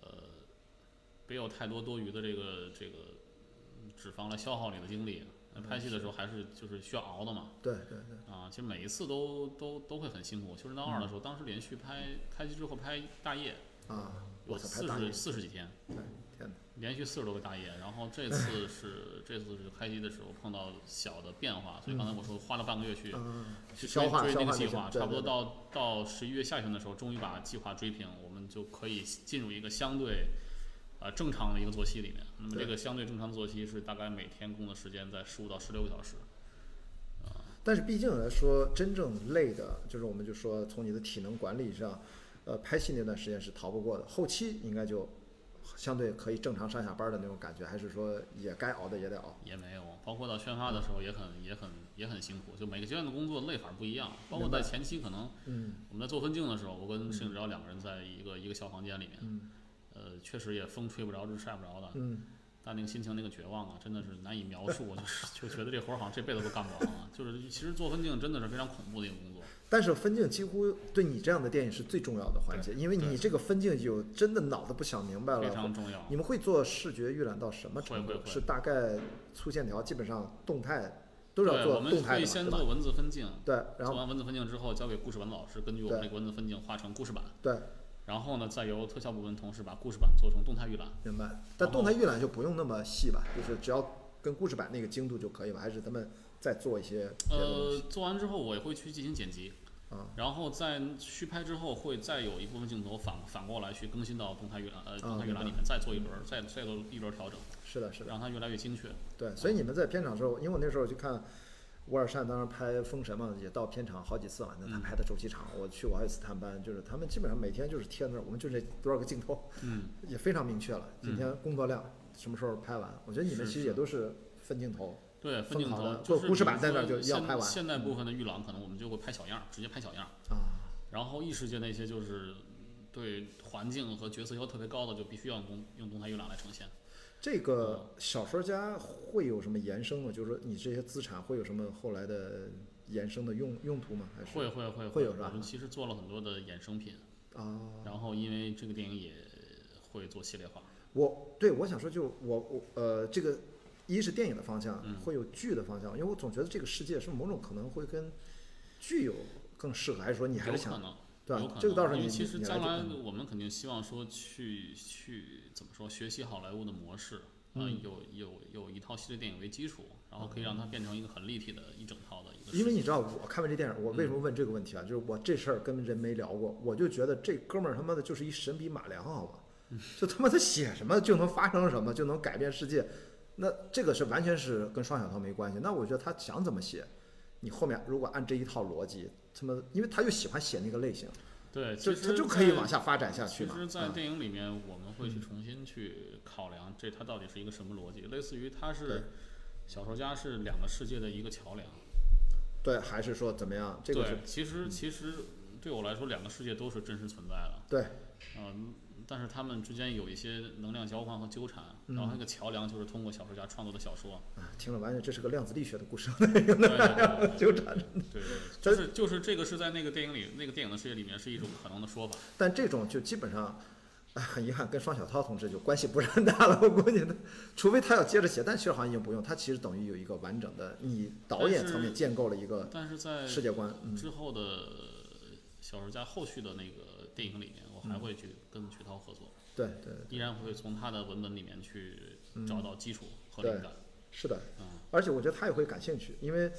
S2: 呃，别有太多多余的这个这个嗯脂肪来消耗你的精力。那拍戏的时候还是就是需要熬的嘛，
S3: 对对对，
S2: 啊，其实每一次都都都会很辛苦。《就是到二》的时候，当时连续拍拍戏之后拍大夜，
S3: 啊，
S2: 有
S3: 我操，
S2: 四
S3: 拍大
S2: 十
S3: 爷，
S2: 四十几天，
S3: 对，天哪，
S2: 连续四十多个大夜。然后 这次是这次是开机的时候碰到小的变化，所以刚才我说花了半个月去
S3: 嗯，
S2: 去
S3: 消
S2: 追
S3: 化
S2: 追
S3: 消
S2: 那
S3: 化
S2: 个计
S3: 那些
S2: 划，
S3: 对
S2: 差不多
S3: 对对
S2: 到到十一月下旬的时候，终于把计划追平，我们就可以进入一个相对呃正常的一个作息里面。那么这
S3: 对
S2: 个相对正常作息是大概每天工作时间在十五到十六个小时。
S3: 但是毕竟来说，真正累的，就是我们就说从你的体能管理上，呃，拍戏那段时间是逃不过的，后期应该就相对可以正常上下班的那种感觉，还是说也该熬的也得熬？
S2: 也没有，包括到宣发的时候也很也很也很辛苦，就每个阶段的工作累法不一样。包括
S3: 明白
S2: 在前期，可能
S3: 嗯
S2: 我们在做分镜的时候，我跟摄影指导两个人在一个一个小房间里面，
S3: 嗯，
S2: 呃，呃，确实也风吹不着，日晒不着的，
S3: 嗯，
S2: 但那个心情、那个绝望啊，真的是难以描述。我就是 就觉得这活儿好像这辈子都干不完了。就是其实做分镜真的是非常恐怖的一个工作。
S3: 但是分镜几乎对你这样的电影是最重要的环节，
S2: 对
S3: 因为你
S2: 对
S3: 这个分镜有真的脑子不想明白了，
S2: 非常重要
S3: 你们会做视觉预览到什么程度？
S2: 会会会
S3: 是大概粗线条，基本上动态都是要
S2: 对，
S3: 做
S2: 我
S3: 动
S2: 们
S3: 态
S2: 会
S3: 的嘛，
S2: 先
S3: 对
S2: 做
S3: 吧？
S2: 文字分镜，
S3: 对，然
S2: 做
S3: 后
S2: 完文字分镜之后，交给故事文老师，根据我们
S3: 对
S2: 那个文字分镜画成故事版，
S3: 对，
S2: 然后呢，再由特效部门同事把故事版做成动态预览。
S3: 明白。但动态预览就不用那么细吧，就是只要跟故事版那个精度就可以吧？还是咱们再做一些别的东
S2: 呃
S3: 西，
S2: 做完之后我也会去进行剪辑，
S3: 啊？
S2: 然后在续拍之后会再有一部分镜头反反过来去更新到动态预览
S3: 啊
S2: 呃动态预览里面，再做一轮儿，再再做一轮儿调整，
S3: 是的，是的，
S2: 让它越来越精确。
S3: 对。所以你们在片场的时候，因为我那时候去看。沃尔善当时拍《封神》嘛，也到片场好几次了。
S2: 嗯
S3: 那他拍的周期长，我去我还有一次探班，就是他们基本上每天就是贴那儿，我们就这多少个镜头，
S2: 嗯，
S3: 也非常明确了。今天工作量什么时候拍完？我觉得你们
S2: 是
S3: 其实
S2: 是
S3: 也都是分镜头，
S2: 对，分
S3: 疯
S2: 镜
S3: 狂
S2: 头
S3: 的
S2: 就
S3: 做
S2: 是
S3: 故事
S2: 比
S3: 版
S2: 如
S3: 在那
S2: 说
S3: 儿就要
S2: 现
S3: 拍完嗯
S2: 现代部分的预览可能我们就会拍小样儿，直接拍小样儿。
S3: 啊，
S2: 然后异世界那些就是对环境和角色要求特别高的，就必须要用动用动态预览来呈现。
S3: 这
S2: 嗯
S3: 个小说家会有什么延伸吗？就是说你这些资产会有什么后来的延伸的用用途吗？还哎是
S2: 会会会
S3: 会有是吧
S2: 我们其实做了很多的衍生品，
S3: 啊？
S2: 然后因为这个电影也会做系列化。
S3: 我对我想说就我我呃这个。一是电影的方向
S2: 嗯，
S3: 会有剧的方向，因为我总觉得这个世界是某种可能会跟剧有更适合，还是说你还是
S2: 有可
S3: 想
S2: 能，
S3: 对吧
S2: 有可能
S3: 这个到时候
S2: 因为
S3: 你
S2: 其实
S3: 你来嗯
S2: 将
S3: 就
S2: 来
S3: 看吧
S2: 我们肯定希望说去去怎么说学习好莱坞的模式，啊、
S3: 嗯
S2: 有有有一套系列电影为基础，然后可以让它变成一个很立体的一整套的一个。
S3: 因为你知道，我看完这电影，我为什
S2: 嗯
S3: 么问这个问题啊？就是我这事儿跟人没聊过，我就觉得这哥们儿他妈的就是一神笔马良，好 吧？就他妈他写什么就能发生什么，就能改变世界，那这个是完全是跟双小涛没关系。那我觉得他想怎么写，你后面如果按这一套逻辑，他妈，因为他就喜欢写那个类型，
S2: 对，哎其
S3: 就
S2: 实
S3: 他就可以
S2: 在
S3: 往下发展下去
S2: 其
S3: 嘛。嗯
S2: 实，在
S3: 啊
S2: 电影里面，我们会去重新去考量这它到底是一个什么逻辑，类似于它
S3: 对
S2: 是小说家是两个世界的一个桥梁。
S3: 对，还是说怎么样？这个是嗯
S2: 对，其实其实对我来说，两个世界都是真实存在的。
S3: 对，
S2: 嗯，但是他们之间有一些能量交换和纠缠，然后那个
S3: 嗯
S2: 桥梁就是通过小说家创作的 小说，
S3: 啊，听了完全这是个量子力学的故事，
S2: 对 对对
S3: 纠缠。
S2: 对，就是就是这个是在那个电影里那个电影的世界里面是一种可能的说法，
S3: 但这种就基本上，哎，很遗憾，跟双小涛同志就关系不是很大了。我估计他，除非他要接着写，但其实好像已经不用，他其实等于有一个完整的，你导演层面建构了一个
S2: 但是在
S3: 世界观。嗯，
S2: 之后的小说家后续的那个电影里面，我
S3: 嗯
S2: 还会去跟徐涛合作，
S3: 对对，
S2: 依然会从他的文本里面去
S3: 嗯
S2: 找到基础和灵感。
S3: 是的
S2: 嗯。
S3: 而且我觉得他也会感兴趣，因为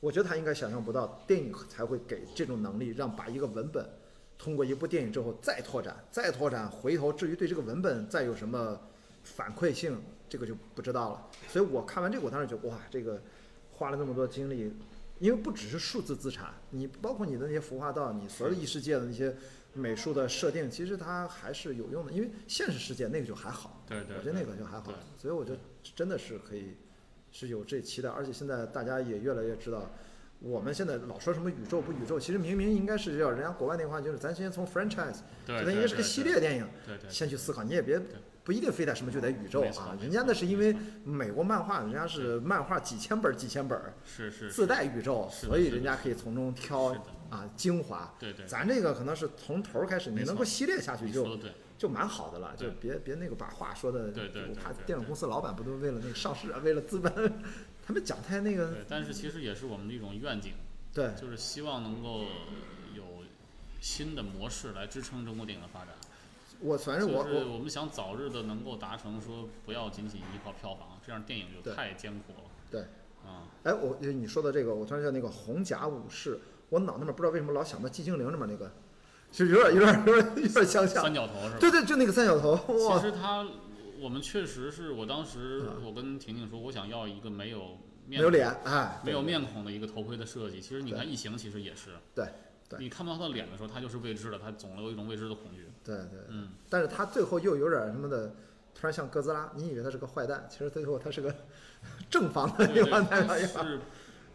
S3: 我觉得他应该想象不到，电影才会给这种能力，让把一个文本通过一部电影之后再拓展、再拓展，回头至于对这个文本再有什么反馈性，这个就不知道了。所以我看完这个，我当时就哇，这个花了那么多精力，因为不只是数字资产，你包括你的那些服化道，你所有的异世界的那些美术的设定，其实它还是有用的，因为现实世界那个就还好，
S2: 对对
S3: 我觉得那个就还好
S2: 对，
S3: 所以我觉得真的是可以是有这期待，而且现在大家也越来越知道。我们现在老说什么宇宙不宇宙，其实明明应该是要人家国外那话，就是咱先从 franchise，
S2: 对
S3: 就咱
S2: 对
S3: 应该是个
S2: 对
S3: 系
S2: 对
S3: 列电影，
S2: 对对，
S3: 先去思考，你也别不一定非得什么就得宇宙
S2: 没错
S3: 啊，
S2: 没
S3: 人家
S2: 错
S3: 那是因
S2: 没
S3: 为
S2: 错
S3: 美国漫画，人家是漫画几千本儿几千本儿
S2: 是是
S3: 自带宇宙，
S2: 是的
S3: 所以
S2: 是的
S3: 人家可以从中挑
S2: 是的
S3: 啊精华。
S2: 对对，
S3: 咱这个可能是从头儿开始，你
S2: 没
S3: 能
S2: 错
S3: 够系列下去
S2: 你
S3: 就
S2: 说的对。
S3: 就蛮好的了，就
S2: 对
S3: 别别那个把话说的，
S2: 对对
S3: 我怕
S2: 对对
S3: 电影公司老板不都为了那个上市啊，为了资本， 他们讲太那个，
S2: 对，但是其实也是我们的一种愿景，
S3: 对
S2: 就是希望能够有新的模式来支撑中国电影的发展。
S3: 我反正我
S2: 就是
S3: 我
S2: 我们想早日的能够达成说不要仅仅依靠票房，这样电影就
S3: 对
S2: 太艰苦了。
S3: 对，
S2: 啊、
S3: 哎，我你说的这个，我突然叫那个红甲武士，我脑子里面不知道为什么老想到寂静岭里面那个，就有点有点有点有点相像
S2: 三，角头是吧？
S3: 对对，就那个三角头，
S2: 其
S3: 哇，
S2: 实他，我们确实是我当时我跟婷婷说，我想要一个没有
S3: 嗯没
S2: 面
S3: 有脸，哎，
S2: 没有
S3: 对
S2: 面孔的一个头盔的设计。其实你
S3: 对
S2: 看《异形》，其实也是，
S3: 对对
S2: 你看不到他的脸的时候，他就是未知的，他总有一种未知的恐惧。
S3: 对对，
S2: 嗯，
S3: 但是他最后又有点什么的，突然像哥斯拉，你以为他是个坏蛋，其实最后他是个 正方的
S2: 对
S3: 一
S2: 对，
S3: 环太阳一
S2: 他是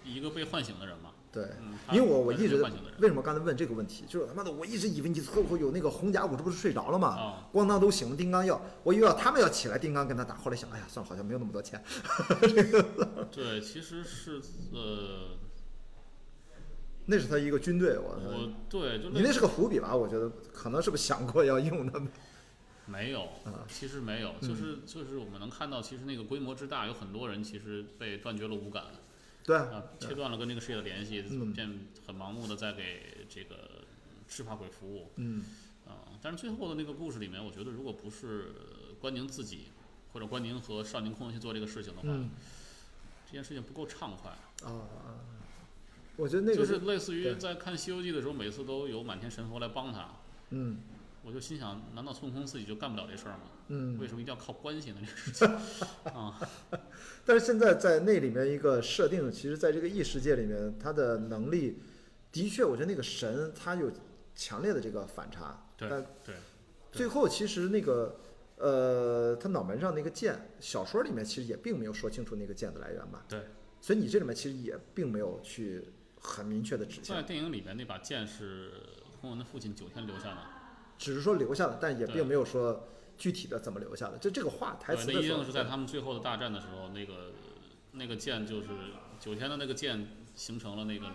S2: 一个被唤醒的人嘛。
S3: 对，
S2: 嗯，它
S3: 因为我我
S2: 它是
S3: 一直
S2: 没唤醒的人
S3: 为什么刚才问这个问题，就是他妈的，我一直以为你最后有那个红甲，我这不是睡着了吗
S2: 啊？
S3: 咣当都醒了，丁刚要，我以为要他们要起来，丁刚跟他打，后来想，哎呀，算了，好像没有那么多钱。
S2: 哦对，其实是呃，
S3: 那是他一个军队，我
S2: 我对就
S3: 呃你那是个伏笔吧？我觉得可能是不是想过要用他们？
S2: 没有，
S3: 啊
S2: 其实没有，就是
S3: 嗯
S2: 就是我们能看到，其实那个规模之大，有很多人其实被断绝了五感
S3: 对啊，
S2: 啊，切断了跟这个世界的联系，
S3: 嗯
S2: 变很盲目的在给这个赤发鬼服务
S3: 嗯
S2: 啊。但是最后的那个故事里面，我觉得如果不是呃关宁自己或者关宁和少年空去做这个事情的话，
S3: 嗯
S2: 这件事情不够畅快。
S3: 啊，啊我觉得那
S2: 就
S3: 个
S2: 是类似于
S3: 对
S2: 在看《西游记》的时候，每次都有满天神佛来帮他，
S3: 嗯
S2: 我就心想，难道孙悟空自己就干不了这事儿吗？
S3: 嗯，
S2: 为什么一定要靠关系呢？这个事 情啊，
S3: 但是现在在那里面一个设定，其实在这个异世界里面，他的能力的确，我觉得那个神他有强烈的这个反差。
S2: 对
S3: 但
S2: 对
S3: 最后其实那个呃，他脑门上那个剑，小说里面其实也并没有说清楚那个剑的来源吧，
S2: 对，
S3: 所以你这里面其实也并没有去很明确的指
S2: 在
S3: 向，
S2: 电影里面那把剑是空文的父亲九天留下的，
S3: 只是说留下的，但也
S2: 对
S3: 并没有说具体的怎么留下的。这这个话台
S2: 对，
S3: 词
S2: 那
S3: 的
S2: 一
S3: 时候
S2: 定是在他们最后的大战的时候，那个那个剑就是九天的那个剑形成了那个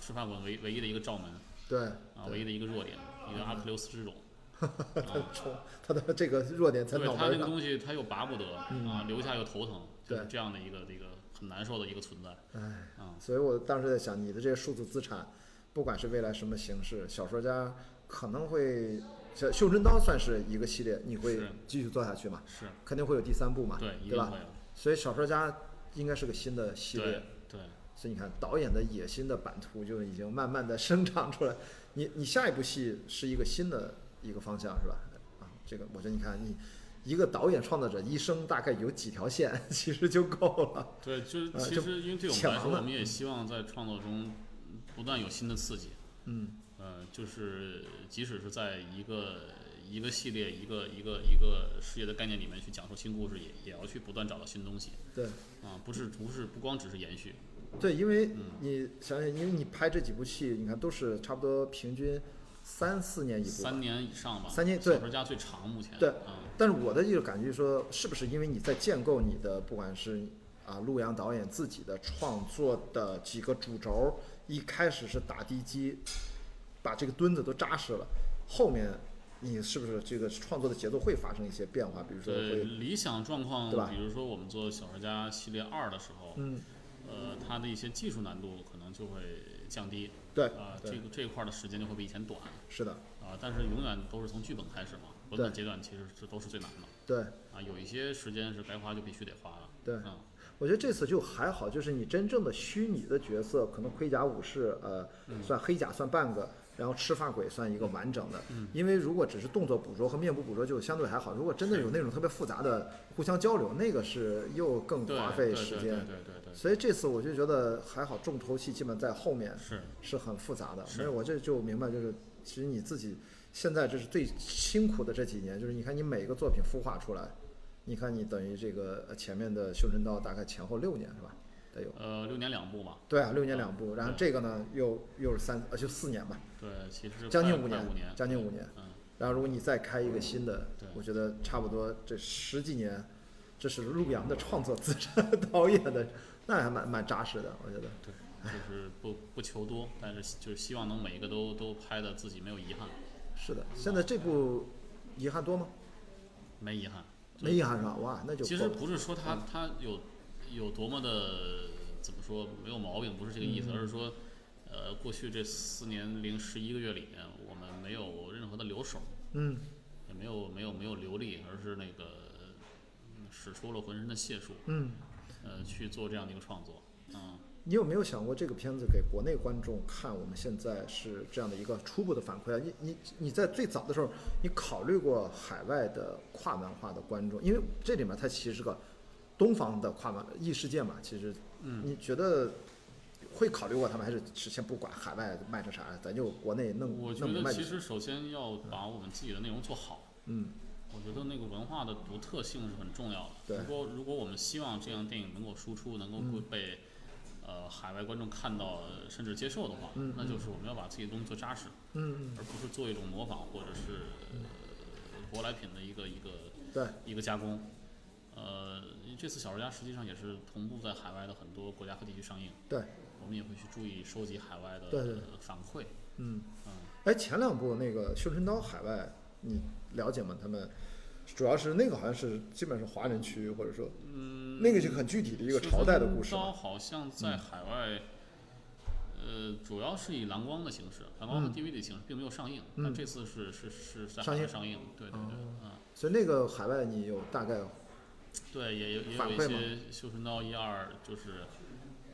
S2: 赤发滚唯唯一的一个罩门
S3: 对
S2: 啊，
S3: 对
S2: 唯一的一个弱点，一个阿克琉斯之踵。
S3: 他
S2: 啊
S3: 冲他的这个弱点嗯在
S2: 对
S3: 脑
S2: 他那
S3: 门
S2: 个
S3: 上，嗯
S2: 东西，他又拔不得啊，留下又头疼，就是
S3: 对
S2: 这样的一个这个很难受的一个存在
S3: 哎。
S2: 啊。
S3: 所以我当时在想，你的这些数字资产，不管是未来什么形式，小说家可能会，像《绣春刀》算是一个系列，你会
S2: 是
S3: 继续做下去嘛？
S2: 是
S3: 肯定会有第三部嘛，
S2: 对，
S3: 对
S2: 一定
S3: 吧
S2: 会？有。
S3: 所以小说家应该是个新的系列
S2: 对。对，
S3: 所以你看，导演的野心的版图就已经慢慢的生长出来。你你下一部戏是一个新的一个方向，是吧？啊，这个我觉得你看，你一个导演创作者一生大概有几条线， 其实就够了。
S2: 对，就是
S3: 呃
S2: 其
S3: 就
S2: 实因为对我们
S3: 浅
S2: 来
S3: 尝
S2: 说，
S3: 了嗯
S2: 我们也希望在创作中不断有新的刺激。
S3: 嗯
S2: 呃，就是即使是在一个一个系列、一个一个一个世界的概念里面去讲述新故事，也也要去不断找到新东西
S3: 对。
S2: 啊，不是不是不光只是延续。
S3: 对，因为
S2: 嗯
S3: 你想想，因为你拍这几部戏，你看都是差不多平均三四年一部吧
S2: 三。年以上吧，
S3: 三年对
S2: 小说家最长目前
S3: 对
S2: 啊，
S3: 但是我的一个感觉说，是不是因为你在建构你的，不管是啊陆阳导演自己的创作的几个主轴，一开始是打地基，把这个墩子都扎实了，后面你是不是这个创作的节奏会发生一些变化？比如说
S2: 呃，
S3: 会，
S2: 理想状况
S3: 对吧，
S2: 比如说我们做小说家系列二的时候，
S3: 嗯，
S2: 呃，它的一些技术难度可能就会降低，
S3: 对
S2: 啊，这
S3: 对，
S2: 个这一块儿的时间就会比以前短。
S3: 是的，
S2: 啊，但是永远都是从剧本开始嘛，文本
S3: 对
S2: 阶段其实是都是最难的
S3: 对。
S2: 啊，有一些时间是该花就必须得花了。
S3: 对
S2: 嗯，
S3: 我觉得这次就还好，就是你真正的虚拟的角色，可能盔甲武士，呃，
S2: 嗯
S3: 算黑甲算半个，然后赤发鬼算一个完整的。
S2: 嗯
S3: 因为如果只是动作捕捉和面部捕捉，就相对还好。如果真的有那种特别复杂的互相交流，那个是又更
S2: 对
S3: 花
S2: 对
S3: 费
S2: 对
S3: 时
S2: 对
S3: 间。
S2: 对对对，
S3: 所以这次我就觉得还好，重头戏基本在后面
S2: 是
S3: 是很复杂的。
S2: 是
S3: 所以我这就明白，就是其实你自己现在这是最辛苦的这几年，就是你看你每个作品孵化出来，你看你等于这个呃前面的《绣春刀》大概前后六年是吧？得有。
S2: 呃，六年两部嘛，
S3: 对啊，六年两部，然后这个呢又又是三呃就四年吧，
S2: 对，其实
S3: 将近
S2: 快
S3: 五
S2: 快
S3: 年
S2: 五，年，
S3: 将近五年。
S2: 嗯，
S3: 然后如果你再开一个新的
S2: 对，
S3: 我觉得差不多这十几年，这是陆阳的创作资产 导演的，那还蛮蛮扎实的，我觉得。
S2: 对，就是不不求多，但是就是希望能每一个都都拍的自己没有遗憾，
S3: 是的，现在这部遗憾多吗？
S2: 没遗憾。
S3: 没遗憾是吧？哇，啊那就
S2: 其
S3: 够
S2: 实
S3: 了嗯
S2: 不是说他他有有多么的怎么说没有毛病，不是这个
S3: 嗯
S2: 意思，而是说，呃，过去这四年零十一个月里面，我们没有任何的留手。
S3: 嗯，
S2: 也没有没有没有流利，而是那个嗯使出了浑身的解数，
S3: 嗯，
S2: 呃，去做这样的一个创作。嗯，
S3: 你有没有想过这个片子给国内观众看？我们现在是这样的一个初步的反馈啊！你你你在最早的时候，你考虑过海外的跨文化的观众？因为这里面它其实是个东方的跨文异世界嘛，其实，嗯，你觉得会考虑过他们，还是先不管海外卖成啥，咱就国内弄
S2: 我觉
S3: 弄明
S2: 得
S3: 白
S2: 其
S3: 就行。
S2: 实首先要把我们自己的内容做好。
S3: 嗯，
S2: 我觉得那个文化的独特性是很重要的。
S3: 对嗯
S2: 如果如果我们希望这样电影能够输出，能够被、呃海外观众看到甚至接受的话，那就是我们要把自己的东西做扎实，
S3: 嗯，
S2: 而不是做一种模仿或者是呃舶来品的一个一个
S3: 对，
S2: 一个加工。呃，这次小说家实际上也是同步在海外的很多国家和地区上映。
S3: 对，
S2: 我们也会去注意收集海外的
S3: 对对对
S2: 呃反馈。
S3: 嗯，
S2: 嗯，
S3: 哎，前两部那个《绣春刀》海外你了解吗？他们主要是那个好像是基本是华人区，或者说，嗯，那个就很具体的一个朝代的故事嗯
S2: 十分
S3: 嘛
S2: 刀好像在海外，呃，主要是以蓝光的形式，蓝光和 DVD 的形式，并没有上映。但这次是是是在海
S3: 嗯上
S2: 外
S3: 映哦
S2: 上映，对对对，嗯，
S3: 所以那个海外你有大概
S2: 对，也有也
S3: 反
S2: 有一
S3: 馈
S2: 些《绣春刀》一二就是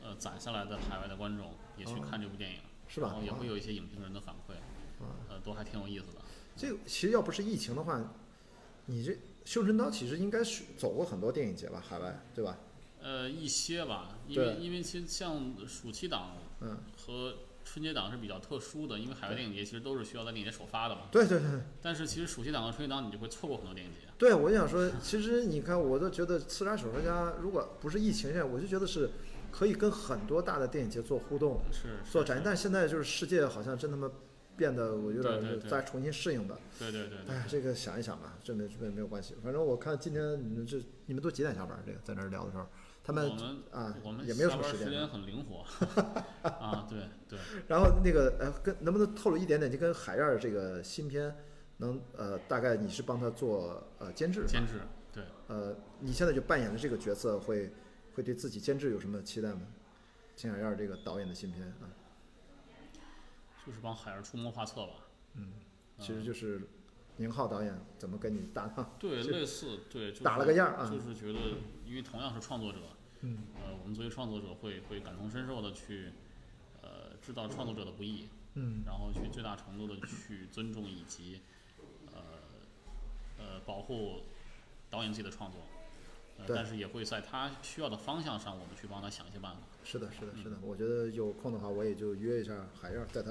S2: 呃攒下来的海外的观众也去看这部电影，
S3: 哦是吧哦
S2: 然后也哦会有一些影评人的反馈，呃，都还挺有意思的。
S3: 这个其实要不是疫情的话，你这《绣春刀》其实应该是走过很多电影节吧，海外对吧？
S2: 呃，一些吧，因
S3: 对
S2: 为因为其实像暑期档
S3: 嗯
S2: 和春节档是比较特殊的，因为海外电影节其实都是需要在电影节首发的嘛。
S3: 对对对对
S2: 但是其实暑期档和春节档你就会错过很多电影节。
S3: 对，我就想说，其实你看，我都觉得《刺杀小说家》如果不是疫情下，我就觉得是可以跟很多大的电影节做互动、
S2: 是
S3: 做
S2: 展
S3: 展。但现在就是世界好像真他妈变得，我有点
S2: 对对
S3: 是
S2: 对
S3: 在重新适应的。
S2: 对对对对，
S3: 哎，这个想一想吧，这没这没有关系。反正我看今天你们这你们都几点下班？这个在那儿聊的时候，他们
S2: 我们
S3: 啊
S2: 我们
S3: 也没有
S2: 下
S3: 什么
S2: 班
S3: 时间
S2: 时
S3: 的
S2: 间很 灵活啊，对对，
S3: 然后那个呃，跟能不能透露一点点，就跟海燕儿这个新片能呃，大概你是帮他做呃监制，
S2: 监制对。
S3: 呃，你现在就扮演的这个角色会会对自己监制有什么期待吗？金海燕儿这个导演的新片啊，
S2: 就是帮海儿出谋划策吧。
S3: 其实就是宁浩导演怎么跟你搭档？
S2: 嗯对，
S3: 是
S2: 类似对，就是、
S3: 打了个样儿啊
S2: 就是觉得，因为同样是创作者，
S3: 嗯，
S2: 呃，我们作为创作者会会感同身受的去，呃，知道创作者的不易，
S3: 嗯，
S2: 然后去最大程度的去尊重以及，呃，呃，保护导演自己的创作，呃，
S3: 对
S2: 但是也会在他需要的方向上，我们去帮他想一些办法。
S3: 是的，是的，
S2: 嗯
S3: 是的。我觉得有空的话，我也就约一下海燕儿，在他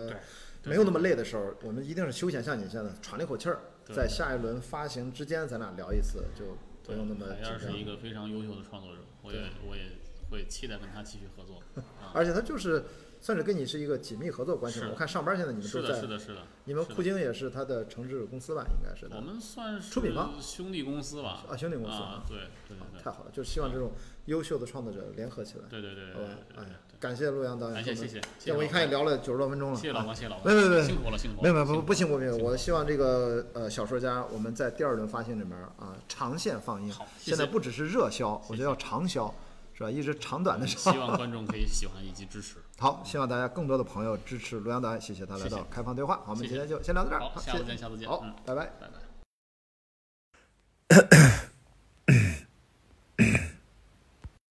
S2: 对
S3: 没有那么累的时候，我们一定是休闲，像你现在喘了一口气儿，
S2: 对
S3: 在下一轮发行之间，咱俩聊一次，就不
S2: 对，
S3: 用那么
S2: 海
S3: 紧
S2: 燕
S3: 张。
S2: 是一个非常优秀的创作者，我也我也会期待跟他继续 合作。啊，
S3: 而且他就是算是跟你是一个紧密合作关系嘛
S2: 是。的
S3: 我看上班现在你们
S2: 是
S3: 都
S2: 的，
S3: 在
S2: 是，的，是的。
S3: 你们
S2: 是的
S3: 酷鲸也是他的承制公司吧，应该是的
S2: 我们算是
S3: 出品方
S2: 兄弟公司吧？
S3: 啊，兄弟公司
S2: 啊，对对
S3: 啊
S2: 对
S3: 太好了，就是希望这种优秀的创作者联合起来，
S2: 对对对对
S3: 好吧？
S2: 对
S3: 哎
S2: 对，
S3: 感谢陆阳导演，
S2: 感谢谢谢谢谢
S3: 我一
S2: 老
S3: 看也
S2: 关
S3: 聊了九十多分钟了，
S2: 对，谢谢
S3: 啊
S2: 老王，谢谢老王，
S3: 没没没
S2: 辛苦了，辛苦了，
S3: 没有没有不
S2: 辛
S3: 不
S2: 苦了
S3: 辛苦不辛苦，我希望这个呃小说家我们在第二轮发行里面啊长线放映
S2: 好，谢谢
S3: 现在不只是热销，我觉得要长销，是吧？一直长短的上
S2: 嗯 希。望观众可以喜欢以及支持。
S3: 好，希望大家更多的朋友支持卢阳导演，谢谢他来
S2: 谢谢
S3: 到开放对话。好，我们
S2: 谢
S3: 今
S2: 谢
S3: 天就先聊到这儿，
S2: 好
S3: 好，
S2: 下
S3: 谢
S2: 次
S3: 谢
S2: 见下次见
S3: 好
S2: 嗯，
S3: 拜拜。
S2: 拜拜。